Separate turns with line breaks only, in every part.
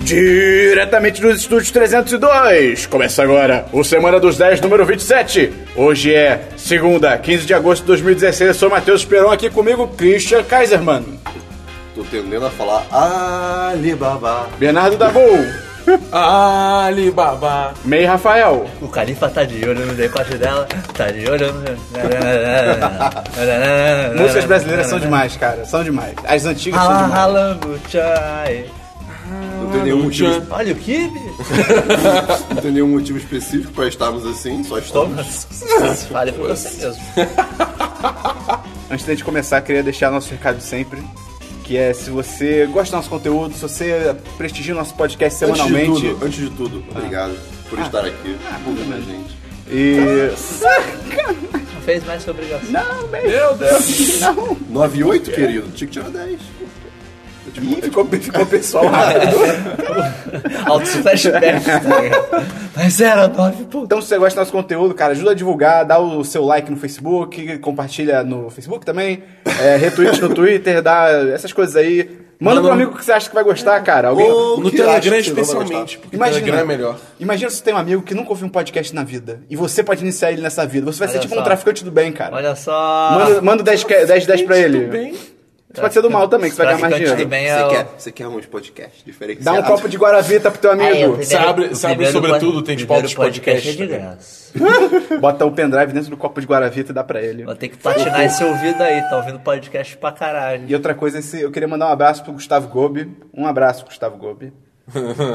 Diretamente dos estúdios 302. Começa agora o Semana dos 10, número 27. Hoje é segunda, 15 de agosto de 2016. Eu sou Matheus Peron, aqui comigo, Christian Kaiserman.
Tô tendendo a falar Alibaba.
Bernardo Dabu.
Alibaba.
Mei Rafael.
O Califa tá de olho no decote dela, tá de olho no...
Músicas brasileiras são demais, cara. São demais. As antigas
Ah,
são
Rala,
demais.
ralango, tchai.
Não tem nenhum motivo,
tchan.
Olha o Kibe.
não tem nenhum motivo específico pra estarmos assim, só estamos.
Thomas. Fale por você mesmo.
Antes da gente começar, queria deixar nosso recado de sempre. Que é se você gosta do nosso conteúdo, se você prestigia o nosso podcast
Antes de
semanalmente. Ah.
tudo, antes de tudo, obrigado por estar aqui, por ouvir a gente.
E.
Não fez mais sua obrigação.
Não, bem.
Meu Deus.
9 e 8, querido. Tinha que tirar 10. Eu te
Ih, Ficou, ficou pessoal rápido.
Alto flashback. tá ligado? Mas era nove pontos.
Então, se você gosta do nosso conteúdo, cara, ajuda a divulgar, dá o seu like no Facebook, compartilha no Facebook também, é, retweet no Twitter, dá essas coisas aí. Manda
Manda
pro
no-
amigo que você acha que vai gostar, cara. Alguém...
Ou
No
que acha
Telegram
que vocês vão
especialmente, porque o
Imagina,
Telegram é melhor.
imagina se você tem um amigo que nunca ouviu um podcast na vida e você pode iniciar ele nessa vida. Você vai ser
Olha
tipo um
só.
traficante do bem, cara.
Olha só.
Manda, manda 10, que- 10 10 pra ele. Você pode ser do mal também, que você vai ganhar mais
Traficante
dinheiro.
do bem é
Você
o-
quer, você quer uns podcasts
Dá
diferenciados?
um copo de Guaravita pro teu
Aí, Ah, é, o
amigo.
primeiro-
Sabe-
o
sabe
primeiro
sobretudo,
pod-
tem de
o
pau dos
primeiro podcast
podcasts,
é de
tá
graça.
Bota o pendrive dentro do copo de Guaravita e dá pra ele.
Vou ter que platinar esse ouvido aí, tá ouvindo podcast pra caralho.
E outra coisa, esse- eu queria mandar um abraço pro Gustavo Gobi. Um abraço, Gustavo Gobi.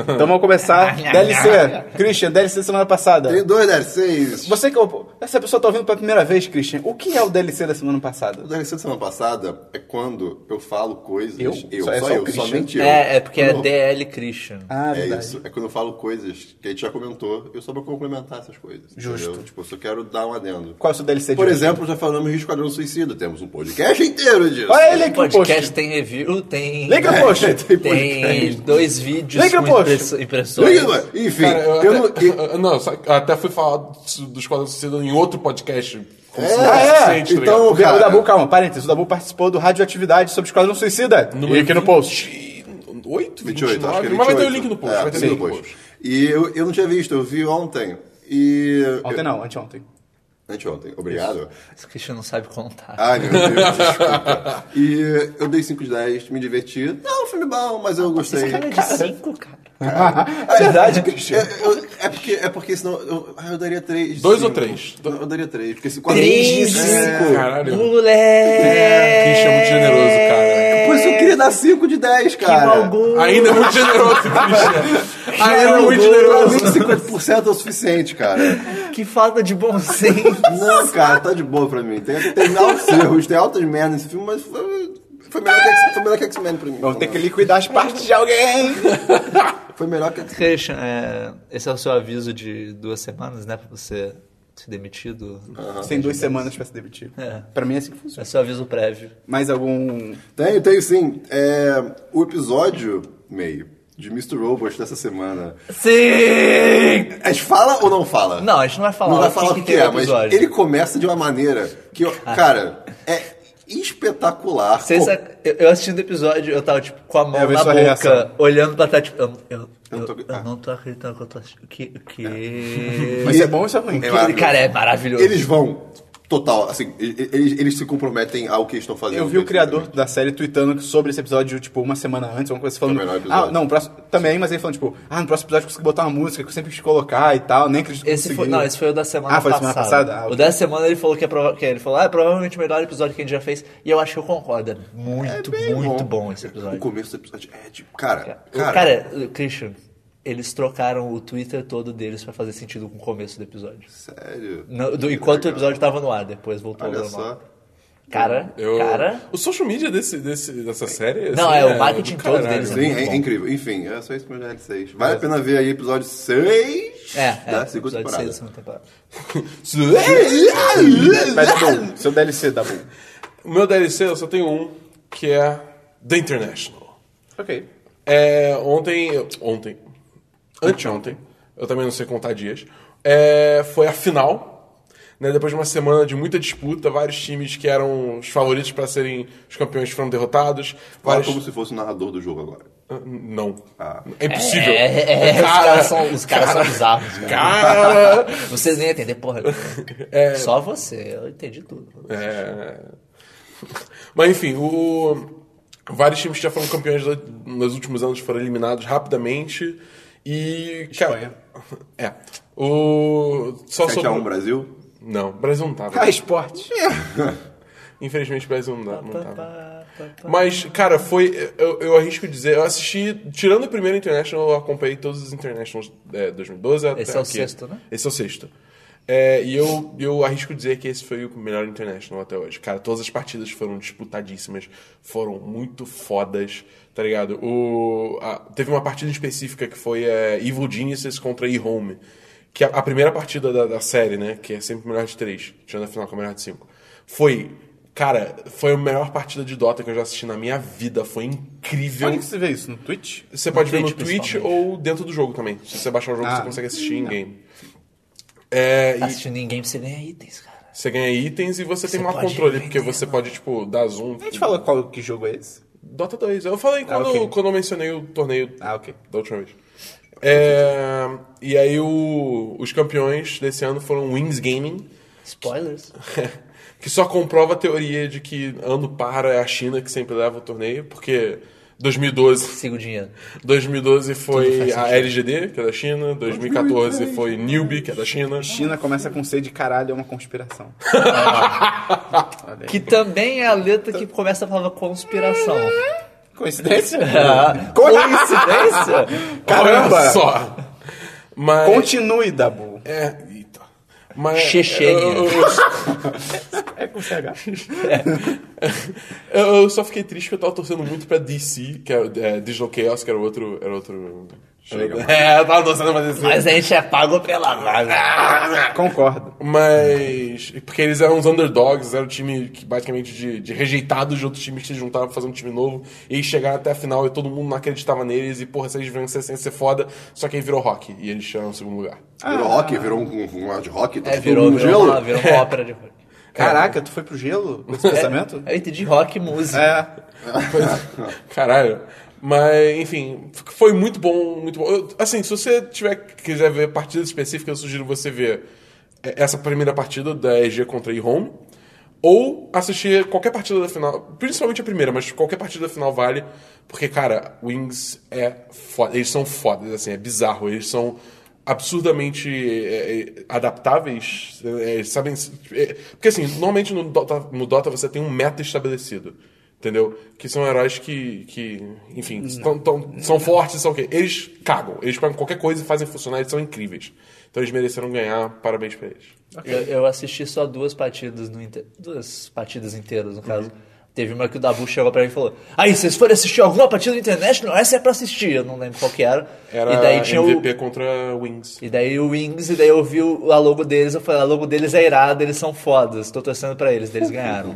Então vamos começar. DLC. Christian, DLC semana passada.
Tem dois DLCs.
Você que é o- Essa pessoa tá ouvindo pela primeira vez, Christian. O que é o DLC da semana passada?
O DLC da semana passada é quando eu falo coisas.
Eu?
Eu,
Só-
só,
é só o
eu,
Christian.
somente eu.
É, é porque é
Quando-
DL Christian.
Ah,
É
verdade.
isso. É quando eu falo coisas que a gente já comentou, eu só vou complementar essas coisas.
Justo.
entendeu? Tipo, eu só quero dar um adendo.
Qual é o seu DLC de
Por
hoje?
exemplo, já falamos de Esquadrão Suicida. Temos um podcast inteiro disso.
Olha ele
O
aqui no
podcast
post.
tem review, tem.
Link
É.
no post.
Tem dois vídeos
Liga,
com
poxa.
impresso- impressões.
Liga, Enfim,
Cara, eu,
eu
até,
não-
eu- não, só- até fui falar disso- do Esquadrão Suicida em outro podcast. como se não
Ah,
fosse
é?
suficiente, tá
O,
Então-
ligado?
Ga- o
cara.
Dabu, calma, parênteses. O Dabu participou do Radioatividade sobre Esquadrão Suicida. E aqui no post.
28,
8, 29,
acho que é 28.
Mas vai ter o link no post.
É,
vai ter
sim,
o link no post.
E eu, eu não tinha visto, eu vi ontem. E.
Ontem não, anteontem.
Eu, anteontem, obrigado.
Esse Christian não sabe contar.
Ai, meu Deus, desculpa. E eu dei 5 de 10, me diverti. Não, filme bom, mas eu
Esse
gostei.
cara é de cinco, cara.
Verdade, Christian.
É, eu- é porque, é porque senão eu, ah, eu daria três.
Dois
Sim.
ou três?
Eu, eu daria três. Porque se
Três de
É,
cinco.
Caralho.
Moleque!
Christian é muito generoso,
Por isso eu queria dar cinco de dez,
Que
cara.
malgudo.
cara. Ainda é muito generoso, Christian. Ainda
Tá
é muito
Pra mim,
generoso.
50% é o suficiente, cara.
Que falta de bom senso.
Não, cara, tá de boa pra mim. Tem, tem altos erros, tem altas merdas nesse filme, mas foi, foi melhor que X- foi melhor que X-Men pra mim.
Vamos ter que liquidar as partes de alguém.
Foi melhor que X-Men.
Christian, é, esse é o seu aviso de duas semanas, né? Pra você ser demitido.
Você tem duas semanas pra se demitir.
É.
Pra mim é assim que funciona.
É seu aviso prévio.
Mais algum.
Tenho, tenho sim. É, o episódio meio de Mr. Robot dessa semana.
Sim!
A gente fala ou não fala?
Não, a gente não vai falar.
Não vai
o que
falar o
que
que,
tem no
é, mas
episódio.
ele começa de uma maneira que, eu, cara, é espetacular.
Sem
Pô,
sac- eu, eu assistindo o episódio, eu tava tipo com a mão
É, eu vi
na
sua
boca,
reação.
olhando pra trás, tipo, eu, eu,
Eu não tô-
eu- eu
ah.
não tô acreditando que eu tô assistindo. O que? O que?
Mas é bom ou isso é ruim?
É
Que-
maravilhoso.
cara, é maravilhoso.
Eles vão total, assim, eles, eles se comprometem ao que estão fazendo.
Eu vi o criador da série tweetando sobre esse episódio, tipo, uma semana antes, alguma coisa falando.
É o melhor episódio.
Ah, não, o próximo. Também, mas ele falando, tipo, ah, no próximo episódio eu consegui botar uma música que eu sempre quis colocar e tal, nem acredito que eu
Esse foi,
consegui.
não, esse foi o da semana
Ah, foi da
passada.
semana passada? Ah,
O
ok.
da semana ele falou que é, prova- que ele falou, ah, é provavelmente o melhor episódio que a gente já fez. E eu acho que eu concordo. É muito, muito bom.
O
esse episódio.
começo do episódio é tipo, cara,
O- Cara, é-
cara,
o Christian, eles trocaram o Twitter todo deles pra fazer sentido com o começo do episódio.
sério.
No- do- enquanto o
Legal.
episódio tava no ar, depois voltou ao
Olha
normal.
só.
Cara,
Eu-
cara.
O social media desse, desse- dessa série. assim,
Não, é, o marketing todo deles né?
Sim,
muito
é,
bom.
é incrível. Enfim, é só isso pro Jack 6. Vale a pena ver aí episódio 6
É,
da
é,
segunda
episódio
temporada.
seis da segunda temporada.
Mas, bom, seu DLC, tá bom.
O meu DLC eu só tenho um, que é The International.
Ok.
É, ontem. Ontem. Anteontem. Eu também não sei contar dias. é, foi a final né, depois de uma semana de muita disputa, vários times que eram os favoritos para serem os campeões foram derrotados.
Fala
Vários...
como se fosse o narrador do jogo agora.
Ah, Não.
Ah.
É impossível.
É, é, os
Cara,
caras são, os caras são bizarros, cara.
Cara!
Vocês nem entender, porra. Só você, eu entendi tudo.
É. Mas enfim, o... vários times que já foram campeões da- nos últimos anos foram eliminados rapidamente. E. Cara, é. O. Só
7x1
sobre.
Brasil?
Não, o Brasil não tava.
Ah, esporte.
Infelizmente o Brasil não, dá-
Tá,
não tava. Mas, cara, foi. Eu, eu arrisco dizer, eu assisti. Tirando o primeiro International, eu acompanhei todos os Internationals é, 2012 até
Esse é o
aqui.
sexto, né?
Esse é o sexto. É, e eu, eu arrisco dizer que esse foi o melhor International até hoje. Cara, todas as partidas foram disputadíssimas, foram muito fodas, tá ligado? O, a- teve uma partida específica que foi é, Evil Geniuses contra E-Home, que é a, a primeira partida da, da série, né? Que é sempre o melhor de três, tirando a final com o melhor de cinco. Foi, cara, foi a melhor partida de Dota que eu já assisti na minha vida, foi incrível.
Onde que você vê isso? No Twitch?
Você pode ver no
Twitch,
Twitch
principalmente.
ou dentro do jogo também. Se você baixar o jogo,
né? Ah,
você consegue assistir em game. É, e
Assistindo ninguém pra você ganhar itens, cara.
você ganha itens e você, tem
Você
maior
pode
controle,
vender, né?
porque você pode, tipo, dar zoom.
A gente falou qual que jogo é esse?
Dota 2. Eu falei quando,
ok.
quando eu mencionei o torneio
Ah, ok.
da última vez. É, e aí o- os campeões desse ano foram Wings Gaming,
Spoilers.
que só comprova a teoria de que ano par é a China que sempre leva o torneio, porque 2012
Siga o dinheiro.
2012
Tudo
foi
faz
a LGD, que é da China. 2014 foi Newbie, que é da China.
China começa com C de caralho, é uma conspiração. Olha aí.
Que também é a letra que começa a palavra conspiração.
coincidência?
Ah, Coincidência?
Caramba!
Olha só! Mas...
Continue, Dabu.
É... Eita. Mas...
Chechênia.
Eu, eu-
É com CH.
eu- eu só fiquei triste porque eu tava torcendo muito pra DC, que é, é Digital Chaos, que era outro... Era outro... É, eu tava torcendo pra DC.
Mas a gente é pago pela vaga.
Concordo.
Mas. Porque eles eram os underdogs, era o time que basicamente de, de rejeitados de outros times que se juntavam pra fazer um time novo. E aí chegaram até a final e todo mundo não acreditava neles. E porra, se eles vencessem ia ser foda. Só que aí virou rock e eles chegaram no segundo lugar.
Virou rock? Virou um, um, um de rock? Tá
É,
todo
virou,
mundo
virou,
gelo?
uma, virou uma ópera de rock.
Caraca, tu foi pro gelo
É.
com esse pensamento?
Eu entendi rock e música.
É.
Caralho. Mas, enfim, f- foi muito bom, muito bom. Eu- assim, se você tiver, quiser ver partidas específicas, eu sugiro você ver eh, essa primeira partida da EG contra a E-Home. Ou assistir qualquer partida da final, principalmente a primeira, mas qualquer partida da final vale, porque, cara, Wings é foda. Eles são fodas, assim, é bizarro. Eles são absurdamente eh, eh, adaptáveis, eh, eh, sabem. eh, porque, assim, normalmente no Dota, no Dota você tem um meta estabelecido. Entendeu? Que são heróis que, que enfim, tão- tão- são fortes, são o quê? Eles cagam. Eles pegam qualquer coisa e fazem funcionar, eles são incríveis. Então eles mereceram ganhar, parabéns pra eles.
Eu, eu assisti só duas partidas no inte- duas partidas inteiras, no caso. Teve uma que o Dabu chegou pra mim e falou: Aí, vocês forem assistir alguma partida do International, essa é pra assistir. Eu não lembro qual que era.
Era
e daí tinha
MVP
o.
contra Wings.
E daí o Wings, e daí eu vi o- a logo deles, eu falei, a logo deles é irada, eles são fodas, tô torcendo pra eles, daí eles ganharam.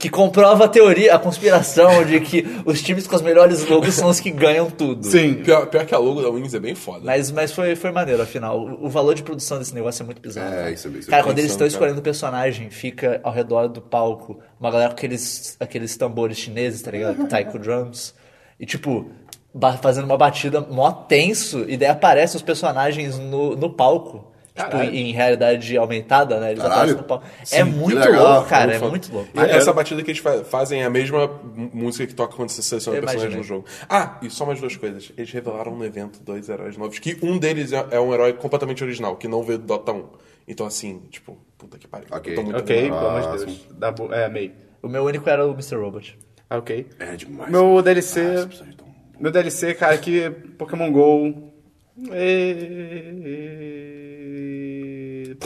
Que comprova a teoria, a conspiração de que os times com os melhores logos são os que ganham tudo.
Sim.
Pior, pior que a logo da Wings é bem foda.
Mas, mas foi, foi maneiro, afinal. O, o valor de produção desse negócio é muito bizarro.
É,
cara.
isso é- isso é
Cara, quando eles estão
insano,
escolhendo o personagem, fica ao redor do palco uma galera com aqueles, aqueles tambores chineses, tá ligado? Taiko drums. E, tipo, ba- fazendo uma batida mó tenso. E daí aparecem os personagens no, no palco. Tipo,
Caralho.
em, em realidade aumentada, né? Eles
Caralho.
aparecem no palco.
Sim,
é
que
muito
legal.
louco, cara. É
Ufa.
muito louco.
E essa batida que eles fa- fazem é a mesma m- música que toca quando você seleciona
Eu
personagens no jogo. Ah, e só mais duas coisas. Eles revelaram no evento dois heróis novos, que um deles é, é um herói completamente original, que não veio do Dota 1. Então, assim, tipo, puta que pariu.
Ok.
Eu tô muito
Ok,
Ah,
animado.
pelo amor de Deus. Dabu, é, amei.
O meu único era o Mr. Robot.
Ah, Ok.
É demais.
Meu
cara.
DLC.
Ah, esse episódio é tão bom.
Meu DLC, cara, que Pokémon GO. E-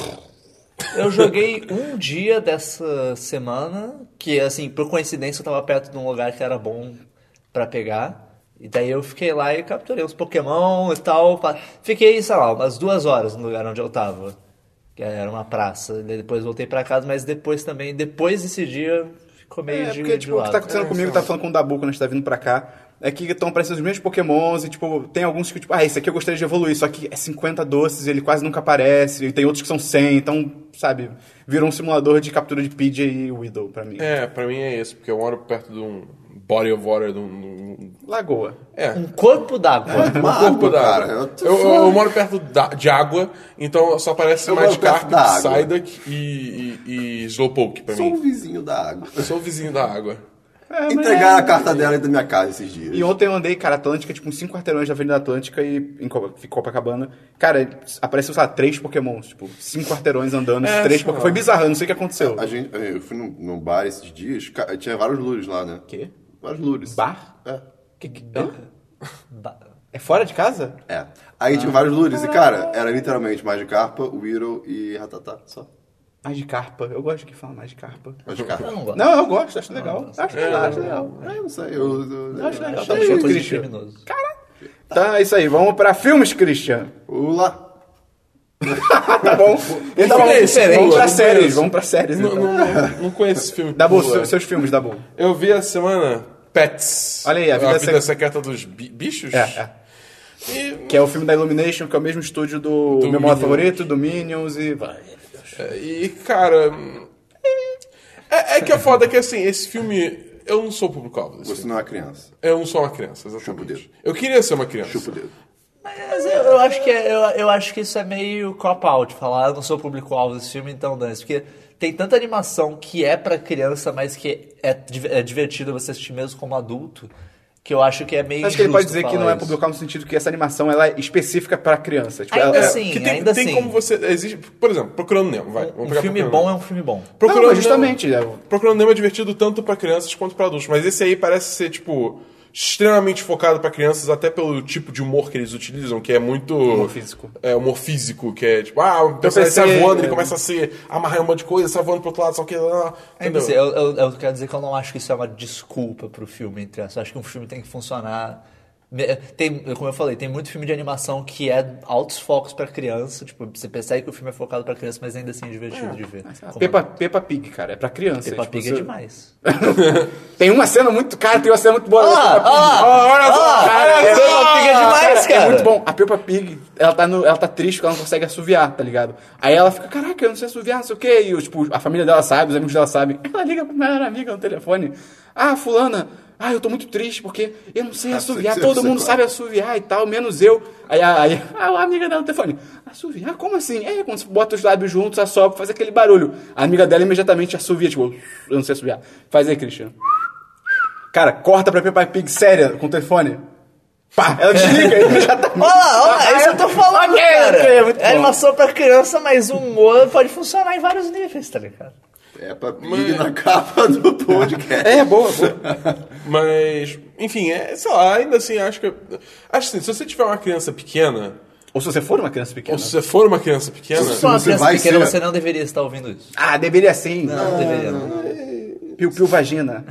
Eu joguei um dia dessa semana, que assim, por coincidência eu tava perto de um lugar que era bom pra pegar. E daí eu fiquei lá e capturei uns Pokémon e tal. pa- Fiquei, sei lá, umas duas horas no lugar onde eu tava. Que era uma praça. E daí depois voltei pra casa, mas depois também, depois desse dia, ficou meio
É,
de,
porque,
de
tipo, o que
lado.
tá acontecendo comigo, tá falando com o Dabu quando a gente tá vindo pra cá, é que estão aparecendo os mesmos pokémons e, tipo, tem alguns que, tipo, ah, esse aqui eu gostaria de evoluir, só que é 50 doces e ele quase nunca aparece, e tem outros que são 100, então sabe, virou um simulador de captura de Pidge e Widow pra mim.
É, pra mim é esse, porque eu moro perto de um body of water, de um... de um-
Lagoa.
É,
Um corpo
É.
d'água.
um corpo
água,
d'água.
cara, é
Eu,
what the
eu-
fuck?
eu moro perto da- de água, então só aparece
Eu
mais
moro perto
Carp,
da água.
Psyduck e, e, e Slowpoke pra
Sou
mim.
um vizinho da água.
Eu sou o vizinho da água.
É,
Entregaram a carta dela aí da minha casa esses dias.
E ontem eu andei, cara, Atlântica, tipo, uns 5 quarteirões da Avenida Atlântica e em Copa- em Copacabana. Cara, apareceu, sei lá, 3 pokémons, tipo, 5 quarteirões andando, três
É, sei lá.
pokémons. Foi bizarro, eu não sei o que aconteceu.
A gente, eu fui num, num bar esses dias, ca- tinha vários lures lá, né?
Quê?
Vários lures.
Bar?
É.
Que, que- hã?
Ba-
É fora de casa?
É. Aí tinha vários lures e, cara, era literalmente Magikarpa, Weedle e Ratatá, só.
Mais de carpa. Eu gosto que fala mais de carpa.
Magikarpa.
Eu não gosto.
Não, eu gosto, acho legal. Acho legal, acho legal. Tá
É, não sei, eu... eu-
Eu Acho legal.
Acho que é coisa de criminoso.
Tá, é isso aí. Vamos pra filmes, Christian.
Vamos lá.
Ah, tá bom. Então
é
vamos,
diferente,
vamos pra
não
séries.
conheço.
Vamos pra séries,
Não,
então.
não, não, não conheço esse filme.
Dabu,
Pula.
seus, seus filmes, Dabu.
Eu vi essa semana Pets.
Olha aí, a vida sec-
secreta dos bi- bichos.
É, é.
E,
Que é o filme da Illumination, que é o mesmo estúdio do, Meu Modo
Minions.
Favorito, do Minions e... Vai.
e, cara... hum, É, é que a foda é que, assim, esse filme... Eu não sou público-alvo desse
Você
filme.
não é uma criança.
Eu não sou um uma criança,
Chupa o
exatamente.
dedo.
Eu queria ser uma criança.
Chupa o dedo.
Mas eu, eu acho que é- eu, eu acho que isso é meio cop-out, falar "Ah, eu não sou público-alvo desse filme, então dane porque tem tanta animação que é pra criança, mas que é, di- é divertido você assistir mesmo como adulto, que eu acho que é meio
Acho que ele
injusto
pode dizer que
falar
não é
isso.
publicado no sentido que essa animação ela é específica pra criança. Tipo,
Ainda
ela-
assim,
que tem,
ainda
tem
assim.
como você... Existe, por exemplo, Procurando Nemo, vai. vamos
Um
pegar
filme
Procurando
bom
Nemo.
é um filme bom.
Não,
Procurando
mas
Nemo-
justamente. é,
Procurando Nemo é divertido tanto pra crianças quanto pra adultos, mas esse aí parece ser, tipo, extremamente focado pra crianças, até pelo tipo de humor que eles utilizam, que é muito. Humor
físico.
É, humor físico, que é tipo, ah, o personagem sai
pensei-
voando, ele
é.
começa a se amarrar em um monte de coisa, sai voando pro outro lado, só que. Ah,
Ainda
entendeu?
assim, eu, eu, eu quero dizer que eu não acho que isso é uma desculpa pro filme, entre aspas. Eu acho que um filme tem que funcionar. Me- Tem, como eu falei, tem muito filme de animação que é altos focos pra criança. Tipo, você percebe que o filme é focado pra criança, mas ainda assim é divertido de ver. Como-
Peppa, Peppa Pig, cara, é pra criança.
Peppa
tipo,
Pig é
você-
demais.
Tem uma cena muito. Cara, tem uma cena muito boa. da
Ah,
Peppa Pig.
ah,
Ah, olha
ah,
só, cara,
olha
é-
só, Peppa Pig é demais, cara.
É muito bom. A Peppa Pig, ela tá, no- ela tá triste porque ela não consegue assoviar, tá ligado? Aí ela fica, caraca, eu não sei assoviar, não sei o quê. E os, tipo, a família dela sabe, os amigos dela sabem. Ela liga pra melhor amiga no telefone. Ah, fulana. Ah, eu tô muito triste porque eu não sei
Ah,
assoviar.
sei- sei-
Todo
sei
mundo
qual é.
sabe assoviar e tal, menos eu. Aí a, aí a amiga dela no telefone, assoviar? Como assim? É, quando você bota os lábios juntos, assopra, faz aquele barulho. A amiga dela imediatamente assovia, tipo, eu não sei assoviar. Faz aí, Cristiano. Cara, corta pra Peppa Pig séria com o telefone. Pá, ela desliga e já tá.
Olha lá, olha lá, isso eu tô falando,
Ok,
cara.
ok, é muito bom.
animação pra criança, mas o humor pode funcionar em vários níveis, tá ligado?
É pra Pig na capa do podcast.
É, boa, boa.
Mas, enfim, é, sei lá, ainda assim, acho que. Acho assim, se você tiver uma criança pequena,
Ou se você for uma criança pequena.
ou se você for uma criança pequena.
Se for uma
você
criança
vai
pequena,
ser-
você não deveria estar ouvindo isso.
Ah, deveria sim.
Não, deveria não.
Piu-piu vagina.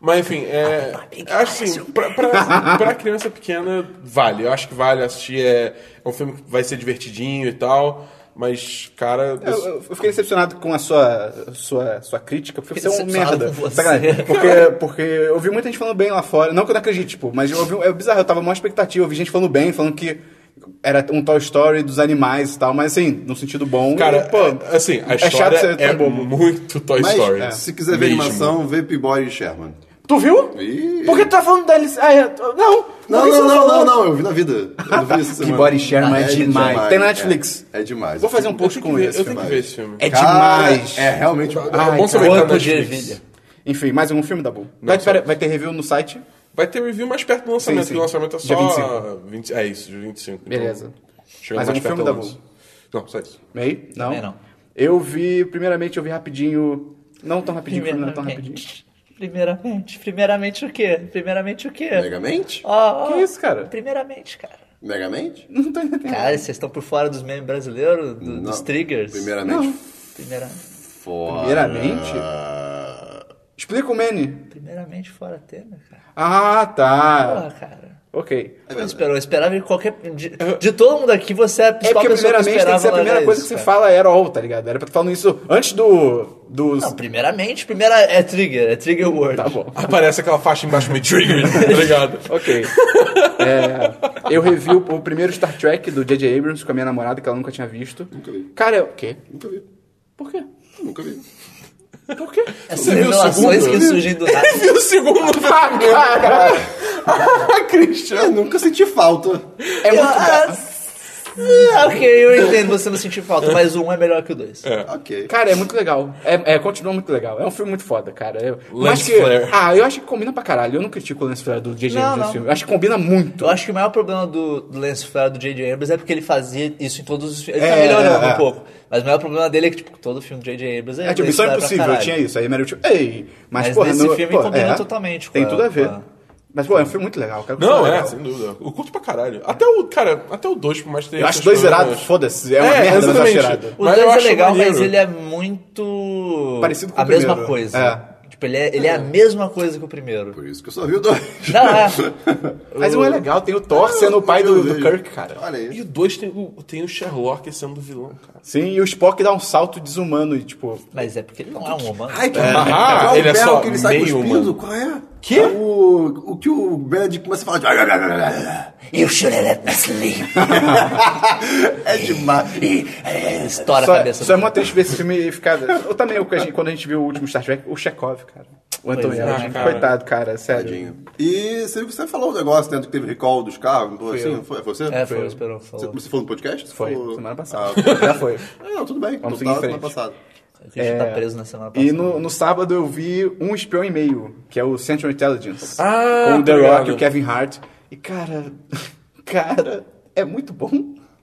Mas enfim, é. Acho assim, pra, pra, pra criança pequena, vale. Eu acho que vale assistir. É, é um filme que vai ser divertidinho e tal. Mas, cara.
É, Eu,
isso-
eu fiquei decepcionado com a sua, sua, sua crítica, porque você é um
Decepcionado
merda.
com você.
Sacanagem. Porque, porque eu vi muita gente falando bem lá fora. Não que eu não acredite, tipo, mas eu ouvi, é bizarro, eu tava com maior expectativa, eu vi gente falando bem, falando que era um Toy Story dos animais e tal, mas assim, num sentido bom.
Cara,
e, pô,
é- assim, a
chato tá-
história
ser tão
é
bom.
muito Toy
Mas, é,
Story.
se quiser ver
mesmo.
animação, vê P-Boy e Sherman.
Tu viu?
Ih.
Por que tu tá falando da LC? Ah, é, tu- não!
Não,
por que você
não, não,
falou?
não, não, eu vi na vida. Eu vi essa semana.
Body Sherman é
Ah,
demais. Tem na Netflix.
É, é demais.
Vou fazer um
Eu
post
Eu tenho
com
que ver-
isso.
eu tenho que ver esse filme.
É
Cara,
demais.
É realmente.
é bom saber que tá na
Corpo de
Netflix.
ervilha.
Enfim, mais algum filme da Bull. Vai,
só-
pera- vai ter review no site?
Vai ter review mais perto do lançamento.
Sim, sim.
que O lançamento é
Dia
só. 20, é isso, dia 25. então,
Beleza.
chegando
Mas é um
perto
filme
do
da
lançamento. Não, só isso.
Meio? Não?
Também não.
Eu vi, primeiramente, eu vi rapidinho. Não tão rapidinho, porque não é tão rapidinho.
Primeiramente, primeiramente o quê? Primeiramente o quê?
Megamente?
Ó, ó.
Que isso, cara?
Primeiramente, cara.
Megamente?
Não tô entendendo.
Cara, vocês estão por fora dos memes brasileiros, do- dos
Não.
triggers.
Primeiramente,
Primeira-
fora.
Primeiramente? Explica o Manny.
primeiramente fora Temer, cara.
Ah, tá.
Porra, cara.
Ok.
É
É
Não esperou, eu esperava em qualquer. De, de todo mundo aqui, você é a
Tá É
principal
porque
pessoa que eu
primeiramente tem que ser a
esperava largar
primeira coisa que
isso,
você
cara.
fala era all, tá ligado? Era pra tu falando isso antes do. do...
Não, primeiramente, primeira é trigger, é trigger word.
Tá bom.
Aparece aquela faixa embaixo meio trigger, tá ligado?
Ok. É, eu revi o, o primeiro Star Trek do J.J. Abrams com a minha namorada, que ela nunca tinha visto.
Nunca vi.
Cara, o quê?
Nunca vi.
Por quê?
Nunca vi.
Por quê?
Essas
viu o
revelações
segundo?
É que surgem do nada.
E o segundo
Ah,
Eu É, nunca senti falta.
É muito
Ah,
bom.
ah, ok, eu entendo você não sentir falta, mas um é melhor que o dois.
Ok.
Cara, é muito legal. É, é, continua muito legal. É um filme muito foda, cara. Eu,
Lance
mas que,
Flair.
Ah, eu acho que combina pra caralho. Eu não critico o Lance Flair do J.J.
Não,
Abrams nesse
não.
filme. Eu acho que combina muito.
Eu acho que o maior problema do, do Lance Flair do J.J. Abrams é porque ele fazia isso em todos os filmes. Ele tá
É,
melhorando
é, é.
um pouco. Mas o maior problema dele é que, tipo, todo filme do J.J. Abrams é.
É tipo,
Lance
Missão
Flair pra
Impossível,
caralho.
tinha isso. Aí Meryl Streep, Ei! Mas,
Mas
porra,
nesse
não-
filme
pô, é.
combina totalmente com
Tem
a-
tudo a ver.
com a-
Mas, pô, é um filme muito legal. Cara,
Não,
legal.
é, sem dúvida. Eu curto pra caralho. Até o, cara, até o 2, por mais que tenha
Eu acho
seus
dois
problemas.
zerados, foda-se. É uma merda, mas eu acho irado.
O
Mas
2
eu
é
acho
legal,
maneiro.
mas ele é muito.
Parecido com
A
o
mesma
primeiro.
coisa.
É.
Tipo, ele é, ele é a mesma coisa que o primeiro.
Por isso que eu só vi o dois.
Não, é.
Mas um é legal, tem o Thor sendo o pai do, do Kirk, cara.
Olha aí.
E o 2 tem, o- tem o Sherlock sendo vilão, cara.
Sim, e o Spock dá um salto desumano e, tipo...
Mas é porque ele não é um humano.
Ai, que
Ah,
Qual
ele é
berro
só
que ele sai
meio
cuspindo?
humano.
Qual é?
Quê?
O, o que o Benedict começa a falar de...
You should have let me sleep.
É demais.
Estoura
Só,
a cabeça.
só é mó triste ver esse filme e ficar... Eu também, eu- quando a gente viu o último Star Trek, o Chekhov, cara. O Anthony
é,
Edwards,
cara.
Coitado, cara, sério.
E você, você falou um negócio dentro que teve recall dos carros, não foi assim?
eu.
Foi, foi você?
É, foi o Esperão que falou.
Você, você falou no podcast? Você
Foi,
falou-
semana passada.
Ah,
Já foi.
é, não, tudo bem.
Vamos
Total,
seguir em
semana
frente.
passada.
A gente tá preso na semana passada.
É. E no, no sábado eu vi Um Espião e Meio, que é o Central Intelligence.
Ah,
com o The
tá
Rock
ligado.
e o Kevin Hart. E cara, cara, é muito bom.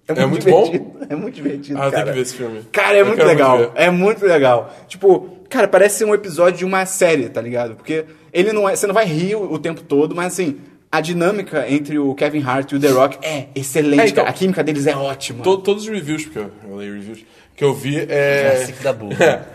É muito bom?
divertido, É muito divertido,
Ah, eu tenho
cara.
que ver esse filme.
Cara, é
Eu
muito
quero muito
legal.
ver.
é muito legal. Tipo, cara, parece ser um episódio de uma série, tá ligado? Porque ele não é, você não vai rir o, o tempo todo, mas assim, a dinâmica entre o Kevin Hart e o The Rock é excelente,
É, então.
cara. A química deles é ótima.
To- todos os reviews, porque eu, eu leio reviews, que eu vi é.
Jurassic da burra.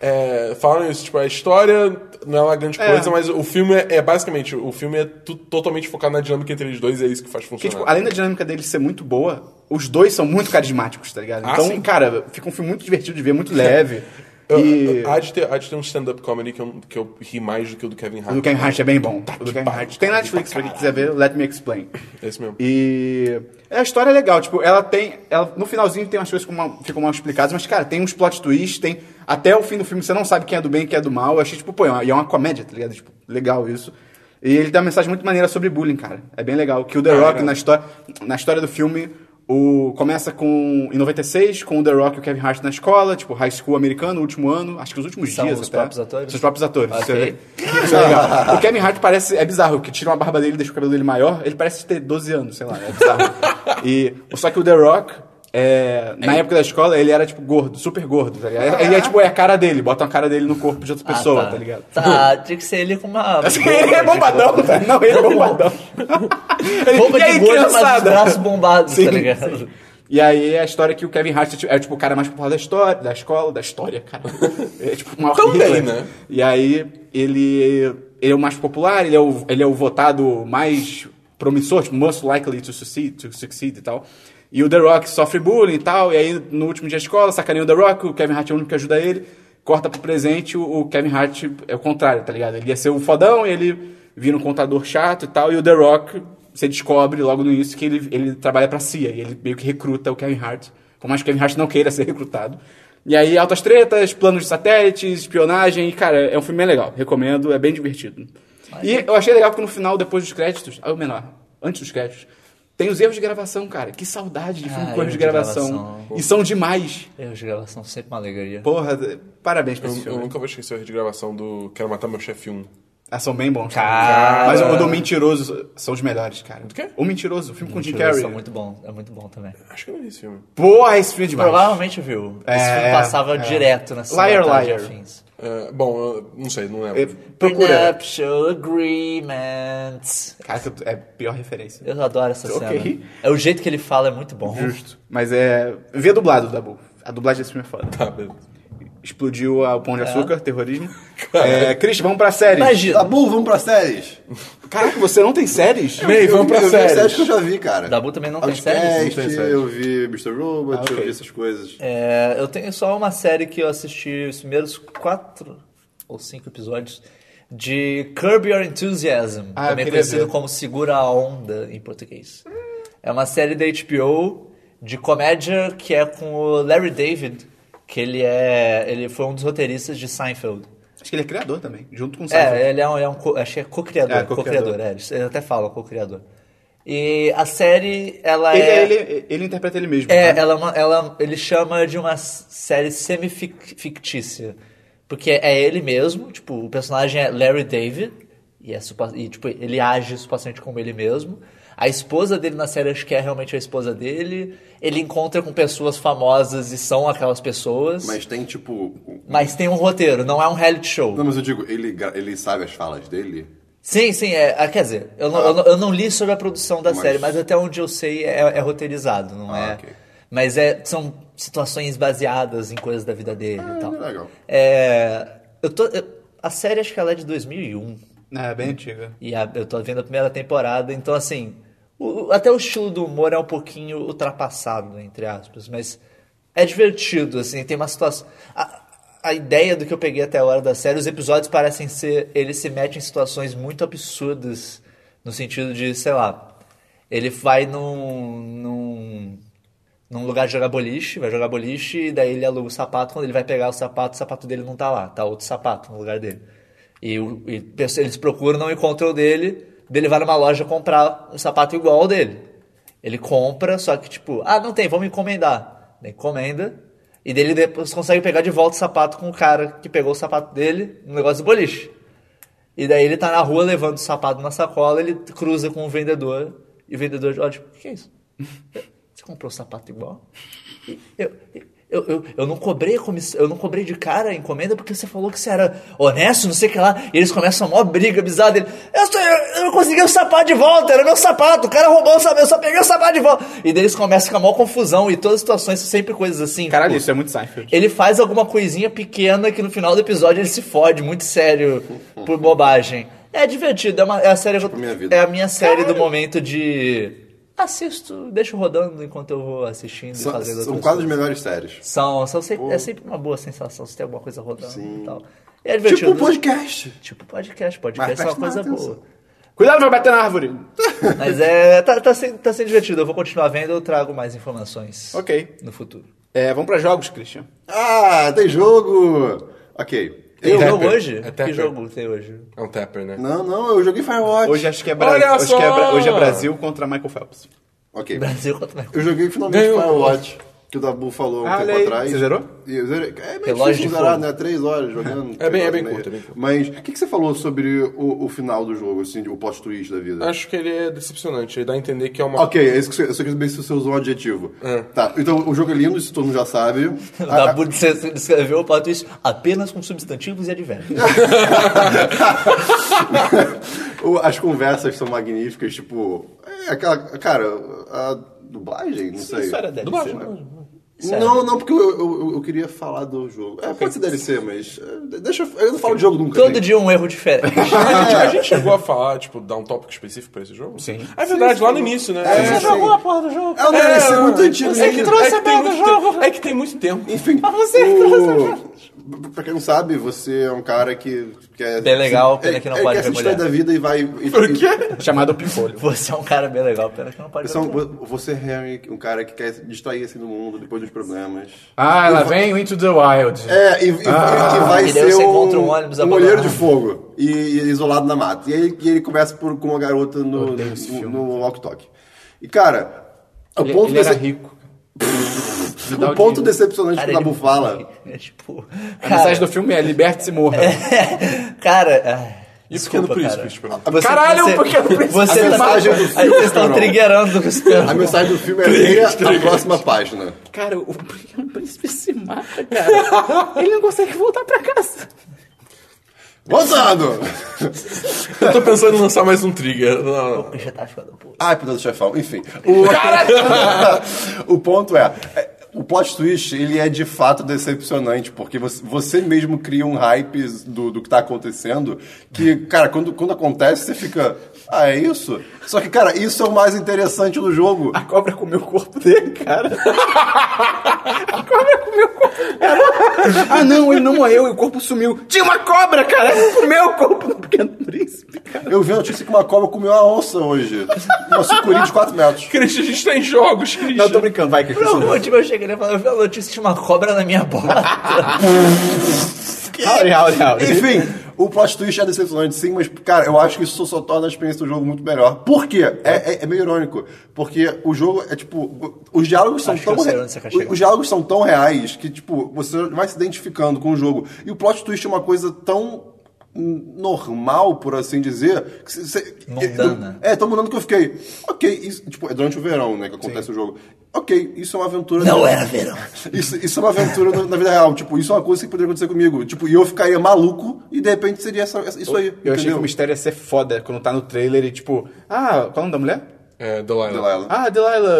é, falam isso, tipo, a história não é uma grande
É.
coisa, mas o filme é, é basicamente, o filme é tu- totalmente focado na dinâmica entre eles dois e é isso que faz
Porque,
funcionar.
tipo, além da dinâmica deles ser muito boa, os dois são muito carismáticos, tá ligado?
Ah,
Então,
sim.
cara, fica um filme muito divertido de ver, muito leve.
Eu-
e
eu- Há de ter, há de ter um stand-up comedy que eu, que eu ri mais do que o do Kevin
o
Hart.
do Kevin Hart é bem bom. O do
que
Kevin
pariu,
Hart. Tem
cara,
Netflix, pra
pra
quem quiser ver, Let Me Explain.
É esse mesmo.
E é, a história é legal, tipo, ela tem. Ela, no finalzinho tem umas coisas que uma- ficam mal explicadas, mas, cara, tem uns plot twists, tem. Até o fim do filme você não sabe quem é do bem e quem é do mal. Eu achei, tipo, pô, é uma, e é uma comédia, tá ligado? Tipo, legal isso. E ele dá uma mensagem muito maneira sobre bullying, cara. É bem legal. Que o The
Ah,
Rock,
é.
na, histó na história do filme, o, começa com. Em 96, com o The Rock e o Kevin Hart na escola, tipo, high school americano, último ano, acho que os últimos
São
dias.
os
até.
próprios atores? Ah,
São os próprios atores.
Ok.
Você vê. Isso é legal. O Kevin Hart parece. É bizarro, que tira uma barba dele e deixa o cabelo dele maior. Ele parece ter 12 anos, sei lá. É bizarro. E, só que o The Rock. é, na época da escola, ele era, tipo, gordo, super gordo, tá ligado? Ele é, tipo, é a cara dele, bota a cara dele no corpo de outra
Ah,
pessoa, tá, ligado?
Tá, tinha que ser ele com uma.
Ele é bombadão, tá? Não, ele é bombadão. Ele,
Roupa
"E aí,
de gordo, mas os
criançada?"
braços bombados,
Sim,
tá ligado?
sim. E aí a história que o Kevin Hart é tipo o cara mais popular da história, da escola, da história, cara. É tipo o maior
Também,
Hitler.
né?
E aí ele, ele é o mais popular, ele é o, ele é o votado mais promissor, tipo, most likely to succeed, to succeed e tal. E o The Rock sofre bullying e tal, e aí no último dia de escola, sacaneia o The Rock, o Kevin Hart é o único que ajuda ele, corta pro presente, o, o Kevin Hart é o contrário, tá ligado? Ele ia ser o fodão, e ele vira um contador chato e tal, e o The Rock, você descobre logo no início que ele, ele trabalha pra CIA, e ele meio que recruta o Kevin Hart, por mais que o Kevin Hart não queira ser recrutado. E aí, altas tretas, planos de satélites, espionagem, e cara, é um filme bem legal, recomendo, é bem divertido.
é
E eu achei legal que no final, depois dos créditos, ah, ou menor, antes dos créditos, tem os erros de gravação, cara. Que saudade de filme
Ah,
com erros de
erro de
gravação.
gravação.
E são demais.
Erros de gravação sempre uma alegria.
Porra, parabéns pra
Eu,
esse
eu
é
filme.
nunca vou esquecer a regravação do Quero Matar Meu Chefe 1.
Ah, são bem bons.
Cara.
Mas o do Mentiroso são os melhores, cara. Do
quê?
O Mentiroso, o filme com o Jim
Isso
Carrey.
é muito bom, é muito bom também.
Acho que eu não vi esse filme.
Porra, esse filme é demais.
Provavelmente viu. Esse
É,
filme passava
é.
direto na segunda
Liar,
tarde
liar.
afins.
É, bom, eu não sei, não lembro.
É, procura.
Prenuptial agreements.
Cara, é a pior referência.
Eu adoro essa
Ok.
cena. É o jeito que ele fala é muito bom.
Justo. Mas é. Vê dublado, Dabu. A dublagem desse filme é foda.
Tá, beleza.
Explodiu a- o Pão de Açúcar, terrorismo. É, Cris, vamos pra séries.
Tá
Imagina.
bom, vamos pra séries.
Caraca, você não tem séries?
Ney, vamos pra
eu vi as séries
séries.
que eu já vi, cara.
Dabu também não tem
Outcast,
séries?
Não tem séries.
Eu vi Mr. Robot,
Ah, ok.
eu vi essas coisas.
É, eu tenho só uma série que eu assisti os primeiros quatro ou cinco episódios de Curb Your Enthusiasm,
Ah, eu
também
queria
conhecido
ver.
como Segura a Onda em português. É uma série da HBO de comédia que é com o Larry David, Que ele é. Ele foi um dos roteiristas de Seinfeld.
Acho que ele é criador também, junto com o Seinfeld.
É, ele é um, é um co- acho que é co-criador.
É, co-criador.
co-criador, é, eles eles até falam co-criador. E a série, ela
Ele,
é.
ele, ele interpreta ele mesmo.
É,
né?
ela, é uma- ela- ele chama de uma s- série semi-fictícia. Porque é ele mesmo, tipo, o personagem é Larry David, e, é supa- e, tipo, ele age supostamente como ele mesmo. A esposa dele na série acho que é realmente a esposa dele. Ele encontra com pessoas famosas e são aquelas pessoas. Mas,
Mas tem tipo. um-
tem um roteiro, não é um reality show.
Não, mas eu digo, ele, gra- ele sabe as falas dele?
Sim, sim, é, ah, quer dizer, eu não, eu, não, eu não li sobre a produção da
Mas-
série, mas até onde eu sei é, é roteirizado, não
Ah,
é?
ok.
Mas é, são situações baseadas em coisas da vida dele e tal.
é legal.
É, eu tô, eu- a série acho que ela é de 2001,
É, bem antiga.
e a- eu tô vendo a primeira temporada, então assim, o- o- até o estilo do humor é um pouquinho ultrapassado, entre aspas, mas é divertido, assim, tem uma situação... A, a ideia do que eu peguei até agora da série, os episódios parecem ser... Ele se mete em situações muito absurdas, no sentido de, sei lá, ele vai num... num num lugar de jogar boliche, vai jogar boliche, e daí ele aluga o sapato. Quando ele vai pegar o sapato, o sapato dele não tá lá, tá outro sapato no lugar dele. E, o- e pesso- eles procuram, não encontram o dele, daí ele vai numa loja comprar um sapato igual ao dele. Ele compra, só que tipo, ah, não tem, vamos encomendar. Daí encomenda, e dele depois consegue pegar de volta o sapato com o cara que pegou o sapato dele no negócio do boliche. E daí ele tá na rua levando o sapato na sacola, ele cruza com o vendedor, e o vendedor olha, tipo, o que que é isso? Você comprou o sapato igual? Eu, eu, eu, eu não cobrei a comissão, eu não cobrei de cara a encomenda porque você falou que você era honesto, não sei o que lá. E eles começam a maior briga bizarra dele. Eu, só- eu, eu não consegui o sapato de volta, era meu sapato, o cara roubou o sapato, eu só peguei o sapato de volta. E daí eles começam com a maior confusão e todas as situações são sempre coisas assim.
Caralho,
tipo,
isso é muito Seinfeld.
ele faz alguma coisinha pequena que no final do episódio ele se fode muito sério por bobagem. É divertido, é, uma, é a série.
Tipo, minha vida.
É a minha série do momento de. Assisto, deixo rodando enquanto eu vou assistindo e
São,
fazendo outras
são quase as
coisas.
melhores séries.
São, são sempre, é sempre uma boa sensação se tem alguma coisa rodando e tal. É
Tipo
divertido.
um podcast.
Tipo podcast, podcast
Mas
é uma
presta
coisa
atenção.
boa.
Cuidado, vai bater na árvore.
Mas é. Tá, tá, sendo, tá sendo divertido. Eu vou continuar vendo, eu trago mais informações
Ok.
no futuro.
É, vamos pra jogos, Christian.
Ah, tem jogo! Ok.
Tem
Eu-
jogo
Tapper.
hoje?
É
que
Tapper.
jogo tem hoje?
É um tapper, né?
Não, não, eu joguei Firewatch.
Hoje acho que é
Olha
Brasil. Hoje,
só!
que é Bra- hoje é Brasil contra Michael Phelps.
Ok.
Brasil contra Mercúrio.
Eu joguei finalmente
Ganhou.
Firewatch, que o Dabu falou um
Ah, olha
tempo
aí.
atrás.
Você zerou?
E eu zerei. É meio
Relógio
difícil
de
zerar,
fogo.
né? Três horas jogando.
É bem- é
três horas e
bem
meia.
curto, é bem curto.
Mas o que, que você falou sobre o, o final do jogo, assim, o plot twist da vida?
Acho que ele é decepcionante. Ele dá a entender que é uma.
Ok, é isso que você, eu só queria saber se você usou um adjetivo. Tá, então o jogo é lindo, isso todo mundo já sabe.
O
A-
Dabu disse- descreveu o plot twist apenas com substantivos e advérbios.
O- As conversas são magníficas, tipo. É aquela. Cara, a dublagem, não sei.
Isso era deve ser. né?
Sério.
Não, não, porque eu, eu, eu queria falar do jogo. É, pode ser DLC, mas. é, Deixa eu. Eu não falo de jogo nunca.
Todo
né?
dia um erro diferente.
A gente, a gente chegou a falar, tipo, dar um tópico específico pra esse jogo?
Sim.
É verdade, lá no início, né?
É, sim.
porra do jogo.
É um DLC muito antigo.
É que,
né?
trouxe
a
é, que tem
merda
muito
do jogo.
tempo- é que tem muito tempo.
Enfim. Pra
você,
Pra quem não sabe, você é um cara que. que é,
Bem legal, pena que não pode
quer
ver
se distrair
mulher.
da vida e vai. E, e-
Chamado Pimpolho.
Você é um cara bem legal, pena que não pode
Você é
ver tudo.
um, você é Harry, um cara que quer se distrair assim do mundo depois dos problemas.
Ah, lá vem o Into the Wild.
É, e, e-
Ah.
e vai
E daí
ser
você encontra
um,
um ônibus
um
abandonado.
olheiro de fogo e, e isolado na mata. E ele, e ele começa por, com uma garota no,
Odeio esse
no,
filme.
no walk-talk. E, cara, o
Ele,
ponto,
ele era
dece-
rico. um
o ponto decepcionante
Cara,
que o Dabu
ele-
fala...
É tipo.
A mensagem do
Cara,
filme é liberte-se e morra.
cara ai,
E
é
Pequeno
desculpa, cara.
Príncipe, tipo.
Você-
Caralho,
você,
porque eu preciso-
você
é A
tá,
mensagem do
aí
filme,
Vocês estão
Carol.
triggerando o
A
Cristiano.
mensagem do filme é leia a próxima página.
Cara, o pequeno príncipe se mata, cara. Ele não consegue voltar pra casa.
Voltando!
Eu tô pensando em lançar mais um trigger. Não, não.
O Cristiano tá ficando puto.
Ai, pedaço do chefão. Enfim. O, o ponto é... é, O plot twist, ele é de fato decepcionante, porque você, você mesmo cria um hype do, do que tá acontecendo, que, cara, quando, quando acontece, você fica... Ah, é isso? Só que, cara, isso é o mais interessante do jogo.
A cobra comeu o corpo dele, cara. A cobra comeu o corpo dele. Ah, não, ele não morreu e o corpo sumiu. Tinha uma cobra, cara. Ela comeu o corpo do pequeno príncipe, cara.
Eu vi a notícia que uma cobra comeu uma onça hoje. Uma sucuri de 4 metros.
Christian, a gente tá em jogos, Christian.
Não, eu tô brincando, vai, que
Por algum motivo eu achei chegaria e falaria, eu vi a notícia de uma cobra na minha bota.
Howdy, howdy, howdy.
Enfim, o plot twist é decepcionante, sim, mas, cara, eu acho que isso só torna a experiência do jogo muito melhor. Por quê? É, é- é meio irônico. Porque o jogo é tipo. o- Os diálogos são
Acho que
tão.
eu sei
re-
onde você quer chegar.
Os diálogos são tão reais que, tipo, você vai se identificando com o jogo. E o plot twist é uma coisa tão hum, normal, por assim dizer. Que cê- cê-
Mundana.
É, tão mudando que eu fiquei. Ok, isso, tipo, é durante o verão, né, que acontece o jogo. Ok, isso é uma aventura.
Não era verão.
Isso, isso é uma aventura na, na vida real. Tipo, isso é uma coisa que poderia acontecer comigo. Tipo, e eu ficaria maluco e de repente seria essa- essa- isso aí.
Eu achei que o
entendeu?
mistério ia ser foda quando tá no trailer e tipo, ah, qual é o nome da mulher?
É, Delilah.
Delilah.
Ah, Delilah,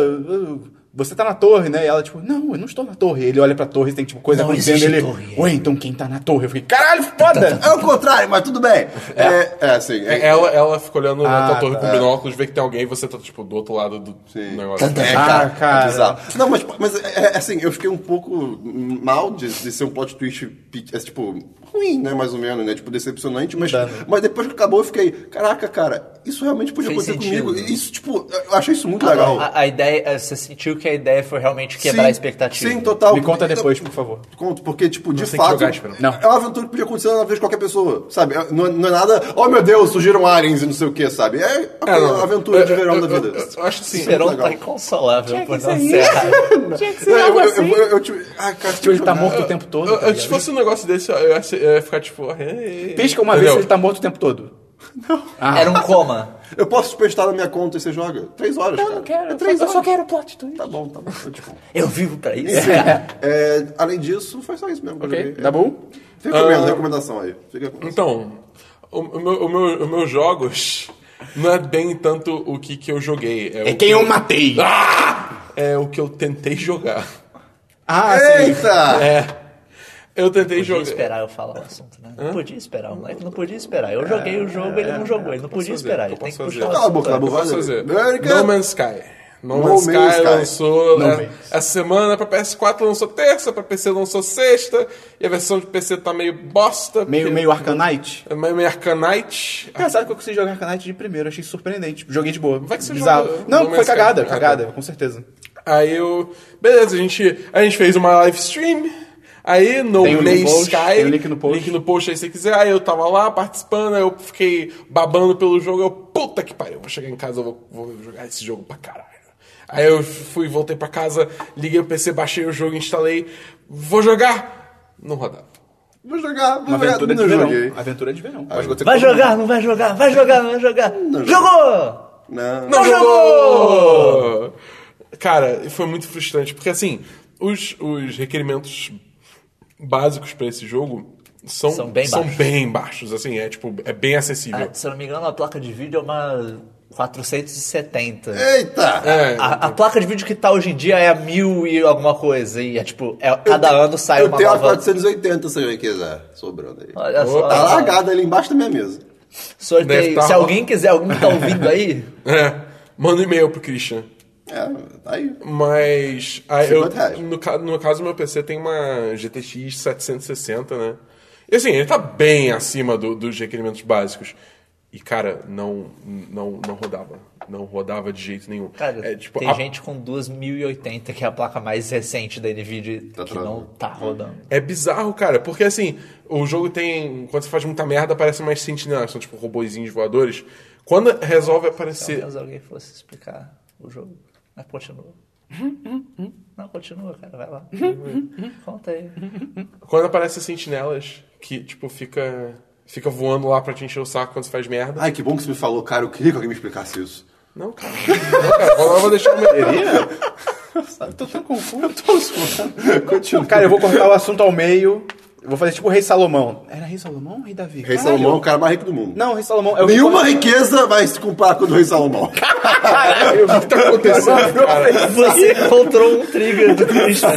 uh, você tá na torre, né? E ela, tipo, não, eu não estou na torre. Ele olha pra torre e tem, tipo, coisa
Não
acontecendo.
existe
Ele,
torre.
ué, então quem tá na torre? Eu fiquei, caralho, foda!
É o contrário, mas tudo bem. É, é assim.
É,
É,
Ela, ela fica olhando na tua
Ah,
torre com binóculos, vê que tem alguém e você tá, tipo, do outro lado do
Sim.
negócio.
é,
Ah,
cara,
cara.
É bizarro. Não, mas, mas é, é, assim, eu fiquei um pouco mal de, de ser um plot twist, pe- é, tipo, ruim, né? Mais ou menos, né? Tipo, decepcionante, mas,
Mudando.
mas depois que acabou eu fiquei, caraca, cara, isso realmente podia
Fez
acontecer
sentido,
comigo.
né?
Isso, tipo, eu achei isso muito legal.
A, a ideia, você sentiu que a ideia foi realmente quebrar
Sim,
a expectativa.
Sim, total.
Me conta
Eu-
depois, por favor.
Conto, porque, tipo, de
sei que
fato.
jogar, espero.
Não.
É uma aventura que podia acontecer na vez de qualquer pessoa, sabe? É- Não, é- não é nada, oh meu Deus, surgiram aliens e não sei o que, sabe? É
É,
aquela
não.
aventura de
Eu-
verão
eu-
da vida.
eu- eu- eu acho assim.
Verão
legal.
tá inconsolável por
que ser
não
isso.
ser errado.
Tinha que assim.
É, eu- eu- eu- eu- eu, tipo, ah, cara,
Tipo, ele tá
jogar-
morto o tempo todo.
Eu-
tá
eu-
ligado?
se fosse um negócio desse, eu ia, ser- eu ia ficar tipo. "Ei".
Pisca uma vez
Entendeu?
se ele tá morto o tempo todo.
Era um coma.
Eu posso testar na minha conta e você joga? Três horas, cara. É três horas.
quero plot twist.
Tá bom, tá bom. Eu, tipo,
Eu vivo pra isso.
é, além disso, foi só isso mesmo. que eu
Ok,
joguei.
tá bom?
Fica com
Ah.
medo, recomendação aí. Fica com
Então, o, o meu, o meu- os meus jogos não é bem tanto o que, que eu joguei. É, o que,
matei.
é o que eu tentei jogar.
Ah, sim.
Eita!
É. Eu tentei
Podia
jogar.
esperar eu falar o assunto, né? Não podia esperar, o moleque não podia esperar. Eu joguei o jogo,
É,
ele não jogou, ele não podia
fazer,
esperar.
eu
Ele tem que
posso
puxar
fazer.
o
Cala a boca, cala a
Eu
boca.
posso fazer.
América.
No Man's Sky. No,
é No
Man's,
Man's
Sky
Sky.
lançou
No
né,
Man's.
essa semana pra PS4 lançou terça, pra PC lançou sexta, e a versão de PC tá meio bosta.
Meio,
porque-
meio Arcanite.
É meio, meio Arcanite.
Engraçado que eu consegui jogar Arcanite de primeiro, achei surpreendente. Joguei de boa.
Vai que você
Bizarro.
joga No
Não, foi
Man's Sky.
cagada,
Ah, tá.
cagada, com certeza.
Aí eu. Beleza, a gente, a gente fez uma live stream. Aí no
Tem o link
May
no post,
Sky.
tem o link no post.
Link no post aí se quiser. Aí eu tava lá participando, aí eu fiquei babando pelo jogo. Eu, puta que pariu, eu vou chegar em casa, eu vou, vou jogar esse jogo pra caralho. Aí eu fui, voltei pra casa, liguei o PC, baixei o jogo, instalei. Vou jogar! Não rodava.
Vou jogar, vou
Uma
jogar.
aventura de
Não joguei.
verão. Aventura de verão.
Vai
um
jogar, não vai jogar, vai jogar, não vai jogar. Jogou!
Não.
Não
jogou!
jogou! Cara, foi muito frustrante, porque assim, os, os requerimentos básicos pra esse jogo são,
São bem baixos.
bem baixos, assim, é tipo, é bem acessível.
Ah, Se eu não me engano, a placa de vídeo é uma 470. Ah,
Eita!
É,
A, a placa de vídeo que tá hoje em dia é a mil e alguma coisa. E é tipo, é- cada ano sai
Eu
uma
tenho a
nova.
480, se eu quiser, sobrando aí.
Olha só.
Tá largada ali embaixo da minha mesa.
Sorteio.
Deve tá
Se
rolando.
alguém quiser, alguém que tá ouvindo aí,
é, manda um e-mail pro Christian.
É, tá aí.
Mas aí eu,
50 reais.
no, ca- no caso do meu PC tem uma GTX 760, né? E assim, ele tá bem acima do- dos requerimentos básicos. E cara, não, não, não rodava. Não rodava de jeito nenhum.
cara,
é, tipo,
tem
a-
gente com 2080, que é a placa mais recente da NVIDIA,
Tá
que
travando.
não tá rodando.
É bizarro, cara, porque assim, o jogo tem. Quando você faz muita merda, aparecem mais sentinelas, são tipo robozinhos voadores. Quando resolve
Tá
aparecer.
Talvez alguém fosse explicar o jogo. Mas continua. Não, continua, cara, vai lá. Conta aí.
Quando aparecem sentinelas, que tipo fica. Fica voando lá pra te encher o saco quando você faz merda.
Ai, que bom que você me falou, cara. Eu queria que alguém me explicasse isso.
Não, cara. Não, cara. Agora eu vou deixar o meu.
Eu tô tão confuso.
Continua.
Cara, eu vou cortar o assunto ao meio. Eu vou fazer tipo o Rei Salomão. Era Rei Salomão ou Rei Davi?
Rei
Caralho.
Salomão é o cara mais rico do mundo.
Não, Rei Salomão é o
Nenhuma riqueza vai se comparar com o do Rei Salomão.
Caralho, o que tá acontecendo, cara?
Você encontrou um trigger do Christian.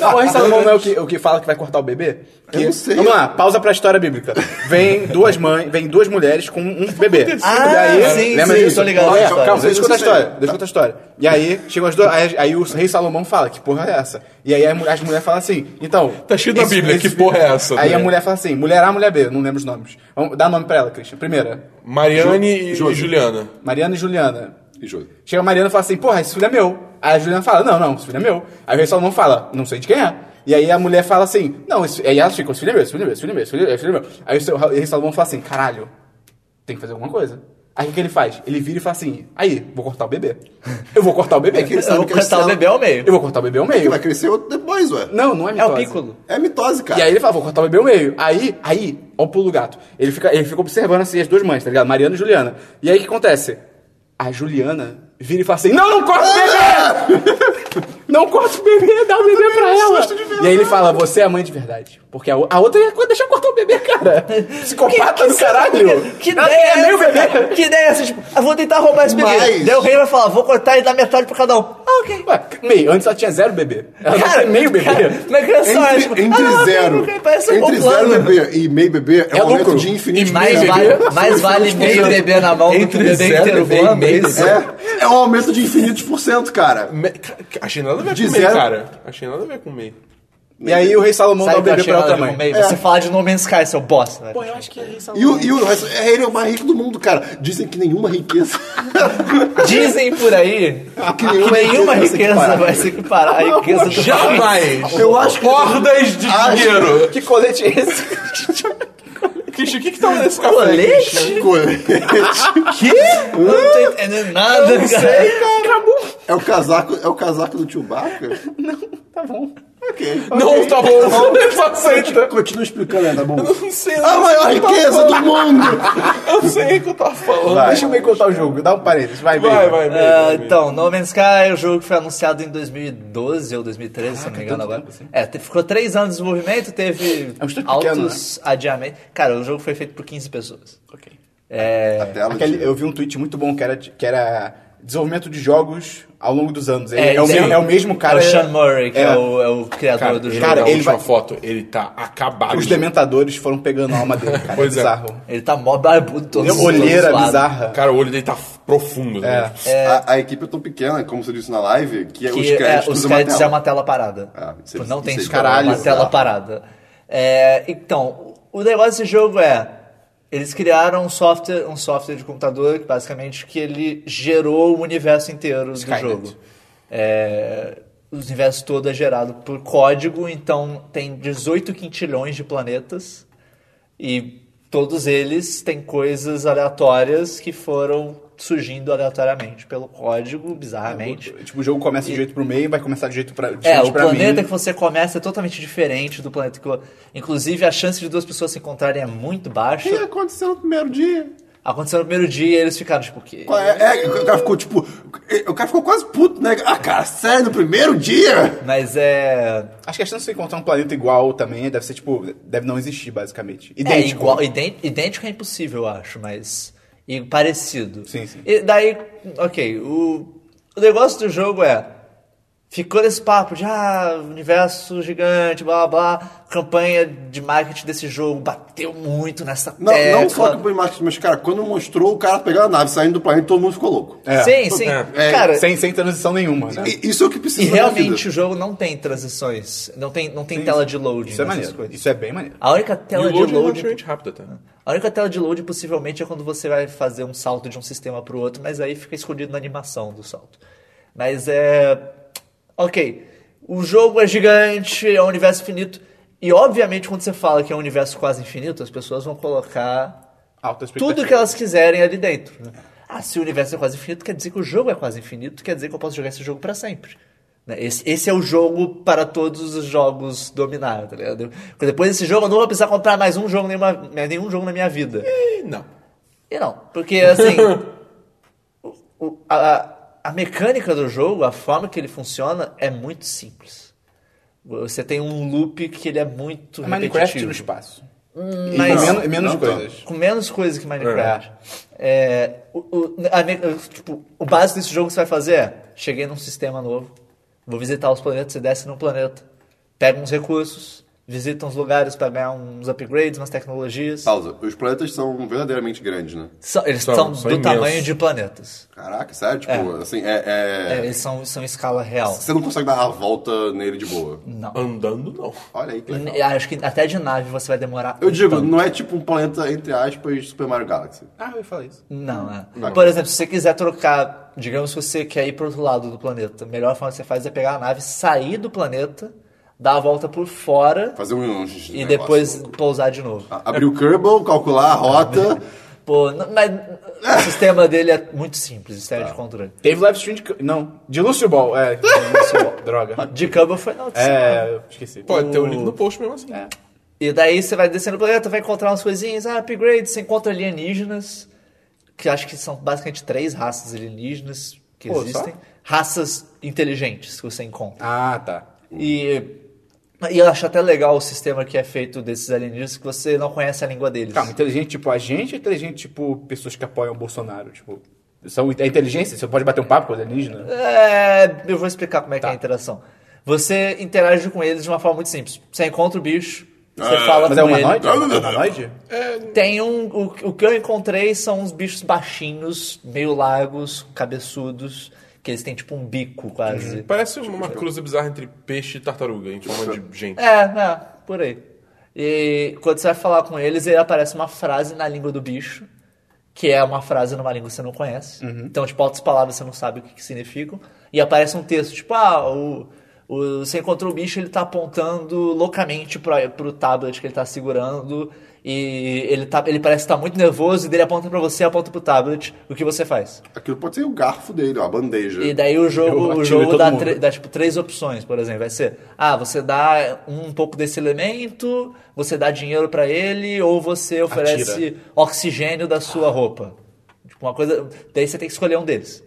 Não, o Rei Salomão não é o que, o que fala que vai cortar o bebê?
Eu não sei.
Vamos lá, pausa pra história bíblica. Vem duas mães, vem duas mulheres com um bebê.
Ah, sim, sim, tô ligado
Olha,
nessa história.
calma, deixa eu
Isso
contar a
eu sei.
é
história. Deixa eu contar a história. E aí, chegam as duas. Aí, aí o rei Salomão fala, que porra é essa? E aí a mu- as mulheres falam assim, então.
Tá cheio da Bíblia, que porra é essa?
Aí
Né?
a mulher fala assim, mulher A, mulher B, não lembro os nomes. Vamos, dá nome pra ela, Christian. Primeira,
Mariane e,
Ju-
e Juliana.
Mariana e Juliana.
E jogo.
Chega a Mariana e fala assim, porra, esse filho é meu. Aí a Juliana fala, não, não, esse filho é meu. Aí o Salomão fala, não sei de quem é. E aí a mulher fala assim, não, esse... aí elas ficam, esse filho é meu, esse filho é meu, esse filho é meu, esse filho é meu, esse filho é meu. Aí o seu- o rei Salomão fala assim, caralho, tem que fazer alguma coisa. Aí o que ele faz? Ele vira e fala assim, aí, vou cortar o bebê. Eu vou cortar o bebê.
que ele
Eu
sabe
Eu
vou
que eles
cortar o
são-
bebê ao meio.
vou cortar o bebê ao
Que
um-
meio.
vai crescer outro depois, ué.
Não, não é
É
mitose.
o Piccolo.
É mitose, cara.
E aí ele fala, vou cortar o bebê ao meio. Aí, aí, ó o pulo do gato. Ele fica, ele fica observando assim as duas mães, tá ligado? Mariana e Juliana. E aí o que acontece? A Juliana vira e fala assim, não, não corta o bebê! não corta o bebê, dá o bebê pra ela.
susto de
E aí ele fala, você é a mãe de verdade. Porque a, o- a outra ia co- deixar cortar o bebê, cara. Psicopata do caralho.
Que
Ela queria
ideia é
meio
essa, cara? Que ideia é essa? Tipo, ah, vou tentar roubar esse bebê.
Mas-
Daí o rei vai falar, vou cortar e dar metade pra cada um. Ah, ok.
Ué, meio, antes ela tinha zero bebê. Ela cara, tem meio bebê.
Cara, mas criança só é, tipo,
Entre, entre
ah,
zero.
ok, Parece um
Entre
bom plano.
zero bebê e meio bebê é,
É
um momento
lucro.
de infinito.
E
Mais
Meio
vale,
bebê.
mais vale meio bebê na mão do que
Entre
o bebê
zero
inteiro
bebê e
voando.
meio
isso?
É, é um aumento de infinitos por cento, cara.
Me- ca- ca- Achei nada a ver
De
com o MEI,
zero.
cara. Achei nada a ver com o MEI.
E aí o rei Salomão dá
Sabe o
o
que eu
bebê
achei
pra outra
nada com
mãe.
meio?
É.
Você falar de No Man's Sky, seu bosta. velho.
Pô, eu acho que é rei Salomão.
E, o, e o, é, ele é o mais rico do mundo, cara. Dizem que nenhuma riqueza.
Dizem por aí
que
que nenhuma
vai se
riqueza
equiparar.
vai se equiparar à riqueza do
Jamais!
Eu acho que-
Hordas de
Acho-
dinheiro!
Que colete é esse?
Christian, o que que tá nesse café?
Colete? Eu não tô entendendo nada, cara.
Acabou.
É o casaco, é o casaco do Chewbacca?
Tá bom.
Ok.
Não, tá bom. Eu só aceita.
Continua explicando, né, tá bom?
Não sei, eu
A
não
maior riqueza do mundo!
não sei o que eu tava falando.
Vai.
Então Deixa eu meio contar o jogo. Dá um parênteses. Vai,
Vai,
Bacon.
vai, MEI.
Ah,
vai, MEI.
então, No Man's Sky é o jogo que foi anunciado em 2012 ou 2013, se não me engano
tanto
agora.
tempo assim.
É, te- ficou três anos de desenvolvimento, teve
É um estúdio pequeno,
altos adiamentos. Cara, o jogo foi feito por 15 pessoas.
Ok.
É,
A tela
Aquele-
de-
eu vi um tweet muito bom que era, de- que era desenvolvimento de jogos ao longo dos anos. Ele- É, o,
sim.
mesmo, é o mesmo cara.
É o Sean Murray, que é,
é.
o, é o criador
Cara,
do
ele
jogo.
cara,
na
ele
última
vai-
foto, ele tá acabado.
Os
de-
dementadores foram pegando a alma dele, cara.
Pois é.
é bizarro.
Ele tá mó barbudo todo
Deu olheira
todo zoado.
bizarra.
Cara, o olho dele tá profundo.
É.
né?
A, a equipe é tão pequena, como você disse na live, que,
Que
os créditos,
é, os
é uma
créditos é
tela.
uma tela parada.
Ah, isso é-
Tipo, não
isso
tem
é
scroll,
caralho,
é uma tela
tá.
parada. É, então, o negócio desse jogo é... Eles criaram um software, um software de computador, que basicamente, que ele gerou o universo inteiro
Skynet.
do jogo. É, o universo todo é gerado por código, então tem 18 quintilhões de planetas. E todos eles têm coisas aleatórias que foram surgindo aleatoriamente pelo código,
É,
bizarramente.
Tipo, o jogo começa de um jeito pro meio, vai começar de jeito pra, de
É,
frente
o
pra
planeta
mim.
que você começa é totalmente diferente do planeta que... eu- Inclusive, a chance de duas pessoas se encontrarem é muito
O que
baixa.
aconteceu no primeiro dia?
Aconteceu no primeiro dia e eles ficaram, tipo, que...
Qual É, é, o cara ficou tipo. O cara ficou quase puto, né? Ah, cara, sério, no primeiro dia?
Mas é...
Acho que a chance de você encontrar um planeta igual também deve ser, tipo, deve não existir, basicamente.
É,
Idêntico.
igual, idê- idêntico é impossível, eu acho, mas. E parecido.
Sim, sim.
E daí, ok, o, o negócio do jogo é. Ficou nesse papo de ah, universo gigante, blá blá blá, campanha de marketing desse jogo bateu muito nessa
Não,
tecla.
não só que foi marketing, mas, cara, quando mostrou o cara pegando a nave saindo do planeta, todo mundo ficou louco.
É.
Sim, sim.
É,
cara,
Sem, sem transição nenhuma, né?
E- isso é o que
e
precisa. na minha
realmente
vida.
o jogo não tem transições, não tem, não tem
Sim,
tela
sim.
de loading.
Isso é
nessas
maneiro.
coisas.
Isso é bem maneiro.
A única
E
tela
o load
de
é
loading
relativamente rápido até.
A única tela de load possivelmente é quando você vai fazer um salto de um sistema para o outro, mas aí fica escondido na animação do salto. Mas é. Ok. O jogo é gigante, é um universo infinito. E obviamente, quando você fala que é um universo quase infinito, as pessoas vão colocar
Alta expectativa.
tudo que elas quiserem ali dentro. né? Ah, se o universo é quase infinito, quer dizer que o jogo é quase infinito, quer dizer que eu posso jogar esse jogo pra sempre. né? Esse, esse é o jogo para todos os jogos dominar, tá ligado? Porque depois desse jogo eu não vou precisar comprar mais um jogo, nenhuma, nenhum jogo na minha vida.
Ih, Não.
E não, porque assim. o- o- a, a mecânica do jogo, a forma que ele funciona, é muito simples. Você tem um loop que ele é muito
É Minecraft
repetitivo.
no espaço. E
Hum, mas-
com menos, menos
não,
coisas.
Com menos coisa que Minecraft. É, o, o, a me- o- tipo, o básico desse jogo que você vai fazer é: cheguei num sistema novo, vou visitar os planetas, você desce num planeta, pega uns recursos, visita uns lugares pra ganhar uns upgrades, umas tecnologias.
Pausa. Os planetas são verdadeiramente grandes, né?
São- eles
São-
são,
são
do
imensos.
tamanho de planetas.
Caraca, sério? Tipo, assim, é,
É,
é-
eles são, são em escala real.
Você não consegue dar a volta nele de boa.
Não.
Andando, não.
Olha aí que legal.
N- Acho que até de nave você vai demorar.
Eu
um
digo,
tanto.
não é tipo um planeta, entre aspas, Super Mario Galaxy.
Ah, eu ia falar isso.
Não, é. Por exemplo, se você quiser trocar, digamos que você quer ir pro outro lado do planeta, a melhor forma que você faz é pegar a nave, sair do planeta, dar a volta por fora
Fazer um. negócio
e depois
louco. Ah.
pousar de novo.
A- Abrir o Kerbal, calcular a rota.
Pô, n- mas o sistema dele é muito simples, estéreo
Tá.
de controle.
Teve live stream de. cu- Não, de Lúcio Ball. É, de Lúcio Ball. Droga.
De Cubble foi não.
É, eu esqueci.
Pode ter o link no post mesmo assim.
E daí você vai descendo o planeta, vai encontrar umas coisinhas, ah, upgrades, você encontra alienígenas, que acho que são basicamente três raças alienígenas que
Pô,
existem. Raças inteligentes que você encontra.
Ah, tá.
E, e eu acho até legal o sistema que é feito desses alienígenas, que você não conhece a língua deles.
Calma, inteligente tipo a gente ou inteligente tipo pessoas que apoiam o Bolsonaro? Tipo, são, é inteligência? Você pode bater um papo com os alienígenas?
É, eu vou explicar como é que é a interação. Você interage com eles de uma forma muito simples. Você encontra o bicho, você fala
Mas
com
é
ele.
humanoide? É humanoide?
Tem um. O, o que eu encontrei são uns bichos baixinhos, meio largos, cabeçudos, que eles têm tipo um bico quase.
Uhum. Parece uma cruza bizarra entre peixe e tartaruga, em forma de gente.
É, é, por aí. E quando você vai falar com eles, ele aparece uma frase na língua do bicho, que é uma frase numa língua que você não conhece. Então, tipo, outras palavras você não sabe o que, que significam. E aparece um texto, tipo, ah, o, o- você encontrou o bicho, ele tá apontando loucamente pra, pro tablet que ele tá segurando. E ele, tá, ele parece estar muito nervoso, e dele aponta pra você, aponta pro tablet. O que você faz?
Aquilo pode ser o garfo dele, ó, a bandeja.
E daí o jogo,
Eu
o
atirei
jogo
todo
dá,
mundo.
tre- dá, tipo três opções, por exemplo. Vai ser, ah, você dá um pouco desse elemento, você dá dinheiro pra ele, ou você oferece oxigênio da
Ah.
sua roupa. Tipo, uma coisa. Daí você tem que escolher um deles.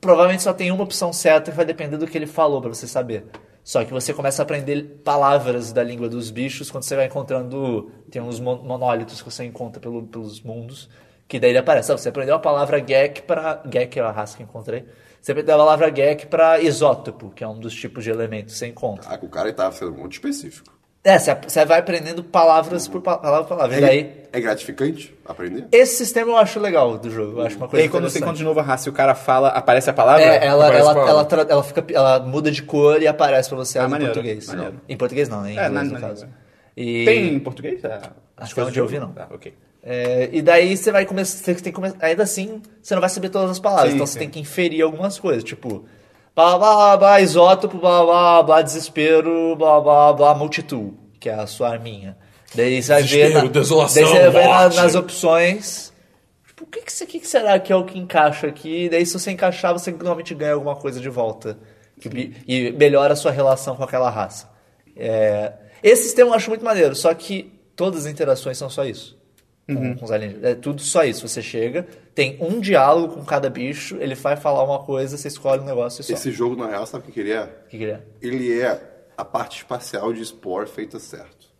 Provavelmente só tem uma opção certa e vai depender do que ele falou pra você saber. Só que você começa a aprender palavras da língua dos bichos quando você vai encontrando. Tem uns mon- monólitos que você encontra pelo- pelos mundos. Que daí ele aparece. Ah, você aprendeu a palavra geck pra. Geck é a raça que eu encontrei. Você aprendeu a palavra geck pra isótopo, que é um dos tipos de elementos que você encontra.
Caraca, Ah, o cara tá tava sendo muito um específico.
É, você- você vai aprendendo palavras por pa- palavra por palavra. E daí.
É gratificante aprender?
Esse sistema eu acho legal do jogo. Eu acho uma
E
coisa
aí, quando você
interessante.
encontra de novo a raça e o cara fala, aparece a palavra? Tipo,
É, ela,
Aparece
ela,
pra
ela,
ela.
tra- ela fica, ela muda de cor e aparece pra você ela em
Ah, maneiro,
português.
maneiro.
Em português não, né? em
É,
inglês
na-
no
na
caso.
língua.
E,
Tem em português? Ah,
é- Acho
As
que
coisas
onde eu vi,
do-
não.
Tá, ok.
é, e daí você vai começar, você tem que começar, ainda assim, você não vai saber todas as palavras,
Sim,
então
sim.
você tem que inferir algumas coisas, tipo, blá blá blá, blá isótopo, blá blá blá, desespero, blá blá blá, multitud, que é a sua arminha. Daí você vai ver,
Desespero, desolação,
daí você vai na-
morte.
nas opções, tipo, o que, que, se- o que que será que é o que encaixa aqui? Daí se você encaixar, você normalmente ganha alguma coisa de volta. Que bi- e melhora a sua relação com aquela raça. É, esse sistema eu acho muito maneiro, só que todas as interações são só isso. Com,
Uhum.
com os alienígenas. É tudo só isso. Você chega, tem um diálogo com cada bicho, ele vai falar uma coisa, você escolhe um negócio e só.
Esse jogo, na real, sabe o que que ele é?
O que que ele é?
Ele é a parte espacial de Spore feita certo.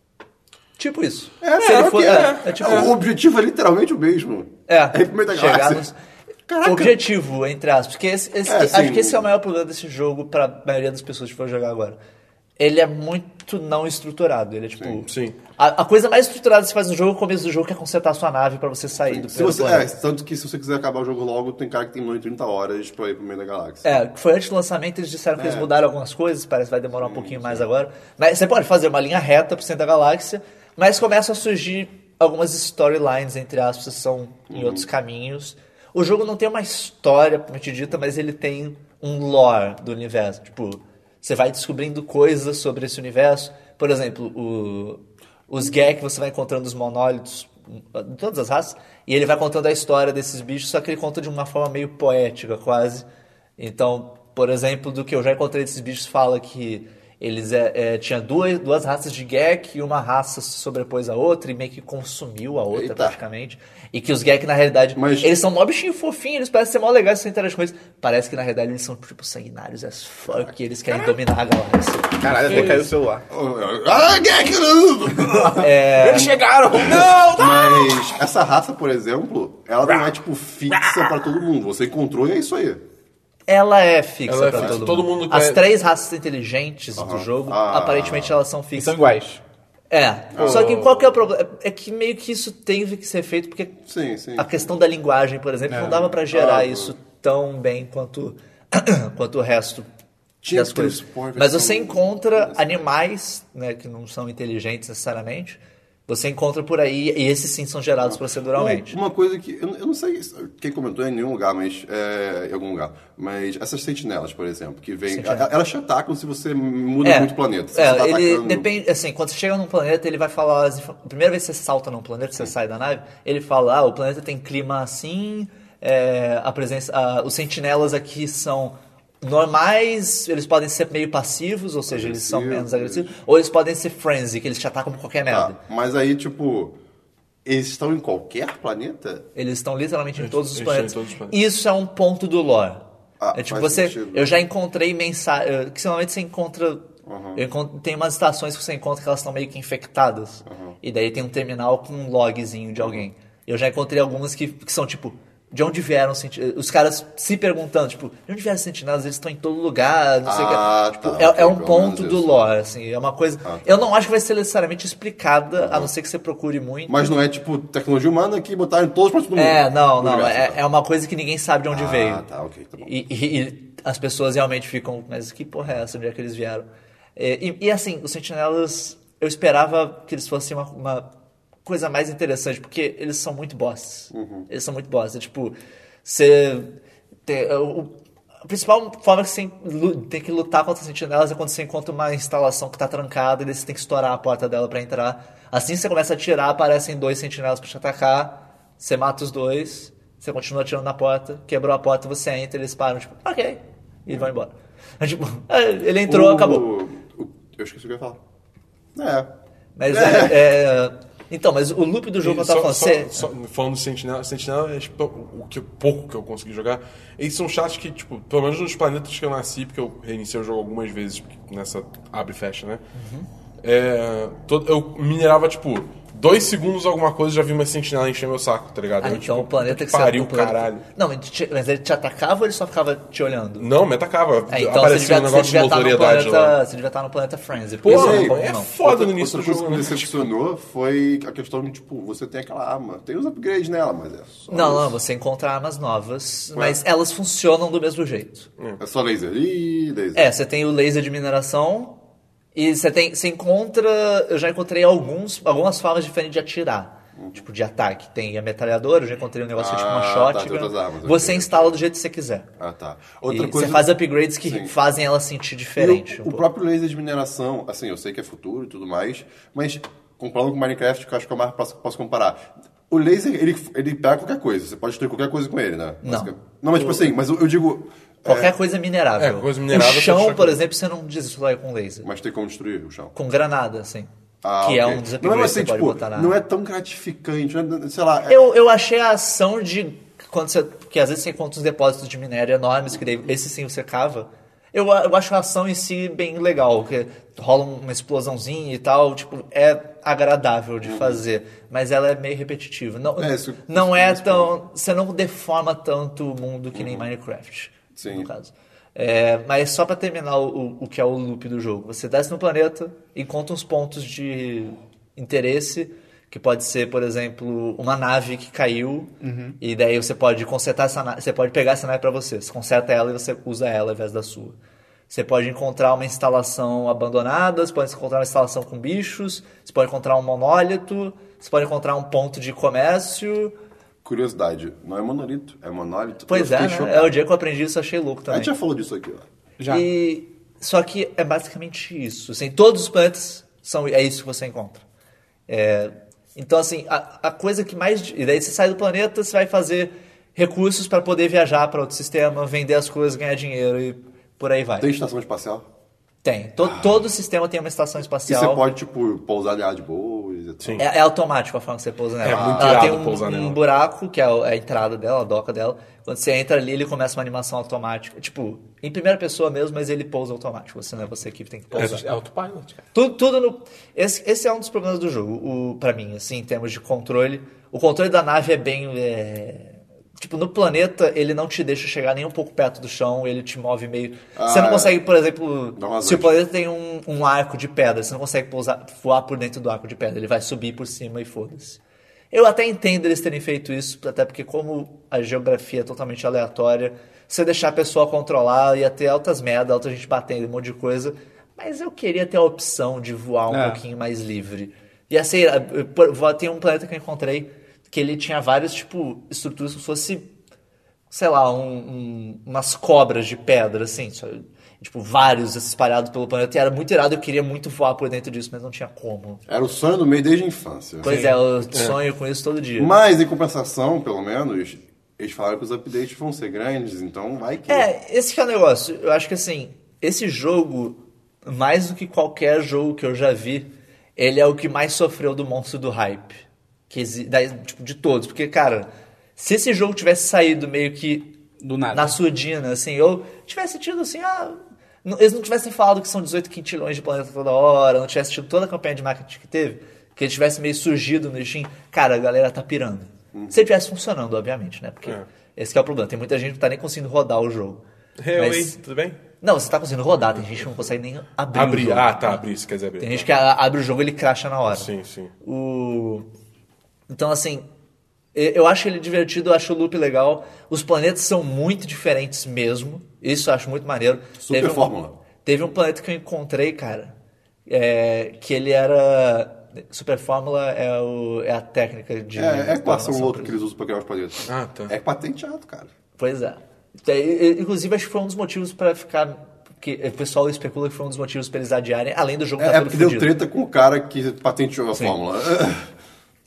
Tipo isso.
É,
Se
será
ele for-
que é?
é, é tipo
O objetivo é literalmente o mesmo.
É,
É primeira
chegar
galáxia.
nos...
Caraca.
Objetivo, entre aspas. Porque esse, esse-
É, assim,
acho que esse é
o-
o maior problema desse jogo pra maioria das pessoas que for jogar agora. Ele é muito não estruturado. Ele é tipo.
sim.
A, a coisa mais estruturada que você faz no jogo, é o começo do jogo, é consertar a sua nave pra você sair do
Se
primeiro
você, é,
planeta.
tanto que se você quiser acabar o jogo logo, tem cara que tem menos de 30 horas pra ir pro meio da galáxia.
É, que foi antes do lançamento, eles disseram que eles mudaram algumas coisas, parece que vai demorar um pouquinho mais agora. Mas você pode fazer uma linha reta pro centro da galáxia, mas começam a surgir algumas storylines, entre aspas, que são em outros caminhos. O jogo não tem uma história propriamente dita, mas ele tem um lore do universo. Tipo, você vai descobrindo coisas sobre esse universo. Por exemplo, o, os Gek, você vai encontrando os monólitos hum, de todas as raças, e ele vai contando a história desses bichos, só que ele conta de uma forma meio poética, quase. Então, por exemplo, do que eu já encontrei desses bichos, fala que eles é, é, tinha duas, duas raças de Gek e uma raça se sobrepôs à outra e meio que consumiu a outra
Eita.
praticamente. E que os Gek, na realidade,
Mas-
eles são mó bichinho fofinho, eles parecem ser mó legais, você interage com eles. Parece que na realidade eles são tipo sanguinários as fuck, e eles querem dominar a galáxia.
Caralho, até caiu o celular.
Ah, Gek!
Eles chegaram! Não!
Mas essa raça, por exemplo, ela não é tipo fixa pra todo mundo. Você encontrou e é isso aí.
Ela é fixa
Ela é
pra
fixa.
todo,
Todo
mundo.
mundo
As
conhece-
três raças inteligentes do jogo,
Ah.
aparentemente elas são
E
fixas.
são iguais.
É. Só que qual que é o problema? É que meio que isso teve que ser feito porque
Sim, sim.
a questão da linguagem, por exemplo, não dava pra gerar
Ah,
isso tão bem quanto, quanto o resto
Tinha
das
que ter
coisas.
suporte,
Mas
então,
você encontra animais, né, que não são inteligentes necessariamente. Você encontra por aí, e esses sim são gerados proceduralmente.
Uma coisa que. Eu, eu não sei se- quem comentou em nenhum lugar, mas. É, em algum lugar. Mas essas sentinelas, por exemplo, que vêm.
Sentinela.
Elas te atacam se você muda muito o planeta. Se
é,
você tá
ele
atacando-
depende, assim, quando você chega num planeta, ele vai falar. As, infor- a primeira vez que você salta num planeta, que você sai da nave, ele fala: ah, o planeta tem clima assim, é, a presença, ah, os sentinelas aqui são normais, eles podem ser meio passivos, ou seja, eles são
Agressivos.
menos agressivos, ou eles podem ser frenzy, que eles te atacam por qualquer merda.
Tá, mas aí, tipo. Eles estão em qualquer planeta?
Eles estão literalmente em
Eles-
todos, os
eles estão em
planetas.
todos os planetas.
Isso é um ponto do lore.
Ah,
é tipo,
faz
você.
sentido.
Eu já encontrei mensagem. Que normalmente você encontra. eu encont- tem umas estações que você encontra que elas estão meio que infectadas. E daí tem um terminal com um logzinho de alguém. Eu já encontrei algumas que, que são tipo. De onde vieram os senti- Os caras se perguntando, tipo, de onde vieram os sentinelas? Eles estão em todo lugar, não sei o que.
Ah,
Tipo,
tá,
é,
ok,
é um
pelo menos
ponto do
isso. Ah, tá.
lore, assim. É uma coisa. Eu não acho que vai ser necessariamente explicada, a não ser que você procure muito.
Mas não é, tipo, tecnologia humana que botaram em todos os planetas do mundo.
É, não,
No
não.
universo,
É,
tá.
é uma coisa que ninguém sabe de onde
Ah,
veio.
tá, ok, tá bom.
E, e- e as pessoas realmente ficam, mas que porra é essa? Onde é que eles vieram? É, E, e, assim, os sentinelas, eu esperava que eles fossem uma, uma coisa mais interessante, porque eles são muito bosses. Eles são muito bosses. É tipo, você. tem- é, o- a principal forma que você lu- tem que lutar contra os sentinelas é quando você encontra uma instalação que tá trancada e daí você tem que estourar a porta dela pra entrar. Assim que você começa a atirar, aparecem dois sentinelas pra te atacar. Você mata os dois, você continua atirando na porta, quebrou a porta, você entra, eles param, tipo, ok, e vão embora. É tipo, é, ele entrou,
O-
acabou.
o- eu esqueci o que eu ia falar. É.
Mas é, é- Então, mas o loop do jogo que eu tava
Só-
falando,
só-
você-
só falando de Sentinela, Sentinela é tipo, o que, pouco que eu consegui jogar. Eles são chatos que, tipo, pelo menos nos planetas que eu nasci, porque eu reiniciei o jogo algumas vezes nessa abre e fecha, né?
Uhum.
É, todo- eu minerava, tipo, dois segundos alguma coisa e já vi uma sentinela encher meu saco, tá ligado?
Ah,
Eu,
então
tipo,
o planeta
puta
que você
pariu,
o planeta-
caralho.
Não, mas, te- mas ele te atacava ou ele só ficava te olhando?
Não, me atacava.
É, então você devia,
Aparecia um
você,
negócio de
devia estar no
notoriedade lá.
planeta, você devia estar no planeta Frenzy. porque
Pô,
isso
aí,
não é
é
bom, não.
foda
outra,
no
outra
início do
coisa
jogo,
que me
né?
decepcionou foi a questão de, tipo, você tem aquela arma. Tem os upgrades nela, mas é só.
Não, não,
isso.
você encontra armas novas, mas elas funcionam do mesmo jeito.
É só laser. Ih, laser.
É, você tem o laser de mineração e você tem, você encontra, eu já encontrei alguns, algumas formas diferentes de atirar.
Hum.
Tipo, de ataque. Tem a metralhadora, eu já encontrei um negócio que é tipo
Ah,
uma
tá, tem
shotgun.
outras armas,
você
ok.
instala do jeito que você quiser.
Ah, tá.
E
Outra
você
coisa.
faz upgrades que
Sim.
fazem ela sentir
E
diferente.
o,
um
o
pouco.
próprio laser de mineração, assim, eu sei que é futuro e tudo mais, mas comparando com Minecraft, que eu acho que é o mais próximo que eu posso comparar. O laser, ele, ele pega qualquer coisa. Você pode destruir qualquer coisa com ele, né?
Não.
Basicamente. Não, mas tipo assim, mas eu, eu digo... é,
Qualquer coisa minerável.
É, coisa minerável,
O
você
chão,
choca-
por exemplo, você não destrói com laser.
Mas tem como destruir o chão.
Com granada, assim.
Ah,
que é
ok.
um dos
Não,
upgrades
mas
que você
assim,
pode
tipo,
botar na
não é tão gratificante, não é- sei lá... é-
Eu, eu achei a ação de. Quando você, porque às vezes você encontra uns depósitos de minério enormes, que daí esse sim você cava. Eu, a- eu acho a ação em si bem legal, porque rola um, uma explosãozinha e tal, tipo, é agradável de fazer, mas ela é meio repetitiva. Não
Uhum. É,
é,
isso-
não é
isso-
tão. Você não deforma tanto o mundo que nem Minecraft,
Sim.
no caso. É, mas só pra terminar o, o que é o loop do jogo. Você desce no planeta, encontra uns pontos de interesse, que pode ser, por exemplo, uma nave que caiu, e daí você pode consertar essa nave, você pode pegar essa nave pra você. Você conserta ela e você usa ela ao invés da sua. Você pode encontrar uma instalação abandonada, você pode encontrar uma instalação com bichos, você pode encontrar um monólito, você pode encontrar um ponto de comércio.
Curiosidade, não é monolito, é monólito.
Pois
Eu
é,
fiquei
né?
chocado.
É o dia que eu aprendi isso, eu achei louco
A
também.
gente já falou disso aqui, ó.
Já.
E, só que é basicamente isso. Assim, todos os planetas são é isso que você encontra. É, então, assim, a, a coisa que mais. E daí você sai do planeta, você vai fazer recursos para poder viajar para outro sistema, vender as coisas, ganhar dinheiro e por aí vai.
Tem estação espacial?
Tem. To- Todo sistema tem uma estação
Ah. E
espacial.
você pode, tipo, pousar de ar de boas e tal.
Sim.
É, é automático a forma que você pousa nela.
É muito
ela
irado
tem um,
pousar
um
nela.
buraco, que é a a entrada dela, a doca dela. Quando você entra ali, ele começa uma animação automática. Tipo, em primeira pessoa mesmo, mas ele pousa automático. Você não é você que tem que pousar.
É, é autopilot, cara.
Tudo, tudo no. Esse, esse é um dos problemas do jogo, o, pra mim, assim, em termos de controle. O controle da nave é bem. é, Tipo, no planeta, ele não te deixa chegar nem um pouco perto do chão, ele te move meio. você não consegue, por
Ah,
exemplo,
é. Dá uma
se o
noite.
planeta tem um, um arco de pedra, você não consegue pousar, voar por dentro do arco de pedra, ele vai subir por cima e foda-se. Eu até entendo eles terem feito isso, até porque, como a geografia é totalmente aleatória, você deixar a pessoa controlar ia ter altas merdas, alta gente batendo, um monte de coisa. Mas eu queria ter a opção de voar um
É.
pouquinho mais livre. E assim, eu- eu- eu- tem um planeta que eu encontrei que ele tinha várias, tipo, estruturas como se fosse, sei lá, um- um- umas cobras de pedra, assim, só- tipo, vários espalhados pelo planeta. E era muito irado, eu queria muito voar por dentro disso, mas não tinha como.
Era o sonho do meio desde a infância.
Pois é, eu sonho com isso todo dia.
Mas, em compensação, pelo menos, eles falaram que os updates vão ser grandes, então vai que...
É, esse que é o negócio. Eu acho que assim, esse jogo, mais do que qualquer jogo que eu já vi, ele é o que mais sofreu do monstro do hype. Que exi- da- tipo, de todos. Porque, cara, se esse jogo tivesse saído meio que
Do nada.
na surdina, assim, eu tivesse tido assim, ah. não- Eles não tivessem falado que são 18 quintilhões de planeta toda hora, não tivesse tido toda a campanha de marketing que teve, que ele tivesse meio surgido no Steam, cara, a galera tá pirando. Se ele tivesse funcionando, obviamente, né? Porque
Uhum. É.
esse que é o problema. Tem muita gente que não tá nem conseguindo rodar o jogo.
Eu,
Mas-
hein? Tudo bem?
Não, você tá conseguindo rodar, tem gente que não consegue nem abrir. o
Abrir.
jogo.
Ah, tá, abrir, isso quer dizer abrir.
Tem gente que a- abre o jogo e ele cracha na hora.
Sim, sim.
O... Então, assim, e- eu acho ele divertido, eu acho o loop legal. Os planetas são muito diferentes mesmo. Isso eu acho muito maneiro.
Super
teve um,
fórmula.
Teve um planeta que eu encontrei, cara, é, que ele era... Super Fórmula é, o- é a técnica de...
É, é equação
programação
louca que eles usam pra criar os planetas.
Ah, tá.
É patenteado, cara.
Pois é. Então, e- e- Inclusive, acho que foi um dos motivos pra ficar. Que o pessoal especula que foi um dos motivos pra eles adiarem, além do
É,
jogo tá
é
todo
porque
fudido.
deu treta com o cara que patenteou a fórmula.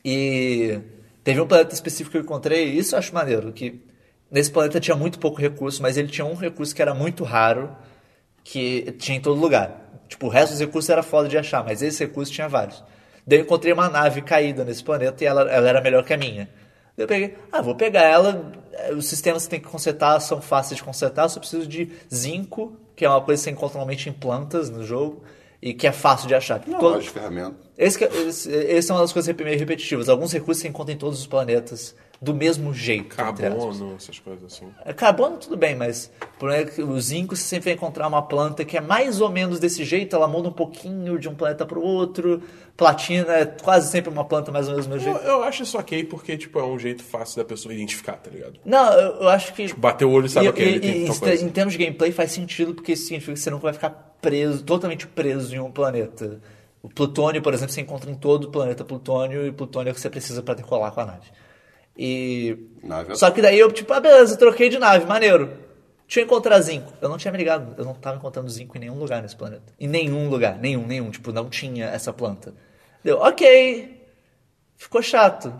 E teve um planeta específico que eu encontrei, e isso eu acho maneiro, que nesse planeta tinha muito pouco recurso, mas ele tinha um recurso que era muito raro, que tinha em todo lugar. Tipo, o resto dos recursos era foda de achar, mas esse recurso tinha vários. Daí eu encontrei uma nave caída nesse planeta e ela, ela era melhor que a minha. Daí eu peguei, ah, vou pegar ela, eh, os sistemas que tem que consertar são fáceis de consertar, eu só preciso de zinco, que é uma coisa que você encontra normalmente em plantas no jogo, e que é fácil de achar. Tipo, todo-
Loja de ferramenta.
esse, que- esse, esse é uma das coisas rep- meio repetitivas. Alguns recursos você encontra em todos os planetas do mesmo jeito. entre aspas.
Carbono, essas coisas assim.
É, Carbono, tudo bem, mas o problema é que o zinco você sempre vai encontrar uma planta que é mais ou menos desse jeito, ela muda um pouquinho de um planeta pro outro. Platina é quase sempre uma planta mais ou menos do mesmo
Eu,
jeito.
eu acho isso ok porque, tipo, é um jeito fácil da pessoa identificar, tá ligado?
Não, eu, eu acho que.
Bater o olho e sabe
e,
ok, ele
e-
tem
e
tal
isso
coisa.
Em termos de gameplay faz sentido, porque isso significa que você não vai ficar preso, totalmente preso em um planeta. O plutônio, por exemplo, você encontra em todo o planeta plutônio, e plutônio é o que você precisa pra decolar com a nave. E...
Nave.
Só que daí eu, tipo, ah, beleza, eu troquei de nave, maneiro. Deixa eu encontrar zinco. Eu não tinha me ligado, eu não tava encontrando zinco em nenhum lugar nesse planeta. Em nenhum lugar, nenhum, nenhum. Tipo, não tinha essa planta. Deu, ok, Ficou chato.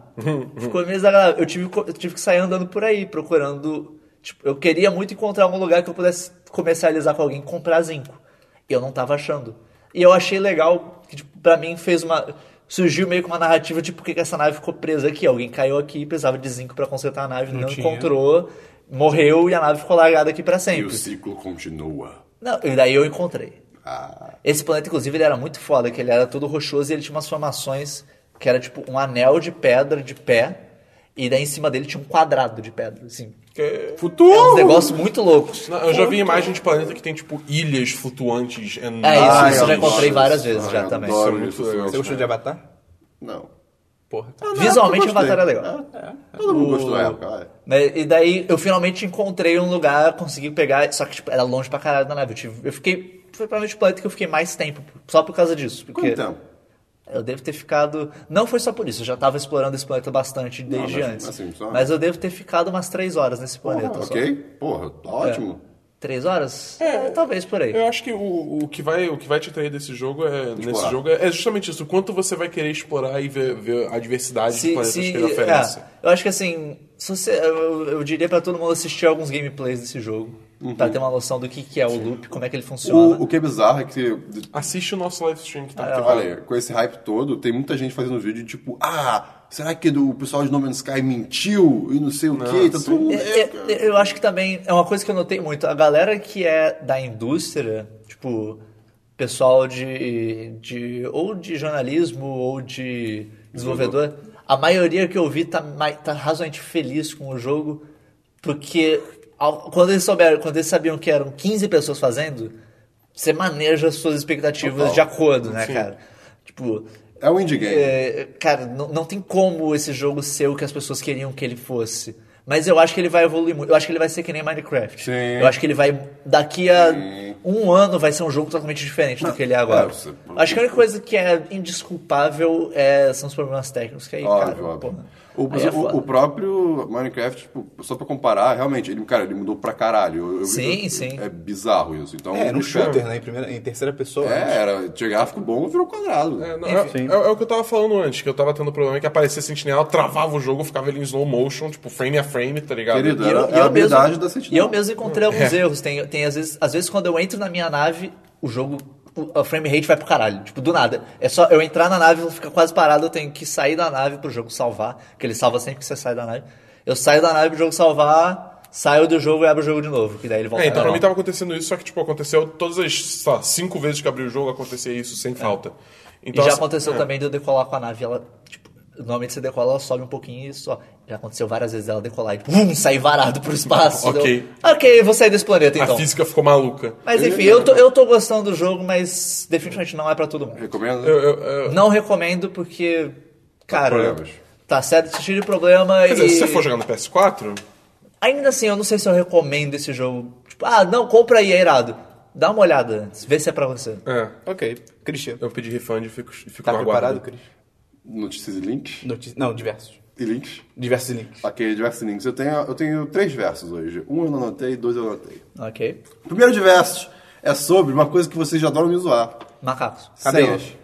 Ficou meio desagradável. Eu tive, co- eu tive que sair andando por aí, procurando. Tipo, eu queria muito encontrar um lugar que eu pudesse comercializar com alguém e comprar zinco. E eu não tava achando. E eu achei legal, que tipo, pra mim fez uma. Surgiu meio que uma narrativa de por que que essa nave ficou presa aqui. Alguém caiu aqui e precisava de zinco pra consertar a nave, não,
tinha.
encontrou, morreu e a nave ficou largada aqui pra
E o
sempre.
ciclo continua.
Não, e daí eu encontrei.
Ah,
Esse planeta, inclusive, ele era muito foda, que ele era todo rochoso e ele tinha umas formações que era tipo um anel de pedra de pé, e daí em cima dele tinha um quadrado de pedra, assim.
Porque-
É um
Futuro!
negócio muito louco.
Não, eu já vi imagem de planeta que tem, tipo, ilhas flutuantes
É
enormes.
Ai,
isso, isso
eu
eu já
adoro
encontrei várias
isso.
vezes
Ai,
já
eu
também.
adoro.
Isso é muito legal.
Você
Você gostou de Avatar?
não.
Porra.
Visualmente,
eu gostei.
Avatar é legal.
Todo mundo gostou da época. vai.
Né, E daí eu finalmente encontrei um lugar, consegui pegar, só que tipo, era longe pra caralho da nave. Eu, tive- eu fiquei. Foi provavelmente o planeta que eu fiquei mais tempo, só por causa disso. Porque
Quanto tempo?
Eu devo ter ficado. Não foi só por isso, eu já tava explorando esse planeta bastante desde
mas,
antes.
assim, só-
Mas eu devo ter ficado umas três horas nesse planeta.
Porra,
só. É.
ok. Porra, tá ótimo.
Três horas? É, talvez por aí.
Eu acho que o, o, que vai, o que vai te atrair desse jogo é, nesse jogo é, é justamente isso. O quanto você vai querer explorar e ver, ver a diversidade de planetas que ele oferece.
é, eu acho que assim, se você- eu, eu diria pra todo mundo assistir alguns gameplays desse jogo,
Uhum.
pra ter uma noção do que, que é o loop, como é que ele funciona.
O, o que é bizarro é que
Assiste o nosso live stream que tá
É,
Porque, olha, com esse hype todo, tem muita gente fazendo vídeo tipo, ah, será que do- o pessoal de No Man's Sky mentiu e não sei o quê? Tá todo mundo...
É, é, eu acho que também é uma coisa que eu notei muito. A galera que é da indústria, tipo, pessoal de, de ou de jornalismo ou de desenvolvedor, a maioria que eu vi tá, mai- tá razoavelmente feliz com o jogo. Porque ao- quando eles souberam, quando eles sabiam que eram 15 pessoas fazendo, você maneja as suas expectativas
Total.
de acordo, né, cara? Tipo,
É um indie game.
é, cara, não, não tem como esse jogo ser o que as pessoas queriam que ele fosse. Mas eu acho que ele vai evoluir muito. Eu acho que ele vai ser que nem Minecraft.
Sim.
Eu acho que ele vai. Daqui a um ano vai ser um jogo totalmente diferente do que ele é agora.
é, você-
Acho que a única coisa que é indesculpável é- são os problemas técnicos que aí,
Óbvio,
cara.
óbvio.
porra,
O,
aí é
o-
foda.
o próprio Minecraft, tipo, só pra comparar, realmente, ele, cara, ele mudou pra caralho. Eu- eu-
Sim,
eu-
sim.
É bizarro isso. Então,
É, era um
cara,
shooter, né? Em, primeira, em terceira pessoa.
É, era, tinha gráfico bom, virou quadrado.
É, não, é-
Enfim.
é- é o que eu tava falando antes, que eu tava tendo problema que aparecia sentinela, travava o jogo, ficava ele em slow motion, tipo, frame a frame, tá ligado?
Querido,
E
era,
eu,
era
e eu
a habilidade
mesmo,
da
E
sentinela.
eu mesmo encontrei alguns
É.
erros. Tem, tem às, vezes, às vezes quando eu entro na minha nave, o jogo. o- A frame rate vai pro caralho, tipo, do nada. É só eu entrar na nave, ela fica quase parado, eu tenho que sair da nave pro jogo salvar. Que ele salva sempre que você sai da nave. Eu saio da nave pro jogo salvar, saio do jogo e abro o jogo de novo. Que daí ele volta
É, então
ao
pra mim
normal.
tava acontecendo isso, só que, tipo, aconteceu todas as, sei lá, cinco vezes que abri o jogo, acontecia isso sem falta.
E
Então,
já
assim,
aconteceu
é.
também de eu decolar com a nave, ela, tipo, normalmente você decola, ela sobe um pouquinho e só. Já aconteceu várias vezes ela decolar e tipo, vum, sair varado pro espaço.
Ok.
Eu, ok, vou sair desse planeta
A
então.
física ficou maluca.
Mas enfim, eu tô, eu tô gostando do jogo, mas definitivamente não é pra todo mundo.
Recomendo?
Eu- eu- eu-
Não recomendo porque, cara,
problemas.
tá certo, cheio de problema
Quer
e...
dizer, se você for jogar no PS4,
Ainda assim, eu não sei se eu recomendo esse jogo. Tipo, ah, não, compra aí, é irado. Dá uma olhada antes, vê se é pra você.
é,
Ok. Cristian.
eu pedi refund e fico, fico
Tá
no
preparado,
aguardo.
Cris?
Notícias e links?
Notícia- Não, diversos.
E links?
Diversos links.
Ok, diversos links. Eu tenho, eu tenho três versos hoje. Um eu não anotei, dois eu anotei.
Ok?
O primeiro de versos é sobre uma coisa que vocês já adoram me zoar.
Macacos.
Cabelos.
Senhas.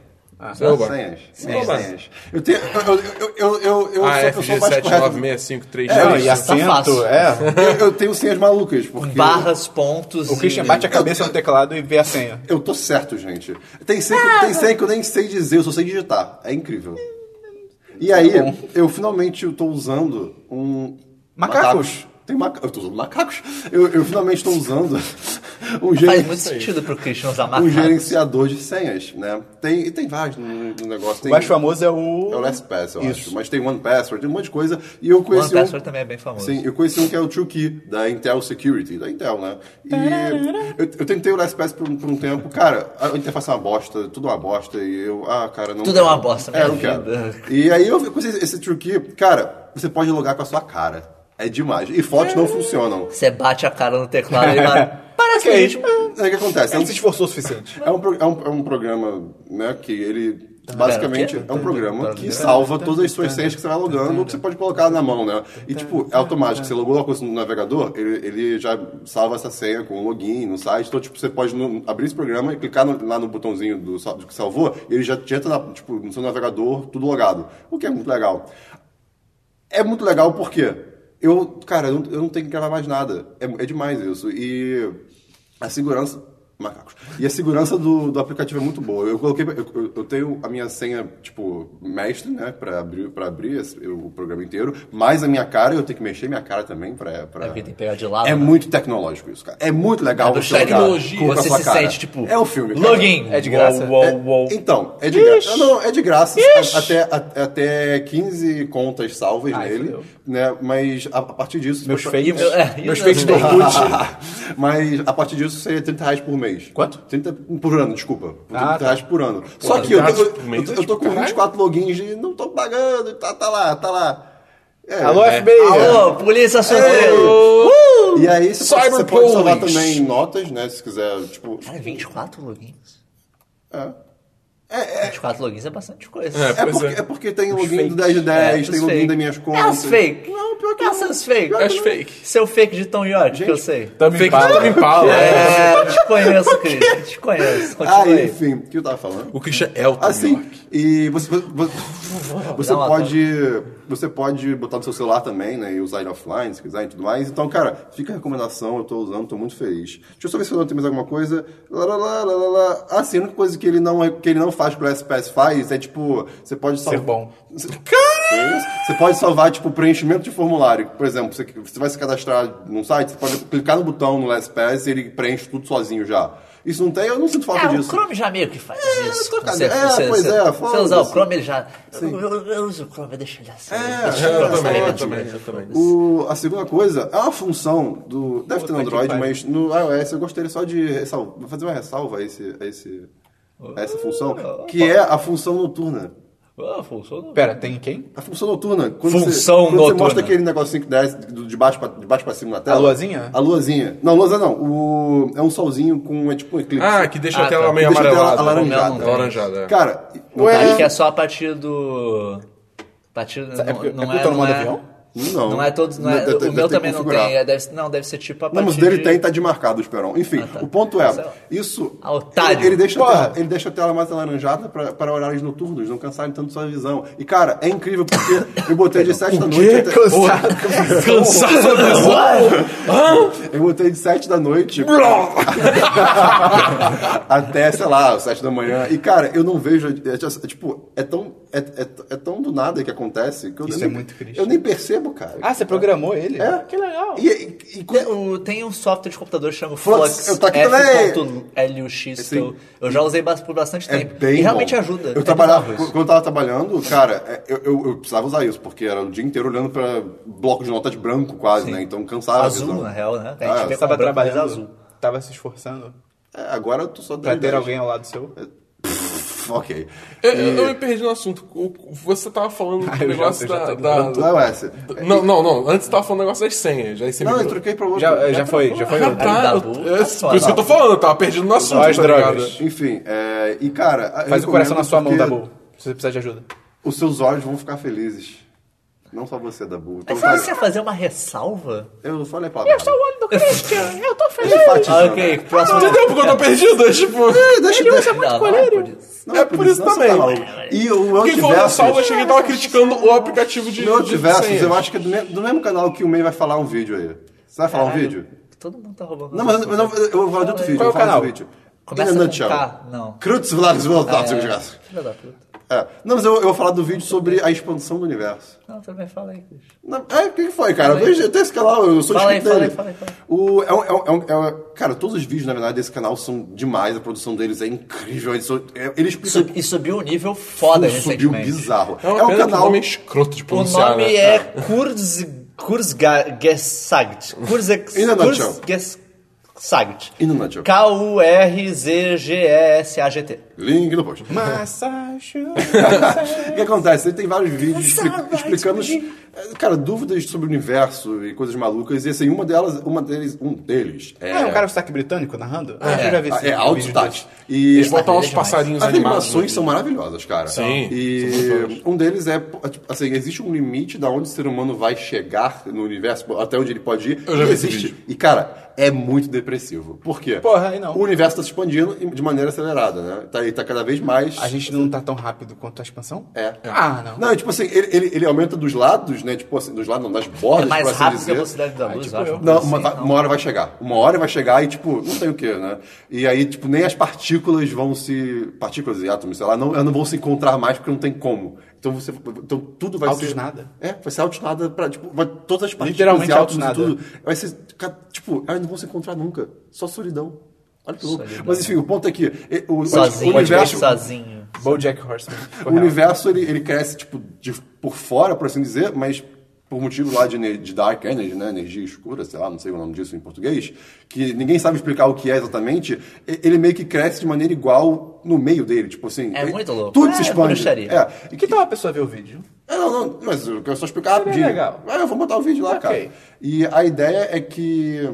Oba.
Senhas. Senhas,
Oba.
senhas. Eu tenho... Eu, eu, eu, eu, eu,
Ah,
sou, eu sou mais correto.
Não,
F1796533.
É, e
isso tá
acento,
fácil.
é.
Eu, eu tenho senhas malucas, porque...
Barras, pontos
O Christian
e...
bate a cabeça no teclado e vê a senha.
Eu tô certo, gente. Tem senha, que, tem senha que eu nem sei dizer, eu só sei digitar. É incrível. E aí,
Tá
eu finalmente tô usando um...
Macacos.
Tem um maca... Eu tô usando macacos. Eu, eu finalmente tô usando um
Faz
jeito...
muito sentido pro Christian usar
um
macacos.
gerenciador de senhas, né? Tem, e tem vários no, no negócio. Tem,
O mais famoso é o.
É o LastPass, eu
Isso.
acho. Mas tem OnePassword, tem um monte de coisa. E eu
One
conheci um...
Password também é bem famoso.
Sim, eu conheci um que é o TrueKey, da Intel Security, da Intel, né? E eu, eu tentei o LastPass por, um- por um tempo. Cara, a interface é uma bosta, tudo é uma bosta. E eu, ah, cara, não
Tudo
quero.
é uma bosta,
é,
minha
não quero.
vida.
E aí eu conheci esse TrueKey. Cara, você pode logar com a sua cara. É demais. E fotos não funcionam.
Você bate a cara no teclado e fala... Parece
Ok.
legítimo.
É o que acontece. É
Ele
um
se esforçou o suficiente.
É um, pro- é um, é um programa, né, que ele basicamente
pera, o
é
quê?
um programa que salva todas as suas senhas que você vai logando, que você pode colocar na mão, né? E tipo, é automático, você logou uma coisa no navegador, ele, ele já salva essa senha com o login no site, então tipo, você pode no- abrir esse programa e clicar no- lá no botãozinho do, sal- do que salvou, e ele já te entra na- tipo, no seu navegador, tudo logado, o que é muito legal. É muito legal porque eu, cara, eu não, eu não tenho que gravar mais nada. É, é demais isso. E a segurança. Macacos. E a segurança do, do aplicativo é muito boa. Eu coloquei. Eu, eu- eu tenho a minha senha, tipo, mestre, né? Pra abrir, pra abrir esse- o programa inteiro. Mais a minha cara, eu tenho que mexer minha cara também pra. pra...
É, porque tem que pegar de lado,
É
né?
muito tecnológico isso, cara. É muito legal.
do
você jogar
tecnologia.
com a
Você
sua
se
cara.
sente, tipo,
É um filme. cara.
login.
É de graça.
Uou,
É,
uou, uou.
Então, é de graça. Não, não, é de graça. A- Até, a- até 15 contas salvas
Ai,
nele.
fudeu.
Né? Mas a, a partir disso.
Meus
você-
fakes.
meu- é, e
meus
os
fakes do
meus
Orkut.
Mas a partir disso seria 30 reais por mês.
Quanto?
30 por ano, desculpa. 30
Ah, tá.
reais por ano. Só que
30
eu tô,
reais por mês
eu
é
tô- eu tô
tipo,
com
caralho.
24 logins e não tô pagando. Tá, tá lá, tá lá. É,
Alô,
é.
FBI.
Alô, polícia surpresa!
E aí você pode, você
Cyber
pode salvar
Police.
também notas, né? Se quiser, tipo.
Cara, é 24 logins?
É.
24 logins é bastante coisa.
É,
É
Pois
porque,
é.
é porque tem o login do 10 de 10,
É,
tem
os
o login
fake.
das minhas
É as
contas.
fake. Não, pior que essas fake.
É as fake.
Seu fake de Tom York, que eu sei.
Tamo em
Fake
bala.
Tame Impala.
É, eu te conheço, Cris. Eu te conheço. Continua
Ah,
aí.
enfim, o que eu tava falando?
O Christian é o Tame
Assim,
Impala.
e você, você, você
Dá uma
pode você pode botar no seu celular também, né, e usar ele offline, se quiser e tudo mais. Então, cara, fica a recomendação, eu tô usando, tô muito feliz. Deixa eu só ver se eu não tem mais alguma coisa. Lá, lá, lá, lá, lá, lá. Ah, sim, a única coisa que ele não, é- que ele não faz que o SPS faz é, tipo, você pode salvar...
bom.
Você- Você pode salvar, tipo, preenchimento de formulário. Por exemplo, você, você vai se cadastrar num site, você pode clicar no botão no LastPass e ele preenche tudo sozinho já. Isso não tem, eu não sinto falta
É, o
disso.
Chrome já meio que faz isso. tá
tô cagando. É, pois é,
Se eu usar o
foda-se.
Chrome, ele já... Eu, eu- eu uso o Chrome, deixa ele assim. deixa
é,
ele
Eu
eu
também, eu
assim.
também, eu também.
O- a segunda coisa é uma função do. Deve ter no Android,
pariu.
mas no iOS eu gostaria só de ressalva, fazer uma ressalva a, esse, a, esse, a essa função, que é a função noturna.
Ah, funcionou.
Pera, tem quem?
A função noturna. Quando
Função
você, quando
noturna.
você mostra aquele negocinho que desce do- de baixo pra, de baixo pra cima na tela.
A luazinha?
A luazinha. Não, luazinha não. O, é um solzinho com é tipo um eclipse.
Ah, que deixa
Ah,
a tela
tá.
meio
Deixa a tela
amarelada.
alaranjada.
Não, não.
Alaranjada, é.
Cara,
Acho que
ué,
é só a partir do... A partir... Não
É porque- é
não
porque tá no
não
modo
é-
avião?
não.
Não é todos... Não é,
Deve- deve
o meu
ter que
também não
configurar.
tem. é, deve- não, deve ser tipo a partir
Não, mas o dele
de-
tem, tá de marcado, Esperão. Enfim,
tá.
o ponto é,
Sei lá.
isso.
Ah, otário.
Ele, ele deixa a
Porra.
tela, ele deixa a tela mais alaranjada pra- para horários noturnos, não cansarem tanto sua visão. E cara, é incrível porque eu botei de 7 da noite até.
Cansado da
Eu botei de 7 da noite até, sei lá, 7 da manhã. E cara, eu não vejo. é just- é, tipo, é tão, é, é- é tão do nada que acontece que eu,
Isso
nem,
é muito triste.
eu nem percebo, cara.
Ah, você programou ele?
É.
Que legal.
E, e- e
Tem,
quando-
o- tem um software de computador chamado
Flux,
Flux,
eu tô aqui também.
F.LUX, que
Sim.
eu, eu já usei bas- por bastante
É
tempo.
bem
e realmente
bom.
ajuda.
Eu
é
trabalhava,
bizarro isso.
quando eu tava trabalhando, cara, é, eu, eu- eu precisava usar isso, porque era o dia inteiro olhando pra bloco de nota de branco quase, né? Então cansava. a
Azul,
visão.
na real, né? A gente
Ah,
vê
eu
com
Tava
a branca, mas
trabalhando,
azul.
tava se esforçando
É, agora eu tô só
pra
10,
ter
10.
alguém ao lado seu.
Ok.
Eu, eu- eu me perdi no assunto. O- Você tava falando do
eu já-
negócio
eu já
da.
tô
da-
Do iOS. É,
Não, não, não. Antes você tava falando do negócio das senhas. Aí você me
Não, eu
ligou.
troquei pra outro.
Já, já foi, já foi.
Ah,
outro.
tá.
Dabu,
eu-
tá
eu-
só,
Por isso que eu tô falando, eu tava perdido no assunto.
as
tá ligado?
drogas.
Enfim, é, e cara. eu
Faz o coração
recomendo
na sua mão,
porque
Dabu. Se você precisar de ajuda.
Os seus olhos vão ficar felizes. Não só você, Dabu. Então,
Mas sabe
sabe,
se É você ia fazer uma ressalva?
eu falei a palavra. Eu sou
olho do Christian, eu tô feliz.
Ah,
né?
ok, próximo.
Entendeu porque eu tô perdido? É Tipo,
Deixa eu
Não, não,
colírio.
por isso.
Não, é por isso
também.
também. E o
quem falou da
Antiversus...
salva, eu cheguei e
um
tava criticando o aplicativo de.
No
de
Antiversus,
senhas.
eu acho que é do, me- do mesmo canal que o May vai falar um vídeo aí. Você vai falar um vídeo?
Todo mundo tá roubando.
Não, mas, mas não, eu vou falar de outro vídeo.
Qual é
eu
o
vou falar
canal?
desse vídeo.
Começa
In a
com
nutshell.
K, É. não.
Crutz Vlados Voltados, eu digo.
Filha da puta.
É. Não, mas eu, eu vou falar do vídeo sobre a expansão do universo.
Não, também fala aí, Cris.
Não, é, o que que foi, cara? Eu vejo- Eu tenho esse canal, eu sou
Fala aí,
inscrito
fala
nele.
aí, fala aí, fala aí.
O, é um- é um- é um- é um- cara, todos os vídeos, na verdade, desse canal são demais. A produção deles é incrível. Eles, são- é- ele explica...
Sub- E subiu um nível foda
subiu
recentemente.
bizarro.
É uma
é um
pena que o
canal...
nome é escroto de
O
pronunciar.
nome
né?
é Kurz, Kurzgesagt. Kurzex-
In a nutshell.
Kurzgesagt.
In a nutshell.
K-U-R-Z-G-E-S-A-G-T.
Link no post.
Massachusetts.
O que acontece? Ele tem vários vídeos expli- explicando, eh, cara, dúvidas sobre o universo e coisas malucas. E assim, uma delas, uma deles, um deles é,
É um cara com sotaque britânico narrando? Ah, eu já vi esse
é áudio
vídeo
touch.
desse.
E
Eles botam uns
é demais.
passarinhos
as
animados.
animações são maravilhosas, cara.
Sim, são
E um deles é, pô, tipo, assim, existe um limite da onde o ser humano vai chegar no universo, pô, até onde ele pode ir.
Eu já
E
vi esse
existe.
vídeo.
E, cara, é muito depressivo. Por quê?
Porra, aí não.
O universo tá se expandindo de maneira acelerada, né? Tá, ele tá cada vez mais...
A gente não tá tão rápido quanto a expansão?
É.
Ah, não.
Não, tipo assim, ele, ele, ele aumenta dos lados, né? Tipo assim, dos lados não, das bordas,
É mais
por assim
rápido que
dizer.
a velocidade da luz, eu acho. uma
Não,
coisa
uma,
assim.
uma hora vai chegar. Uma hora vai chegar e, tipo, não sei o que, né? E aí, tipo, nem as partículas vão se. Partículas e átomos, sei lá, não, elas não vão se encontrar mais porque não tem como. Então você. Então tudo vai
Altos
ser.
nada.
É, vai ser altos nada pra, tipo, vai, todas as partículas
Literalmente
e átomos e
altos nada.
tudo. Vai ser. ca- Tipo, elas não vão se encontrar nunca. Só solidão. Olha que louco. Mas enfim, o ponto é que. eh, O,
Sozinho,
o universo,
sozinho.
Bojack Horseman.
o universo ele, ele cresce tipo de, por fora, por assim dizer, mas por motivo lá de, ener- de dark energy, né, energia escura, sei lá, não sei o nome disso em português, que ninguém sabe explicar o que é exatamente, e- ele meio que cresce de maneira igual no meio dele, tipo assim.
É
ele-
muito louco.
Tudo
É
se expande.
bruxaria.
É. E
E que tal a pessoa ver o vídeo?
é, não, não, mas eu quero só explicar rapidinho.
legal.
Ah, eu vou botar o vídeo lá,
Ok.
cara. E a ideia é que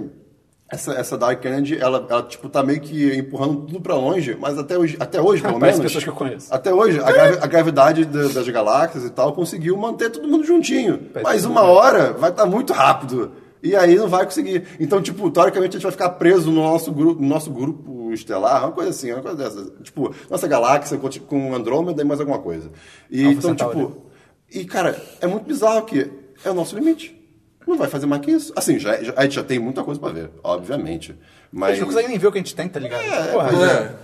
essa, essa Dark Energy, ela, ela, tipo, tá meio que empurrando tudo pra longe, mas até hoje, até hoje pelo
Parece
menos...
pessoas que eu conheço.
Até hoje, a, gravi- a gravidade da- das galáxias e tal conseguiu manter todo mundo juntinho. mas uma hora vai estar muito rápido. E aí não vai conseguir. Então, tipo, teoricamente a gente vai ficar preso no nosso grupo, no nosso grupo estelar, uma coisa assim, uma coisa dessa. Tipo, nossa galáxia com- com Andrômeda e mais alguma coisa. E
Alpha
então,
Centauri.
tipo, e, cara, é muito bizarro que é o nosso limite. Não vai fazer mais que isso. Assim, já, já- a gente já tem muita coisa pra ver, obviamente.
A
Mas...
gente não consegue nem ver o que a gente tem, tá ligado? Porra,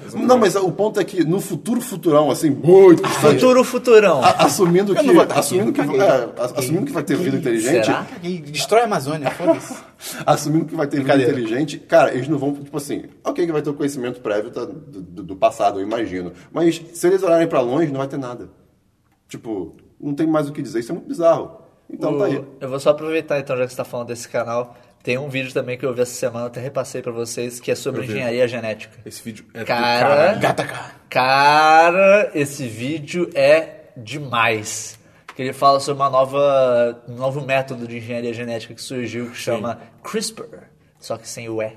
Pois é. Não, mas o ponto é que no futuro futurão, assim, muito distante,
Futuro futurão.
a- assumindo
Ah, Eu
que,
não vou estar aqui,
assumindo, que,
eu caguei.
é, a- assumindo que vai ter vida inteligente,
Será?
E destrói a Amazônia, foda-se.
assumindo que vai ter vida
Brincadeira.
inteligente, cara, eles não vão, tipo assim, ok que vai ter o conhecimento prévio da- do, do- do passado, eu imagino, mas se eles olharem pra longe, não vai ter nada. Tipo, não tem mais o que dizer, isso é muito bizarro. Então tá aí.
Eu vou só aproveitar então, já que você tá falando desse canal. Tem um vídeo também que eu vi essa semana, até repassei pra vocês, que é sobre engenharia genética.
Esse vídeo é do
Cara,
caralho.
cara, esse vídeo é demais. Que ele fala sobre uma nova, um novo método de engenharia genética que surgiu que chama CRISPR, só que sem o E.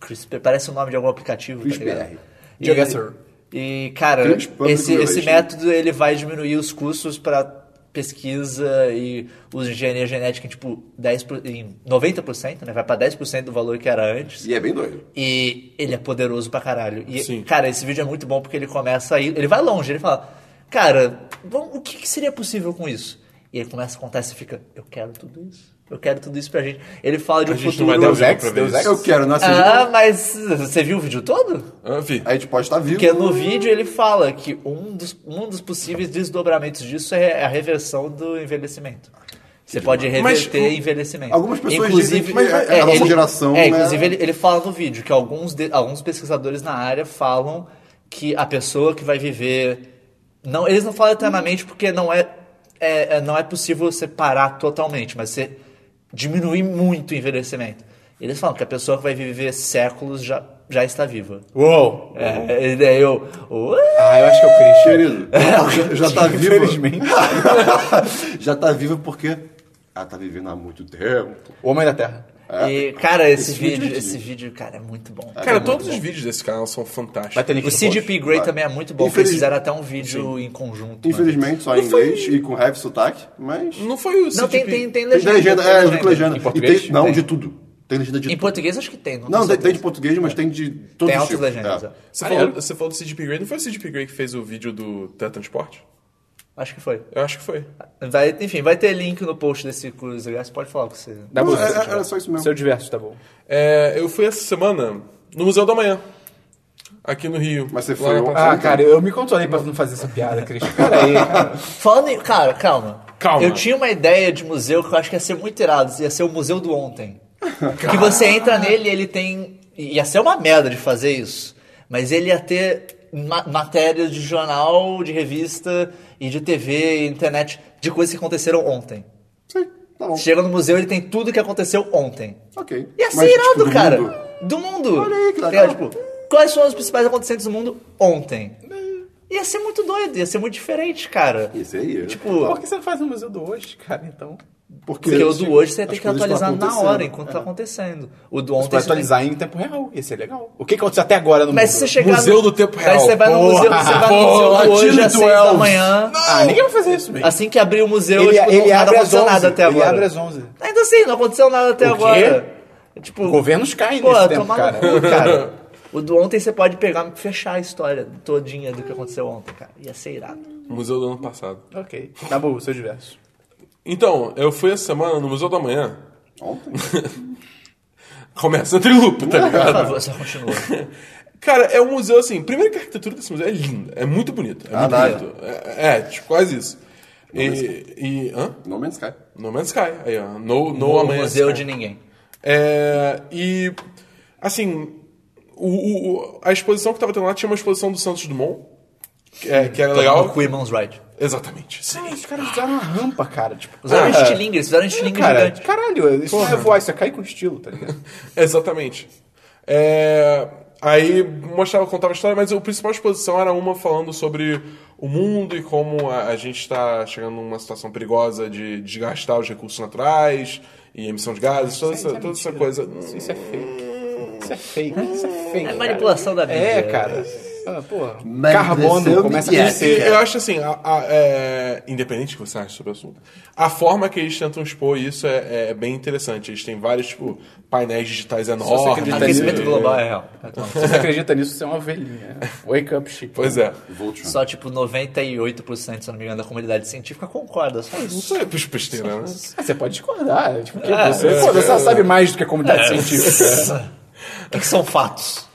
CRISPR parece o nome de algum aplicativo, tá
CRISPR.
ligado?
Yes, sir.
E, cara,
Cringe Public
esse, esse
Relations.
método ele vai diminuir os custos para pesquisa e uso de engenharia genética em, tipo, 10 em 90%, né? Vai para 10% do valor que era antes.
E é bem doido.
E ele é poderoso pra caralho. E,
Sim.
cara, esse vídeo é muito bom porque ele começa aí. Ele vai longe, ele fala, cara, vamos- o que, que seria possível com isso? E ele começa a contar e você fica, eu quero tudo isso. Eu quero tudo isso pra gente. Ele fala de um
A gente
futuro.
não vai dar o
Deus
jeito
Ex,
pra ver
Deus
isso.
Ex. Eu quero, não assisti.
Ah, mas você viu o vídeo todo?
Ah, vi.
A gente pode estar tipo, tá vivo.
Porque é no vídeo ele fala que um dos, um dos possíveis desdobramentos disso é a reversão do envelhecimento. Você pode
Mas,
reverter
o-
envelhecimento.
algumas pessoas
inclusive,
dizem que, mas a- a nossa
ele-
geração,
É,
né?
inclusive ele, ele fala no vídeo que alguns, de- alguns pesquisadores na área falam que a pessoa que vai viver. Não, eles não falam eternamente porque não é, é, é- não é possível você parar totalmente, mas você diminuir muito o envelhecimento. Eles falam que a pessoa que vai viver séculos já, já está viva.
Uou!
É, e daí eu. "Ué?"
Ah, eu acho que é o Christian.
Querido, já, já tá vivo.
Infelizmente.
já tá vivo porque ela tá vivendo há muito tempo.
O Homem da Terra.
E, cara, esse,
vídeo é
vídeo,
divertido.
esse vídeo, cara, é muito bom.
Cara, todos os vídeos desse canal são fantásticos.
Vai ter link
o
no post.
CGP Grey
vai.
também é muito bom, porque
Infeliz-
eles fizeram até um vídeo em conjunto. né?
Infelizmente, só em inglês e com heavy sotaque, mas.
Não foi o
Não, tem,
CGP.
tipo
tem, tem
Tem
legenda.
da legenda,
tem
é,
legenda.
de legenda.
Em
E
português?
tem- não,
Tem.
de tudo. Tem legenda de
Em
tudo.
português acho que tem. Não,
Não,
tenho
tem, tem de
certeza. É.
português, mas tem de todos
Tem
os
altas
tipos.
legendas.
É.
é.
Você,
Aliás-
falou, você falou do CGP Grey, não foi o CGP Grey que fez o vídeo do teletransporte?
Acho que foi.
Eu acho que foi.
Vai, enfim, vai ter link no post desse Cruz. Aliás, pode falar com você.
Dá pra
Não, é-
você,
é-
Christian.
era só isso mesmo.
Seu diverso, tá bom.
É, eu fui essa semana no Museu da Manhã, aqui no Rio.
Mas você
Lá
foi
na
o-
Praça-
Ah, cara, eu me controlei pra não fazer essa piada, Christian. Cara, aí, cara.
Falando em. Cara, calma.
Calma.
Eu tinha uma ideia de museu que eu acho que ia ser muito irado. Ia ser o museu do ontem. que você entra nele e ele tem. Ia ser uma merda de fazer isso. Mas ele ia ter ma- matérias de jornal, de revista e de TV e internet de coisas que aconteceram ontem.
Sim, tá bom.
Chega no museu ele tem tudo que aconteceu ontem.
Ok.
Ia ser
Mas, tipo,
irado,
do
assim, cara.
mundo.
Do mundo.
Olha aí, que
Tá
legal.
ligado? Tipo, quais foram os principais acontecimentos do mundo ontem? Ia ser muito doido, ia ser muito diferente, cara.
Isso aí. é.
Tipo,
Por que você não faz o museu do hoje, cara, então?
porque
Porque o do hoje você tem
as
que
coisas
atualizar
estão
na
acontecendo.
hora, enquanto tá acontecendo. O do
Você
ontem.
pode atualizar em tempo real. Ia ser legal. O que aconteceu até agora no
Mas se
mundo?
você chegar.
Museu
no-
do tempo
Aí
real.
você vai no
Porra.
museu, você vai no museu
Porra,
do hoje
Latino
às 6 da
Elves.
manhã.
Ah, ninguém vai fazer isso, velho.
Assim que abrir o museu,
ele
tipo,
ele
não
abre às
aconteceu
11.
nada até agora.
Ele abre às 11.
Ainda assim, não aconteceu nada até
O quê?
agora. Tipo,
Governos caem
Pô,
nesse tempo,
tomar
cara.
no cu, cara. O do ontem você pode pegar e fechar a história todinha do que aconteceu ontem, cara. Ia ser irado.
Museu do ano passado.
Ok. Tá bom, seu diverso.
Então, eu fui essa semana no Museu da Manhã.
Ontem?
Começa a trilupa, tá ligado?
Por favor, só continua.
Cara, é um museu assim. Primeiro que a arquitetura desse museu é linda, é muito bonita. É muito
Caralho.
bonito. É, é, tipo, quase isso. E, e. Hã?
No Man's Sky.
No Man's Sky. Aí, ó. No, no,
O
Man's
museu
Sky.
de ninguém.
É, e, assim, o- o- o- a exposição que tava tendo lá tinha uma exposição do Santos Dumont, que, é, que era legal.
O Irmãos Wright.
Exatamente. Sim.
Os caras usaram uma rampa, cara. Tipo,
Usaram
Ah,
um estilingue, eles fizeram um estilingue
cara,
gigante.
caralho, isso não é voar, isso é cair com estilo, tá ligado?
Exatamente. É, aí mostrava, contava a história, mas a principal exposição era uma falando sobre o mundo e como a, a gente está chegando numa situação perigosa de desgastar os recursos naturais e emissão de gases, toda,
Isso é- isso
essa,
é
toda essa
mentira.
coisa.
Isso, isso é fake. Isso é fake. Isso é fake.
É
cara.
manipulação da mídia.
É, cara. Ah, porra.
Mas
Carbono
desceu
começa a
Miguel.
E
crescer.
eu acho assim, a- a- é, independente do que você acha sobre o assunto, a forma que eles tentam expor isso é, é bem interessante. Eles têm vários, tipo, painéis digitais enormes.
acredita
Aquecimento
É.
global é real.
Se você acredita nisso, você é uma ovelhinha. Wake up, Chico.
Pois é.
Voltron.
Só tipo 98%, se eu não me engano, da comunidade científica concorda. Só
Não
isso.
sei, pux- besteira, né?
Ah, Você pode discordar. Tipo, que
É,
É.
você, pô, você sabe mais do que a comunidade científica.
O que, que são fatos?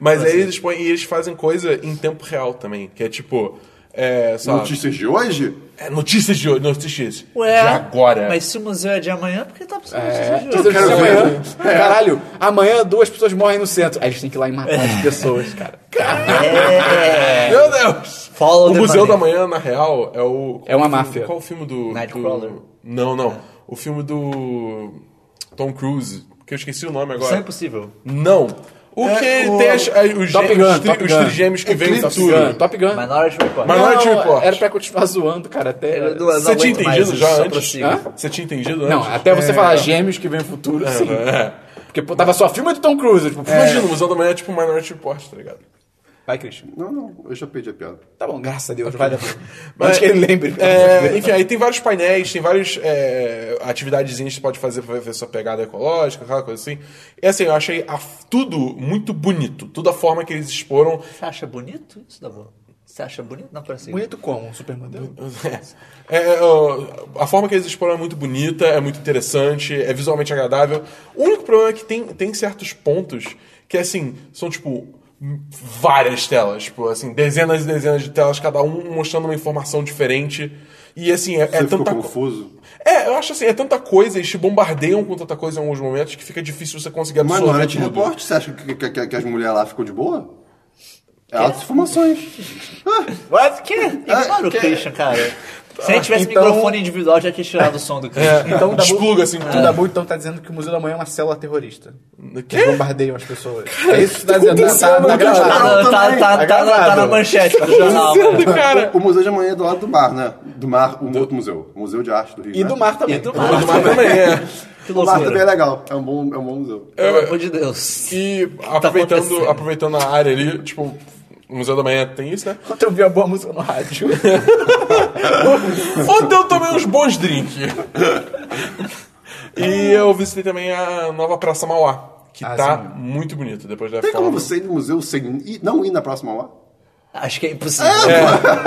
Mas aí eles, põem, e eles fazem coisa em tempo real também, que é tipo. É, sei lá,
Notícias de hoje?
é, notícias de hoje, notícias de agora.
Mas se o museu é de amanhã, por que tá precisando de
Tudo
hoje?
que
quero
tipo, amanhã.
ver. É.
Caralho, amanhã duas pessoas morrem no centro. Aí a gente tem que ir lá e matar as pessoas, cara.
Meu Deus!
Follow
É. o
the
Museu
money.
da Manhã, na real, é o.
É uma
qual o filme-
máfia.
Qual o filme do.
Nightcrawler.
do- Não, não. O filme do. Tom Cruise, que eu esqueci o nome
Isso é
agora.
impossível.
Não. O
É
que
o-
tem as, as- os,
Top
gê-
Gun,
os, tri-
Top
os
Gun.
trigêmeos que vêm do
Top
futuro.
Gun, Top Gun.
Minority Report.
Mas- Minority
Não, é tipo,
Report.
Era pra continuar zoando, cara, até...
Eu não- eu não
Você tinha
aguento mais isso,
entendido já
só
antes?
prossiga.
Hã?
Você tinha entendido
Não,
antes?
até você
É.
falar gêmeos que vem o futuro, sim.
É.
Porque pô, tava só filme do Tom Cruise. eu, Tipo,
Imagina, o Museu da Manhã é tipo Minority Report, tá ligado?
Vai, Christian.
Não, não, eu já perdi a piada.
Tá bom, graças a Deus. Vai dar Antes que ele lembre. tá né?
É, enfim, aí tem vários painéis, tem várias é, atividadezinhas que você pode fazer pra ver sua pegada ecológica, aquela coisa assim. E assim, eu achei a- tudo muito bonito. Tudo a forma que eles exporam.
Você acha bonito isso, Dabu? Você acha bonito? Não, prossiga.
Bonito como? Um supermodelo?
É, é, ó, a forma que eles exploram é muito bonita, é muito interessante, é visualmente agradável. O único problema é que tem, tem certos pontos que, assim, são tipo várias telas, tipo, assim, dezenas e dezenas de telas, cada um mostrando uma informação diferente. E assim, é, é
Você ficou
tanta co-
confuso?
É, eu acho assim, é tanta coisa, eles te bombardeiam com tanta coisa em alguns momentos que fica difícil você conseguir
Mas é
absorver
na hora de
tudo.
report, você acha que, que- que- que as mulheres lá ficou de boa? É altas informações. Ah,
What? Que? Ignora o
que-
Christian, cara. Se a gente tivesse
Então-
microfone individual, já tinha tirado o som do Christian.
É, então, despluga assim
O
tudo.
Dabu, então, tá dizendo que o Museu da Manhã é uma célula terrorista. Que
Quê?
eles bombardeiam as pessoas. é isso que tá dizendo. Tá, tá,
acontecendo,
tá
cara?
Tá,
gravado.
na-
Não,
tá,
também.
tá-
Tá
tá na- tá na
gravado.
manchete do
Tá
jornal. né?
Cara.
O Museu de Amanhã é do lado do mar, né? Do mar, um outro museu. O Museu de Arte do Rio.
E
né?
do mar também.
E do
Mas
mar.
também é.
Que
O mar também é
loucura.
legal. É um bom, é um bom museu.
Pelo amor de Deus.
E aproveitando,
acontecendo?
aproveitando a área ali, tipo, o Museu da Manhã tem isso, né?
Ontem eu vi a boa música no rádio.
Ontem eu tomei uns bons drinks. e eu visitei também a nova Praça Mauá, que
Ah,
tá
sim.
muito bonita depois da
Tem como
reforma.
você ir no museu sem ir- não ir na próxima hora?
Acho que é impossível.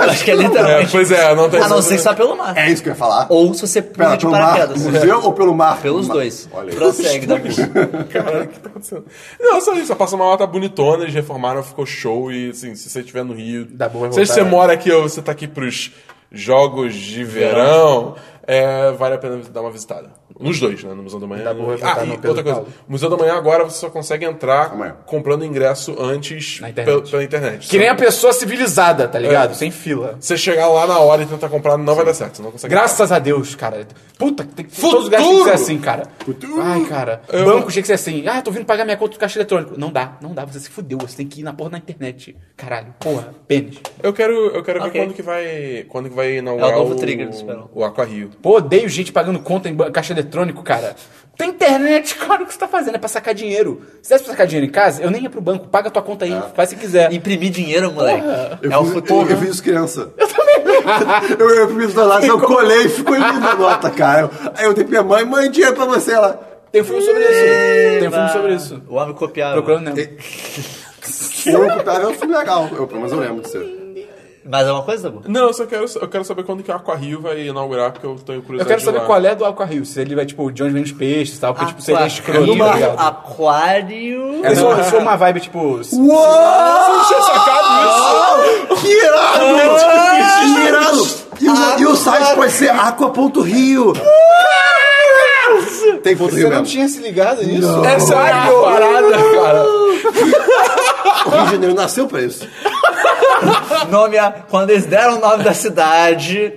Acho que é
É,
literalmente.
pois é, não tem
A não ser que só pelo mar.
É isso que eu ia falar.
Ou se você pula
Pera,
de
pelo mar,
paraquedas.
museu ou pelo mar?
Pelos
Mar.
dois.
Olha aí.
Prossegue, Dabu.
Cara, o que tá acontecendo? Não, só isso. A Praça Mauá tá bonitona, eles reformaram, ficou show. E assim, se você estiver no Rio.
Dá né? boa
se você
vontade.
mora aqui ou você tá aqui pros Jogos de Verão, é, vale a pena dar uma visitada. Nos dois, né? No Museu da Manhã.
Dá
no-
boa
Ah,
vontade
e
no Pedro
outra coisa.
Paulo.
O Museu da Manhã agora você só consegue entrar
Amanhã.
comprando ingresso antes
Na internet.
pe- pela internet.
Que nem a
Então,
pessoa civilizada, tá ligado? Sem fila.
Você chegar lá na hora e tentar comprar, não vai dar certo. Você não consegue
Graças a Deus, cara. Puta, tem que
Futuro!
todos os lugares tem que ser assim, cara. Ai, cara. Banco tinha que ser assim. Ah, tô vindo pagar minha conta do caixa eletrônico. Não dá, não dá. Você se fudeu. Você tem que ir na porra na internet. Caralho, porra, pênis.
Eu quero, eu quero
Ok.
ver quando que vai. Quando que vai
É
inaugurar
novo trigger do Esperão.
o, o Aqua Rio.
Pô, odeio gente pagando conta em ba- caixa eletrônico, cara. Tem internet, cara, o que você tá fazendo? É pra sacar dinheiro. Se desse pra sacar dinheiro em casa, eu nem ia pro banco. Paga tua conta aí,
Ah.
faz se quiser.
Imprimir dinheiro, moleque.
Eu,
É o
fiz,
futuro.
eu fiz isso criança. Eu também. eu, eu fiz isso lá, eu colei e ficou linda a nota, cara. Eu- Aí eu dei pra minha mãe, mãe, dinheiro pra você. Ela,
Tem um filme sobre isso. Tem um filme sobre isso.
O homem copiava.
Procurando Nemo.
eu recuperava, é um filme legal. Eu, pelo menos eu lembro de ser.
Mais alguma é coisa, Dabu?
Não, eu só quero, eu quero saber quando que a Aquario vai inaugurar, porque eu tenho curiosidade
Eu quero
de
saber
lá.
qual é do Aquarrio. Se ele vai, tipo, de onde vem os peixes e tal. Porque, tipo, se ele é escroto,
Aquário.
tá ligado?
Aquário.
É só, se for uma vibe, tipo...
Uou!
Você tinha sacado isso?
Que irado! Que irado! E o, e o site pode ser aqua.rio. Tem ponto rio
Você não
mesmo.
tinha se ligado nisso?
Não.
Essa é a parada, cara.
O Rio de Janeiro nasceu pra isso.
Nome a- Quando eles deram o nome da cidade,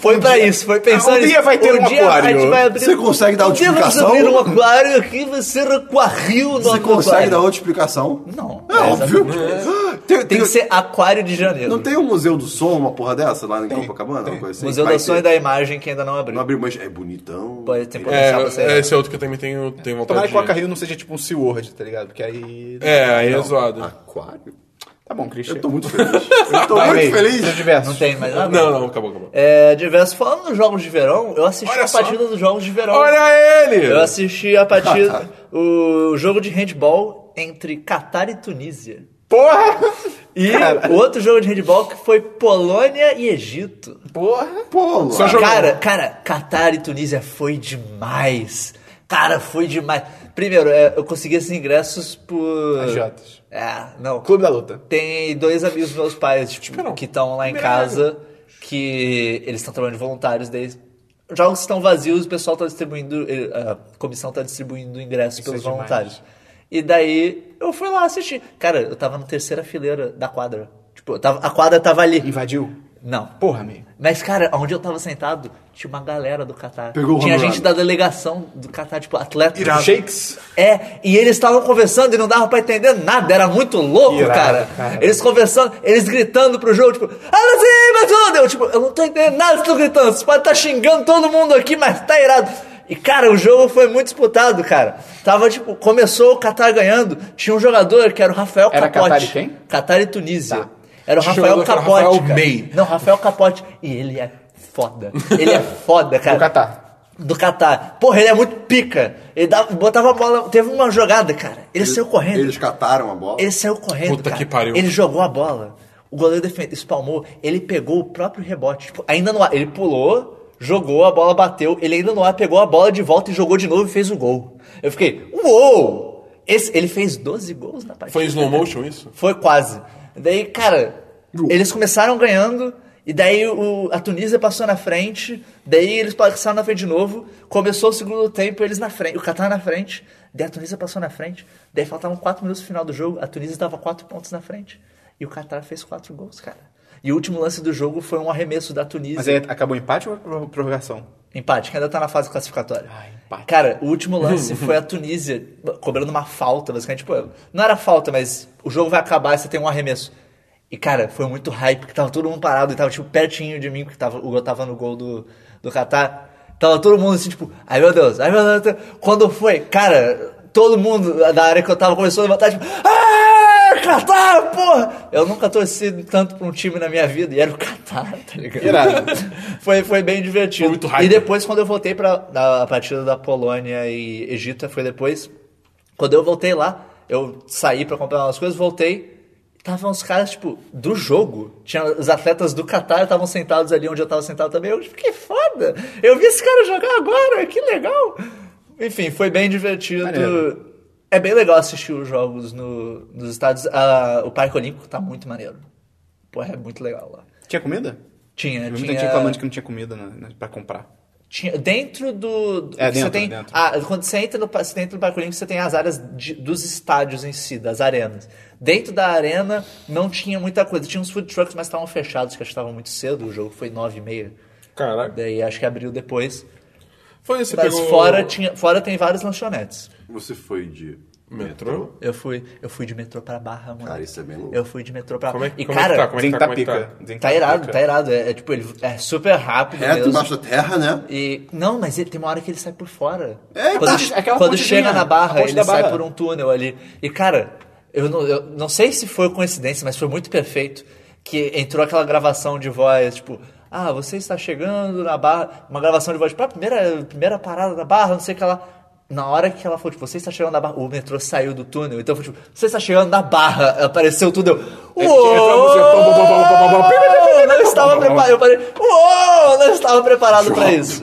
foi pra isso. Foi pensando
um dia
nisso.
vai ter um
dia
aquário.
a gente vai abrir-
Você consegue dar
Um dia vamos
multiplicação?
abrir um aquário aqui, vai ser aquário o nome
Você
do
consegue
aquário.
dar outra explicação?
Não.
É óbvio. Tem,
Tem
tem-
que ser aquário de janeiro.
Não tem um museu do som, uma porra dessa, lá em Copacabana? Uma coisa assim?
Museu
Vai
da Som
ter.
e da Imagem que ainda não abriu.
Não abriu, mas é bonitão.
Pode ter
É,
potencial pra ser.
é, esse é outro que eu também tenho,
Tomara
tenho vontade
que o
de ir.
Aquarrio não seja, tipo, um SeaWorld, tá ligado? Porque aí...
É, aí é
Ah,
zoado.
Aquário?
Tá bom, Christian.
Eu tô muito feliz. Eu
Tá
tô
Amei.
muito
Seus
feliz.
diversos.
Não tem mais nada?
Não, não, acabou, acabou.
É, diverso. Falando dos jogos de verão, eu assisti
Olha
a
só.
partida dos jogos de verão.
Olha
Eu
ele!
assisti a
Ah,
partida,
tá.
o jogo de handball entre Catar e Tunísia.
Porra!
E o outro jogo de handball que foi Polônia e Egito.
Porra!
Pô,
Só
lá.
jogou.
Cara, cara, Catar e Tunísia foi demais. Cara, foi demais. Primeiro, é, eu consegui esses ingressos por.
Agiotas.
É, não.
Clube da Luta.
Tem dois amigos meus pais, tipo,
um
Esperão.
que estão lá em casa, que eles estão trabalhando de voluntários, daí jogos estão vazios, o pessoal tá distribuindo, eh, a comissão tá distribuindo ingressos pelos
é demais.
voluntários. E daí eu fui lá assistir. Cara, eu tava na terceira fileira da quadra. Tipo, eu tava- a quadra tava ali.
Invadiu?
Não.
Porra, amigo.
Mas, cara, onde eu tava sentado, tinha uma galera do Catar.
Pegou o
tinha
Ronaldo.
gente da delegação do Catar, tipo, atleta.
Shakes?
É, e eles estavam conversando e não dava pra entender nada, era muito louco,
Irado,
cara.
cara.
Eles conversando, eles gritando pro jogo, tipo, mas tudo! Eu, tipo, eu não tô entendendo nada que estão gritando, vocês podem estar xingando todo mundo aqui, mas tá irado. E, cara, o jogo foi muito disputado, cara. Tava, tipo, começou o Qatar ganhando, tinha um jogador que era o Rafael
Era
Capote.
Qatar e quem?
Qatar e Tunísia.
Tá.
Era o
Tinha um
Rafael
jogador que era
Capote.
Rafael
cara.
May.
Não, Rafael Capote. E ele é foda. Ele é foda, cara.
Do Catar.
Do Catar. Porra, ele é muito pica. Ele dava, botava a bola. Teve uma jogada, cara. Ele saiu correndo.
Eles cataram a bola.
Ele saiu correndo.
Puta
cara.
que pariu.
Ele jogou a bola. O goleiro defendeu, espalmou. Ele pegou o próprio rebote. Tipo, ainda no ar. Ele pulou, jogou, a bola bateu. Ele ainda no ar pegou a bola de volta e jogou de novo e fez o gol. Eu fiquei, uou! Esse, ele fez 12 gols na partida.
Foi em slow motion isso?
Foi quase. Daí, cara, eles começaram ganhando, e daí o- a Tunísia passou na frente, daí eles passaram na frente de novo, começou o segundo tempo, eles na frente, o Catar na frente, daí a Tunísia passou na frente, daí faltavam 4 minutos pro final do jogo, a Tunísia estava 4 pontos na frente, e o Catar fez 4 gols, cara. E o último lance do jogo foi um arremesso da Tunísia.
Mas aí acabou o empate ou pro- prorrogação?
Empate, que ainda tá na fase classificatória.
Ah, empate.
Cara, o último lance foi a Tunísia cobrando uma falta, basicamente. Tipo, não era falta, mas o jogo vai acabar e você tem um arremesso. E, cara, foi muito hype, porque tava todo mundo parado e tava, tipo, pertinho de mim, porque tava, o gol tava no gol do, do Qatar. Tava todo mundo assim, tipo, ai meu Deus, ai meu Deus. Quando foi, cara, todo mundo da área que eu tava começou a levantar, tipo, ah, Qatar, porra! Eu nunca torci tanto pra um time na minha vida, e era o Qatar, tá ligado?
Irado.
foi, foi bem divertido.
Foi muito hype.
E depois, quando eu voltei pra a partida da Polônia e Egito, foi depois. Quando eu voltei lá, eu saí pra comprar umas coisas, voltei. Estavam os caras, tipo, do jogo. Tinha os atletas do Qatar estavam sentados ali onde eu tava sentado também. Eu, tipo, que foda! Eu vi esse cara jogar agora, que legal! Enfim, foi bem divertido.
Maneiro.
É bem legal assistir os jogos no, nos Estados Ah, O Parque Olímpico tá muito maneiro. Porra, é muito legal lá.
Tinha comida?
Tinha,
Eu vi muita
tinha...
gente reclamando de que não É, tinha comida na, na- pra comprar.
Tinha- dentro do. do-
É,
você
dentro,
tem,
dentro.
Ah, quando você entra no, pa- você entra no Parque Olímpico, você tem as áreas de- dos estádios em si, das arenas. Dentro da arena não tinha muita coisa. Tinha uns food trucks, mas estavam fechados, que acho que estavam muito cedo. O jogo foi 9 e meia.
Caraca.
Daí acho que abriu depois.
Foi isso,
mas
pegou
fora, tinha, fora tem várias lanchonetes.
Você foi de
Metrô?
Eu fui, eu fui de metrô pra Barra, mano.
Cara, isso é bem louco.
Eu fui de metrô pra
Como é, que
Ah, E
como
cara,
é que tá? Como é
Dizem
que
que
tá?
tá
Como é que
pica.
tá?
Dizem que
tá irado,
pica.
tá irado. É, é, tipo, ele é super rápido.
Reto
mesmo.
embaixo da terra, né?
E, não, mas ele, tem uma hora que ele sai por fora.
É,
quando
tá, aquela
quando
pontezinha,
chega na
a
barra,
ponte
ele
da
sai
barra.
por um túnel ali. E, cara, eu não, eu não sei se foi coincidência, mas foi muito perfeito que entrou aquela gravação de voz, tipo, ah, você está chegando na barra. Uma gravação de voz, tipo, ah, primeira, primeira parada da barra, não sei o que lá. Na hora que ela falou, tipo, você está chegando na barra, o metrô saiu do túnel, então foi tipo, você está chegando na barra, apareceu tudo, eu,
entrou a música, pom, pom, pom, pom, pom, pom, pom, pim, pim, pim, pim,
uou, não estava preparado, eu falei, uou, não estava preparado para É isso.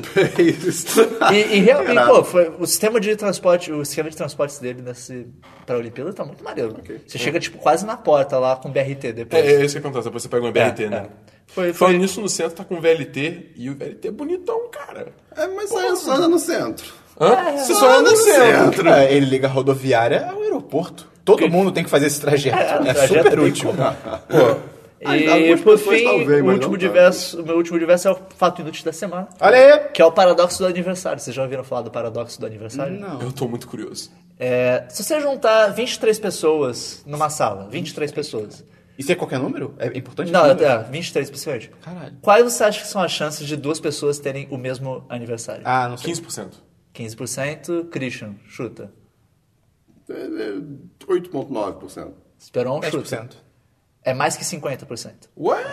E, e realmente,
Irado.
pô, foi, o sistema de transporte, o esquema de transportes dele nesse pra Olimpíada tá muito maneiro. Você chega, tipo, quase na porta lá com BRT
É,
depois.
é isso que eu ia perguntar, depois você pega um BRT,
É,
né?
é. Foi, foi-
Falando nisso, no centro tá com VLT e o VLT é bonitão, cara.
É, mas aí só anda no centro.
Hã? Você
é
só anda no centro.
Ah, Ele liga a rodoviária ao aeroporto. Todo mundo tem que fazer esse trajeto.
é um
É,
trajeto
super
bem
útil.
E
algumas
por
pessoas
fim,
talvez,
o
mas
último
não
diverso, o meu último diverso é o fato inútil da semana,
Olha
que é o paradoxo do aniversário. Vocês já ouviram falar do paradoxo do aniversário?
aí! Não.
Eu tô muito curioso.
É, se você juntar 23 pessoas numa sala, 23 pessoas.
Isso é qualquer número? É importante?
Não,
esse número?
é, 23 pessoas.
Caralho.
Quais você acha que são as chances de duas pessoas terem o mesmo aniversário?
Ah, não sei.
15%.
15%, Christian, chuta.
É, é 8,9%.
Esperon, chuta.
10%.
É mais que 50%.
What?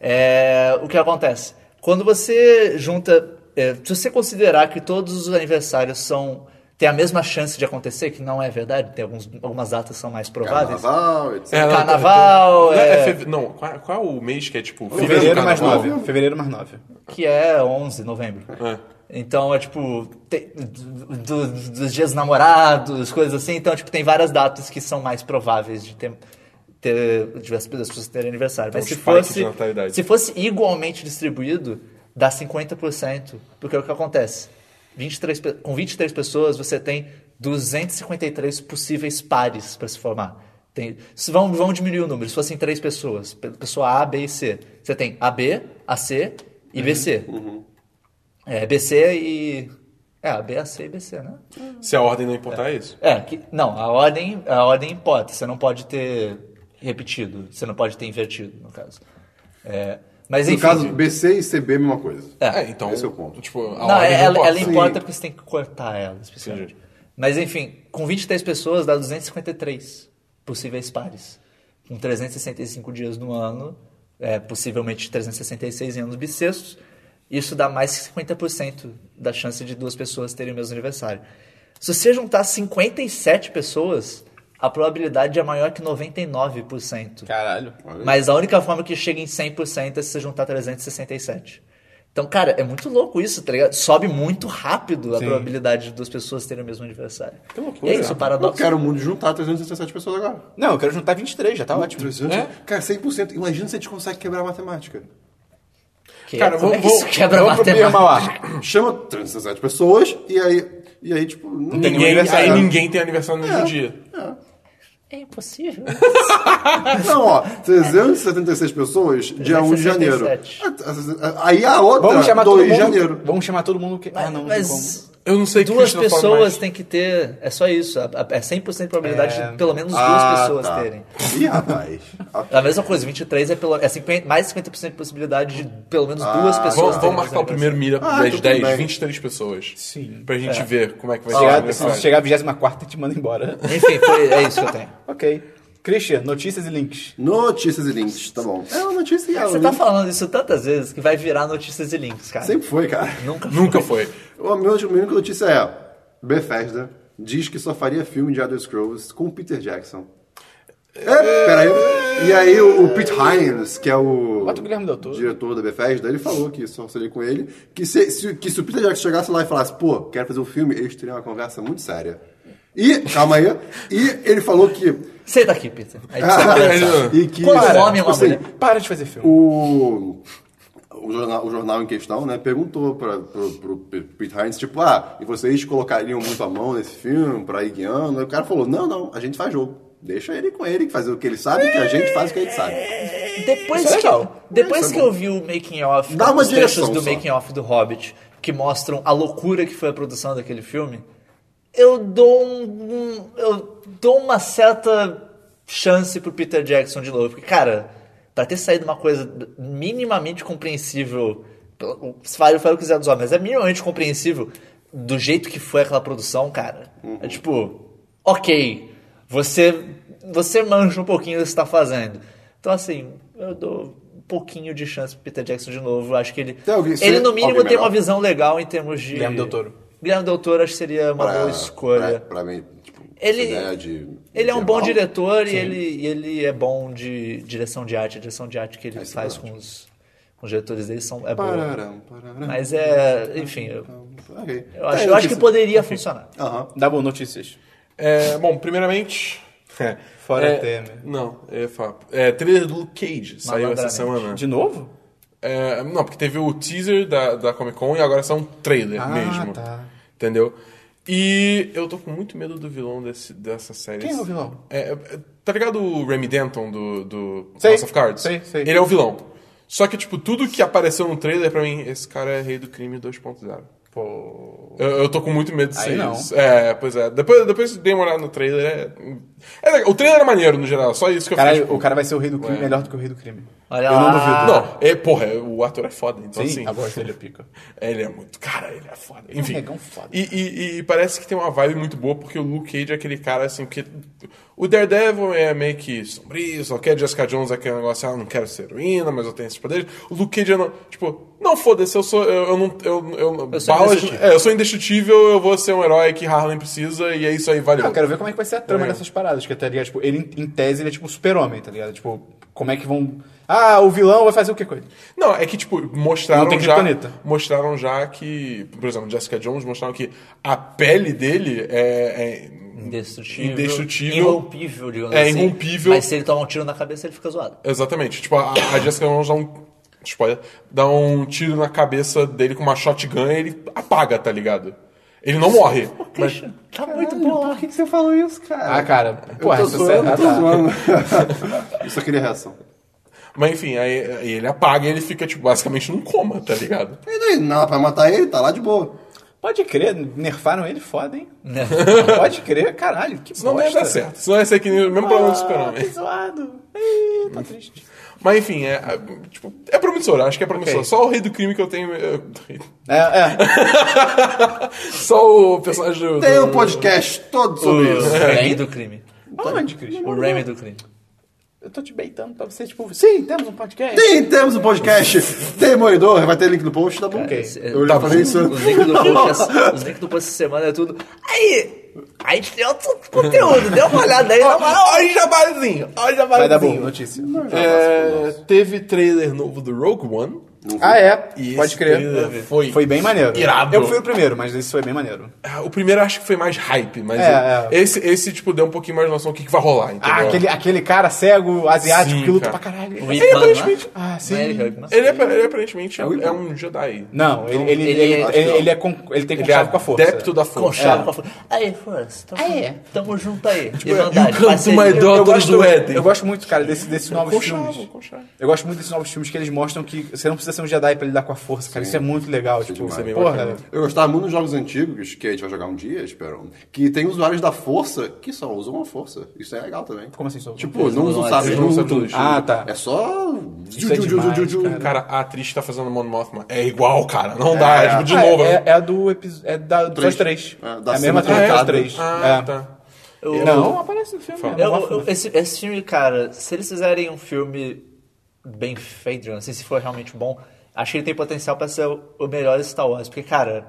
É, o que acontece? Quando você junta. é, se você considerar que todos os aniversários são tem a mesma chance de acontecer, que não é verdade, tem alguns, algumas datas que são mais prováveis.
Carnaval, etc.
É, não,
Carnaval,
não, é
é-
feve- Não, qual, qual é o mês que é tipo.
Fevereiro mais
carnaval?
9. Fevereiro mais 9.
que é 11 de novembro.
É.
Então é tipo, tem- do- do- dos dias namorados, coisas assim. Então, tipo, tem várias datas que são mais prováveis de ter, ter de as das pessoas terem aniversário. Mas
um
se
spike de
fosse,
natalidade.
se fosse igualmente distribuído, dá 50%, porque é o que acontece. 23, pe- com 23 pessoas, você tem 253 possíveis pares para se formar. Tem, se vão, vão diminuir o número. Se fossem três pessoas, pe- pessoa A, B e C, você tem AB, AC e BC. É, BC e. É, a B, a C e BC, né?
Se a ordem não importar, é isso.
É, que, não, a ordem, a ordem pode, você não pode ter repetido, você não pode ter invertido, no caso. É, mas
No
enfim.
caso, BC e CB é a mesma coisa.
É, então.
Esse é o ponto.
Tipo, a
não,
ordem
ela,
não importa.
ela importa porque você tem que cortar ela, especialmente.
Entendi.
Mas enfim, com 23 pessoas dá 253 possíveis pares. Com 365 dias no ano, é, possivelmente 366 em anos bissextos, isso dá mais que 50% da chance de duas pessoas terem o mesmo aniversário. Se você juntar 57 pessoas, a probabilidade é maior que 99%.
Caralho.
Mas a única forma que chega em 100% é se você juntar 367. Então, cara, é muito louco isso, tá ligado? Sobe muito rápido a probabilidade de duas pessoas terem o mesmo aniversário.
Que loucura.
É isso, o paradoxo.
Eu quero o mundo juntar 367 pessoas agora.
Não, eu quero juntar 23, já tá
É?
ótimo.
300? Cara, 100%. Imagina se a gente consegue quebrar a matemática.
Que-
Cara,
como é
vamos-
que isso
vamos-
quebra a
Vamos pro
matemática?
Mauá.
Chama 367 pessoas e aí, e aí tipo, não
tem
Ninguém,
aniversário.
aí ninguém tem aniversário no mesmo dia.
É impossível.
Não, ó, 376 pessoas, dia 1 de janeiro.
367.
Aí a outra,
Vamos chamar
2
todo
de
mundo.
janeiro.
Vamos chamar todo mundo que. Ah, não, não tem como.
Mas
Eu não sei o que
duas
Christian fala mais.
pessoas tem que ter. É só isso. a- a- É 100% de probabilidade de pelo menos duas
Ah,
pessoas
tá.
terem.
Ih, rapaz.
É A mesma coisa, 23 é, pelo, é 50, mais 50% de possibilidade de pelo menos duas pessoas
Ah, Vamos,
terem
vamos marcar o
mesmo aniversário.
primeiro mira
Ah,
das
tudo
10,
bem.
23 pessoas.
Sim.
Pra gente ver como é que vai ser. o
Chegar,
aniversário.
se chegar a 24 e te manda embora.
Enfim, foi- é isso que eu tenho.
ok. Christian, notícias e links.
Notícias e links, tá bom. É uma notícia e é um
Você
link.
tá falando isso tantas vezes que vai virar notícias e links, cara.
Sempre foi, cara.
Nunca.
Nunca foi.
A minha única- minha única notícia é: Bethesda diz que só faria filme de Elder Scrolls com o Peter Jackson. É, peraí. E aí o, o Pete Hines, que é o
Bota o Guilherme Del Toro.
diretor da Bethesda, ele falou que só seria com ele. Que se, se- que se o Peter Jackson chegasse lá e falasse, pô, quero fazer um filme, eles teriam uma conversa muito séria. E, calma aí, e ele falou que.
Senta aqui, Peter. Aí você
É
vai pensar.
e que
é
Quando um homem e
tipo
uma mulher.
Para de fazer filme.
o, o, jornal, o jornal em questão, né, perguntou para pro, pro Pete Hines, tipo, ah, e vocês colocariam muito a mão nesse filme pra ir guiando? Aí o cara falou, não, não, a gente faz jogo. Deixa ele com ele, que fazer o que ele sabe, que a gente faz o que ele sabe.
Depois,
Isso é
que,
legal.
depois
Isso é
que eu vi o making off,
Dá uma
os trechos
direção
do
só.
making off do Hobbit, que mostram a loucura que foi a produção daquele filme, eu dou um, um- eu dou uma certa chance pro Peter Jackson de novo, porque cara, pra ter saído uma coisa minimamente compreensível, pelo- se fala, eu falo o que quiser dos homens, mas é minimamente compreensível do jeito que foi aquela produção, cara. É tipo, OK, você você manja um pouquinho do que está fazendo. Então assim, eu dou um pouquinho de chance pro Peter Jackson de novo. Eu Acho que ele
Tem alguém-
ele no
alguém
mínimo tem
melhor?
uma visão legal em termos de
Guilherme Del Toro.
Guilherme Del Toro acho que seria uma boa escolha.
Pra, pra mim, tipo,
Ele-
essa ideia de,
Ele é um
de
bom
mal.
diretor e ele, e ele é bom de direção de arte. A direção de arte que ele faz com os, com os diretores dele são, é boa.
Pararam, pararam.
Mas é. Enfim, eu,
Ok.
eu
Tá, é
acho, eu acho que
notícia.
poderia funcionar.
Aham.
Dá bom notícias.
É, bom, primeiramente. é,
Fora
é,
Temer.
Não, é fato. É, trailer do Luke Cage saiu essa
Malandramente.
semana.
De novo?
É, não, porque teve o teaser da, da Comic Con e agora só um trailer
Ah,
mesmo.
tá.
Entendeu? E eu tô com muito medo do vilão desse, dessa série.
Quem é o vilão?
É, é, tá ligado o Remy Denton do, do
Sei,
House of Cards?
sei, sei.
Ele é o vilão. Só que, tipo, tudo que apareceu no trailer, pra mim, esse cara é rei do crime 2.0.
Pô.
Eu, eu tô com muito medo de
Aí
ser
não.
isso. É, pois é. Depois, depois dei uma olhada no trailer. É... é legal. o trailer é maneiro, no geral. Só isso que eu fiquei,
Caralho,
tipo,
o cara vai ser o rei do crime
Ué.
melhor do que o rei do crime.
Olha
eu não
lá.
duvido.
Não, é, porra, é, o ator é foda. Então,
Sim,
assim...
a voz dele é pica.
Ele é muito. Cara, ele é foda. Enfim.
regão foda.
E, e- e parece que tem uma vibe muito boa, porque o Luke Cage é aquele cara assim, porque. O Daredevil é meio que sombrio, só quer Jessica Jones é aquele negócio, ah, não quero ser heroína, mas eu tenho esses poderes. O Luke Cage é, não, tipo, não foda-se, eu sou. Eu, eu não. Eu, eu,
Eu sou
balas-
indescritível.
é, eu sou indestrutível, eu vou ser um herói que Harlan precisa, e é isso aí, valeu.
Eu quero ver como é que vai ser a trama
É.
dessas paradas. Que tá ligado? Tipo, ele, em- em tese, ele é tipo um super-homem, tá ligado? Tipo, como é que vão. Ah, o vilão vai fazer o que com ele?
Não, é que, tipo, mostraram
Não tem
já.
criptonita.
Mostraram já que. Por exemplo, Jessica Jones mostraram que a pele dele é. é-
Indestrutível.
Indestrutível.
Irrompível, digamos
É,
assim.
irrompível.
Mas se ele tomar um tiro na cabeça, ele fica zoado.
Exatamente. Tipo, a, a Jessica Jones dá um. Spoiler. Dá um tiro na cabeça dele com uma shotgun e ele apaga, tá ligado? Ele não morre. Mas,
Christian, tá muito bom.
que, que você falou isso, cara?
Ah, cara,
eu
porra,
tô
isso é
zoando, eu tô
tá.
zoando. eu só queria reação.
mas enfim, aí, aí ele apaga e ele fica, tipo, basicamente num coma, tá ligado?
E daí, nada pra matar ele, tá lá de boa.
Pode crer, nerfaram ele foda, hein?
Né?
Pode crer, caralho, que
Senão não ia
bosta. Ah,
dar certo. Senão ia ser que nem o mesmo problema do Super-Homem.
Que zoado. Ih, tá triste.
Mas enfim, é, é, tipo, é promissor, acho que é promissor.
Ok.
Só o rei do crime que eu tenho. eu-
É, é.
Só o personagem do.
Tem
do-
um podcast todo sobre
O
isso.
Remy do crime.
Onde, Christian?
O Remy do crime.
Eu tô te beitando pra você, tipo, sim, temos um podcast.
Tem, temos um podcast Demolidor, vai ter link no post, tá bom?
Ok.
é,
Tá
Eu já falei isso.
Os links do post, essa- os links do post essa semana é tudo. Aí! A gente tem outro conteúdo, dê uma olhada aí, na moral.
Ah, Olha o jabazinho! Olha o jabazinho!
Vai dar boa notícia.
É, teve trailer novo do Rogue One.
Ah, é.
E
Pode
esse
crer.
trailer foi,
Foi bem maneiro.
Irado.
Eu fui o primeiro, mas isso foi bem maneiro.
Ah, O primeiro acho que foi mais hype, mas
É,
o- Esse, esse, tipo, deu um pouquinho mais noção do que, que vai rolar, entendeu?
Ah, aquele, aquele cara cego, asiático,
Sim,
que luta
cara.
pra caralho.
O Ip Man,
aparentemente-
né?
Ah, sim.
Não é ele, Ip Man?
Ele, é- ele aparentemente é,
o Ivan.
é um Jedi.
Não, ele, ele, ele,
Ele
ele,
é-
ele, é con- ele tem
Ele é
conchavo com a força. É.
adepto da
Com
força.
É.
chave, com a força. Aí, força. Tamo, tamo junto aí.
Tipo,
Irmandade,
you come to my
parceria.
door.
Eu gosto,
do Éden.
eu gosto muito, cara, desses desse novos
Conchavo,
filmes.
conchavo.
Eu gosto muito desses novos filmes que eles mostram que você não precisa ser um Jedi pra lidar com a força, cara. Isso é muito legal. Tipo,
demais.
você-
Isso é
bem
porra,
bacana.
Eu gostava muito dos jogos antigos, que a gente vai jogar um dia, espero, que tem usuários da força que só usam a força. Isso é legal também.
como assim? Sou...
Tipo, não
Eles
usam
não
sabres,
usam
não
sabres
usam
luz.
Ah, tá.
É só...
Isso é demais, cara.
Cara, a atriz que tá fazendo Mon Mothma é igual, cara. Não dá, é, tipo, de
Ah,
novo.
É,
né?
é a do episódio. É da dos
Três.
três.
É, da
É a mesma atriz
segunda
dos
temporada.
três.
Ah,
É.
tá.
Eu-
Não, aparece no filme.
Eu-
mesmo.
eu- esse, esse filme, cara, se eles fizerem um filme bem feito, eu não sei se for realmente bom, acho que ele tem potencial pra ser o, o melhor Star Wars, porque, cara,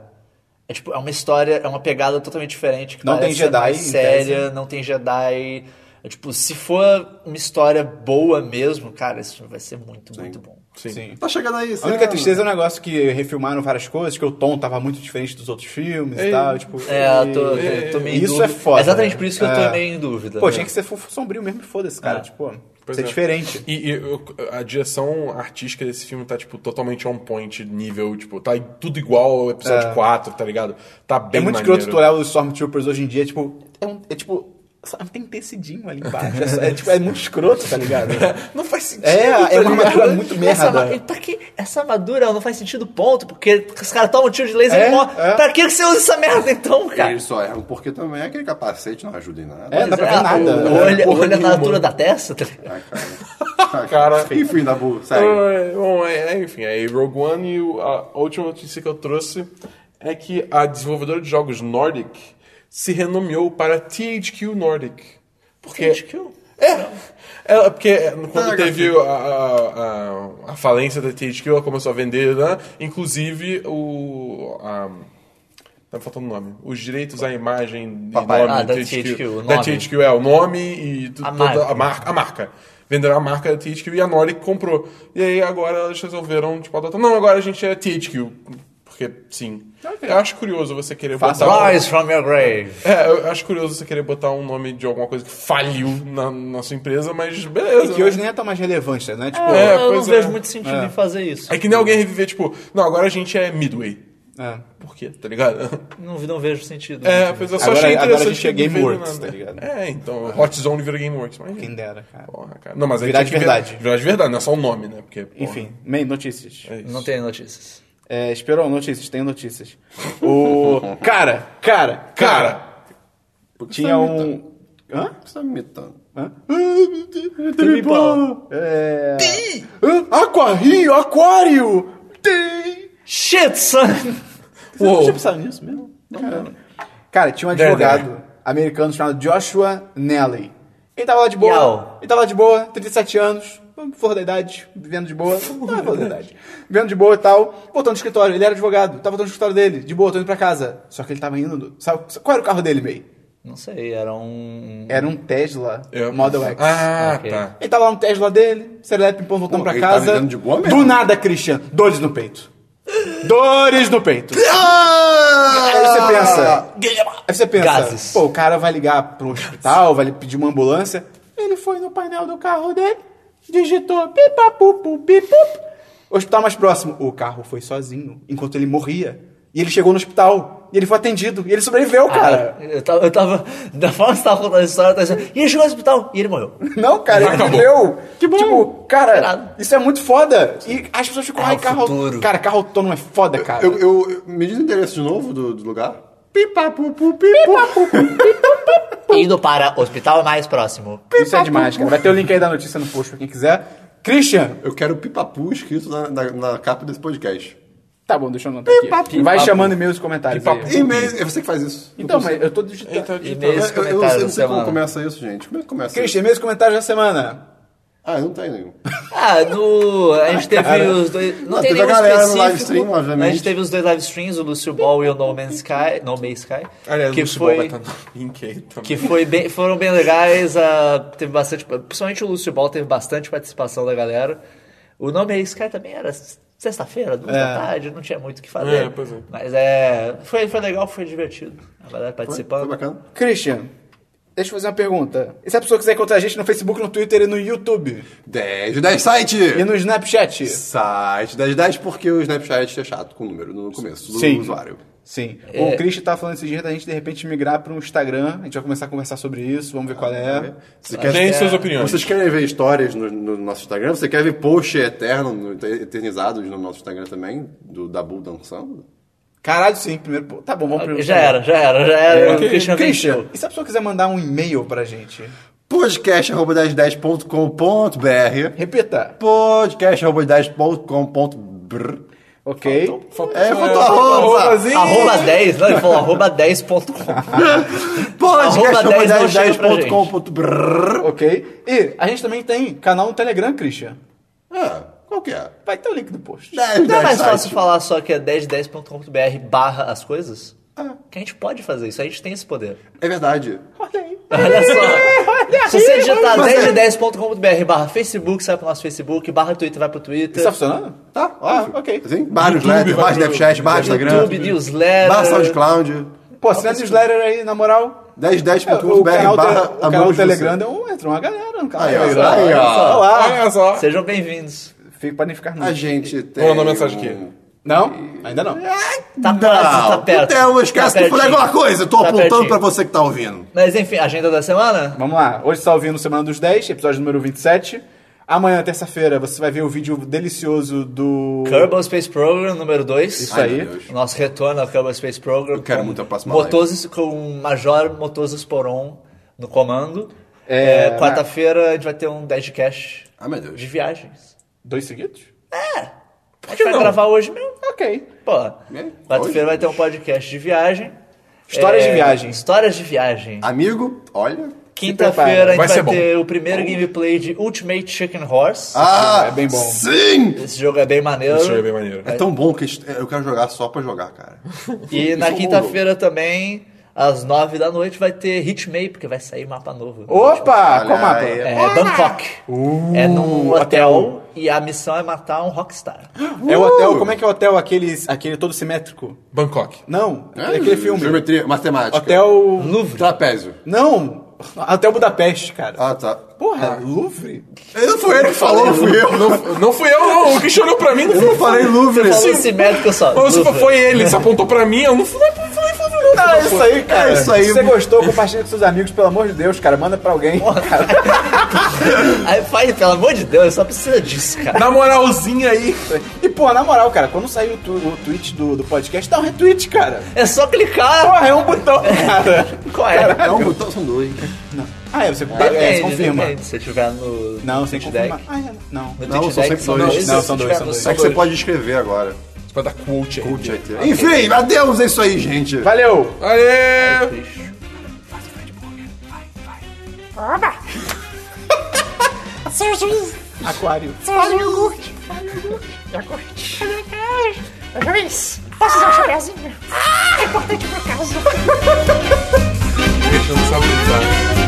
é tipo, é uma história, é uma pegada totalmente diferente. que
Não tem
parece ser
Jedi,
mais
em
séria, não tem Jedi. É, tipo, se for uma história boa mesmo, cara, esse filme vai ser muito, muito bom.
Sim.
Sim.
Tá chegando aí,
A única tristeza é o negócio que refilmaram várias coisas, que o tom tava muito diferente dos outros filmes e tal. Tipo,
É, eu
e-
tô, tô meio em
Isso
dúvida.
é foda,
Exatamente
né?
por isso que eu tô
É.
meio em dúvida.
Pô,
né?
tinha que ser fofo sombrio mesmo e foda-se, cara.
Ah.
Tipo,
Pois
ser
é.
diferente.
E, e eu- a direção artística desse filme tá, tipo, totalmente on point, nível, tipo, tá tudo igual ao episódio 4, tá ligado? Tá
É
bem
muito
maneiro.
escroto tu olhar os Stormtroopers hoje em dia, tipo, é, um, é tipo, sabe, tem tecidinho ali embaixo. É, só- é, tipo, é muito escroto, tá ligado?
Não faz sentido.
É, é uma
ligado?
armadura muito
Tá Essa, arma-
merda.
pra que, essa armadura não faz sentido, ponto, porque os caras tomam um tiro de laser
É,
e morrem.
é.
Pra que você usa essa merda então, cara?
Ele só erram porque também aquele capacete não ajuda em nada.
É, não dá pra ver
Ah,
nada.
o- o Olha,
Porra
olha
nenhuma.
a altura da testa. tá ligado?
Ai, Ah, cara.
Cara.
Enfim, Dabu, segue.
Ah, é, Bom, é, é, enfim, aí Rogue One e o- a última notícia que eu trouxe é que a desenvolvedora de jogos Nordic se renomeou para THQ Nordic. Porque...
THQ?
É, ela, porque é, quando
Ah,
teve a, a- a- a falência da THQ, ela começou a vender, né? inclusive o... a- tá me faltando o nome. Os direitos à imagem e
Papai.
nome
Ah, da THQ, o
da
nome.
THQ, é, o nome e tu-
A
toda
marca.
a marca. A marca. Venderam a marca da THQ e a Nordic comprou. E aí agora elas resolveram, tipo, adotar. Não, agora a gente é THQ. Porque, sim. Eu acho curioso você querer
Faça
botar...
Rise from your grave.
É, eu acho curioso você querer botar um nome de alguma coisa que faliu na, na sua empresa, mas beleza.
E que hoje
né?
nem é tão mais relevante, né? Tipo,
Eu-
É,
eu não
pois é.
vejo muito sentido em fazer isso.
É que nem alguém reviver, tipo, não, agora a gente é Midway.
é.
Por quê? Tá ligado?
Não, vi- não vejo sentido.
É,
muito
pois
nisso.
eu só
Agora-
achei
agora a
interessante.
gente é
que não veio
Gameworks,
nada.
tá ligado?
É, então, Hot Zone vira Gameworks, mas...
Quem dera, cara.
Porra, cara. Não, mas aí
Virar
tinha
de
que vir-
verdade.
Virar de verdade, não é só o nome, né? Porque, porra,
Enfim, meio notícias.
é isso.
Não tem notícias.
É, esperou notícias, tenho notícias. O. Cara, cara, cara!
Cara,
Por que
Tinha
você tá me imitando?
um. Hã?
Por que você tá me imitando?
Hã? É. Hã? Aquarrio, aquário! Tem!
Shit, son!
Você não
Uou.
tinha pensado nisso mesmo? Cara. Cara, tinha um
There,
advogado americano chamado Joshua Nelly. Ele tava lá de boa.
Yau.
Ele tava lá de boa, 37 anos. flor da idade, vivendo de boa. Não é flor da idade. Vivendo de boa e tal. Voltando do escritório, ele era advogado, tava voltando do escritório dele, de boa, tô indo pra casa. Só que ele tava indo. Sabe, qual era o carro dele, meio?
Não sei, era um.
Era um Tesla
Eu-
Model X.
Ah,
Ok.
tá.
Ele tava lá no Tesla dele, serelepe, pão, voltando
Pô,
pra
ele tava
casa.
andando de boa mesmo.
do nada, Christian, dores no peito. Dores no peito.
Ah!
Aí você pensa. Aí você pensa,
Gases.
pô, o cara vai ligar pro hospital, vai pedir uma ambulância. Ele foi no painel do carro dele, digitou pipapupu, pipup. Hospital mais próximo. O carro foi sozinho, enquanto ele morria. E ele chegou no hospital, e ele foi atendido, e ele sobreviveu, cara.
eu tava, eu tava. Da forma que você tava contando a história, eu tava dizendo. E ele chegou no hospital e ele morreu.
Não, cara, ele
Acabou.
viveu. Que bom. Tipo, cara,
Irado.
isso é muito foda. E as pessoas ficam,
É
ai,
o
carro.
futuro.
Cara, carro autônomo é foda, cara.
Eu, eu, eu- me diz o endereço de novo do, do lugar.
Indo para o hospital mais próximo.
Isso é demais, cara. Vai ter o link aí da notícia no post pra quem quiser. Christian,
Eu quero pipapu escrito na, na- na capa desse podcast.
Tá bom, deixa eu anotar aqui. Vai chamando e-mails e comentários
Pipapo.
aí.
E-mail, é você que faz isso.
Então, mas eu tô digitando.
Ele tá digitando.
E-mails,
Eu- eu, eu não
comentários
sei- não
da
sei como
semana.
começa isso, gente. Como é que começa
Christian, e-mails e comentários da semana.
isso? Ah, não tem nenhum.
Ah, no. A gente teve
cara.
os dois. Não,
Não,
tem
teve a
nenhum
galera no
específico.
live stream, obviamente.
A gente teve os dois live streams, o Lucio Ball e o No Man's Sky. No Man's Sky.
Aliás,
que
o futebol vai
foi.
estar tá no link aí também.
Que foi bem, foram bem legais, a, teve bastante. Principalmente o Lúcio Ball teve bastante participação da galera. O nome aí, Sky também era sexta-feira, duas da tarde, não tinha muito o que fazer.
É, pois é.
Mas é. Foi, foi legal, foi divertido. A galera
Foi, foi
participando.
bacana.
Christian, deixa eu fazer uma pergunta. E se a pessoa quiser encontrar a gente no Facebook, no Twitter e no YouTube?
10 de 10 site!
E no Snapchat?
Site 10 de 10 porque o Snapchat é chato com o número no começo do
Sim.
usuário.
Sim.
É.
O Christian tá falando esses dias da gente, de repente, migrar para um Instagram. A gente vai começar a conversar sobre isso, vamos ver
Ah,
qual é.
Né? Você
Tem
quer...
suas opiniões.
Vocês querem ver histórias no, no nosso Instagram? Você quer ver post eterno, no- eternizados no nosso Instagram também? Do Dabu dançando?
Caralho, sim, primeiro. pô, Tá bom, vamos primeiro.
Ah, Já era, já era, já era. O
Ok.
Christian
Christian,
venceu.
e se a pessoa quiser mandar um e-mail pra gente?
podcast.com.br
Repita.
podcast.com.br
Ok.
É, faltou
faltou
a rosa!
arrobazinho.
Arroba 10, não, ele falou arroba 10.com. Arroba 10 não chega pra gente.
podcast.com.br
Ok. E a gente também tem canal no Telegram, Christian.
Ah, qual que é?
Vai ter o link no post.
10,
Não é
10
mais
site.
fácil falar só que é 1010.com.br barra as coisas? Que a gente pode fazer isso, a gente tem esse poder.
É verdade.
Olha aí.
Olha só. Se você digitar
é-
1010.com.br barra Facebook, sai pro nosso Facebook, barra Twitter, vai pro Twitter.
Isso tá funcionando?
Tá, óbvio.
Ah, ok.
Sim, barra é newsletter,
vai
barra
pro-
Snapchat, barra Instagram.
YouTube, newsletter.
Barra SoundCloud.
Pô,
Tá
assina a newsletter aí, na moral. É, o
1010.com.br
canal,
barra
te, o canal
amamos
Telegram
você.
deu, um, entrou uma galera no canal
Aí, ó.
Telegram.
Aí, ó.
Olha lá.
Olha só.
Sejam bem-vindos.
Fico pra nem ficar no.
A gente tem...
mandar mensagem aqui.
um-
Não? Ainda não.
Tá
não,
quase, tá perto.
Temos, esquece
Tá
que eu falei
pertinho.
alguma coisa. Eu tô
Tá
apontando
pertinho.
pra você que tá ouvindo.
Mas enfim, agenda da semana?
Vamos lá. Hoje você tá ouvindo Semana dos 10, episódio número 27. Amanhã, terça-feira, você vai ver o vídeo delicioso do.
Kerbal Space Program número 2.
Isso aí.
meu Deus.
O Nosso retorno ao Kerbal Space Program.
Eu quero
com
muito a próxima
Motozes, Com o Major Motozes Poron no comando.
É,
É, Quarta-feira a gente vai ter um 10 de cash
Ah, meu Deus.
de viagens.
Dois seguidos?
A gente vai gravar hoje mesmo.
Ok.
Pô, quarta-feira
É? hoje?
vai ter um podcast de viagem. É,
Histórias de viagem.
Histórias de viagem.
Ah, Amigo, olha...
Quinta-feira a gente vai,
Vai ser bom.
ter o primeiro gameplay de Ultimate Chicken Horse.
Ah,
é bem bom.
Sim!
Esse jogo é bem maneiro.
Isso é bem maneiro.
um-
É tão bom que eu quero jogar só pra jogar, cara.
E
Isso
na
é um
quinta-feira também, às nove da noite, vai ter Hitmap, porque vai sair mapa novo.
Opa!
Olha
Qual mapa?
aí.
É Bangkok. é num hotel,
hotel.
e a missão é matar um rockstar.
É o hotel. Como é que é o hotel? Aquele, aquele todo simétrico?
Bangkok.
Não. É aquele filme.
Geometria, matemática.
Hotel.
Louvre.
Trapézio.
Não! Hotel Budapeste, cara.
Ah, tá.
Porra, Louvre?
Eu foi ele que falou, não fui eu. Não,
Não fui eu, não. O que chorou pra mim não
eu
fui
não falei Louvre.
Falou simétrico só.
Ou se
Louvre.
assim, foi ele, se apontou pra mim, eu não fui.
Ah, é isso aí, cara.
É isso aí.
Se você gostou, compartilha com seus amigos, pelo amor de Deus, cara. Manda pra alguém. Cara,
Aí faz, pelo amor de Deus, só precisa disso, cara.
Na moralzinha aí.
E, pô, na moral, cara, quando sair o, tu, o tweet do, do podcast, dá um retweet, cara.
É só clicar.
Porra, é um botão, cara.
Qual é?
É um botão, são dois.
Ah, é, você, é, você
Depende,
confirma.
depende. Se tiver no.
Não,
no
sem
Twitch Deck.
confirmar. Ah, é, não.
No
Não,
Twitch
são
Deck
sempre
são
dois.
dois.
Não,
Se
são dois,
tiver
são
no-
dois.
É
são
que você
dois.
pode escrever agora.
Você vai dar coach aí.
Coach IT. Enfim, adeus, é isso aí, gente.
Valeu!
Aê!
Oba! Seu juiz,
Aquário.
Olha o iogurte. Iogurte. Iogurte. Juiz, posso usar o chapéuzinho? É importante pro caso.
Deixando sabe usar.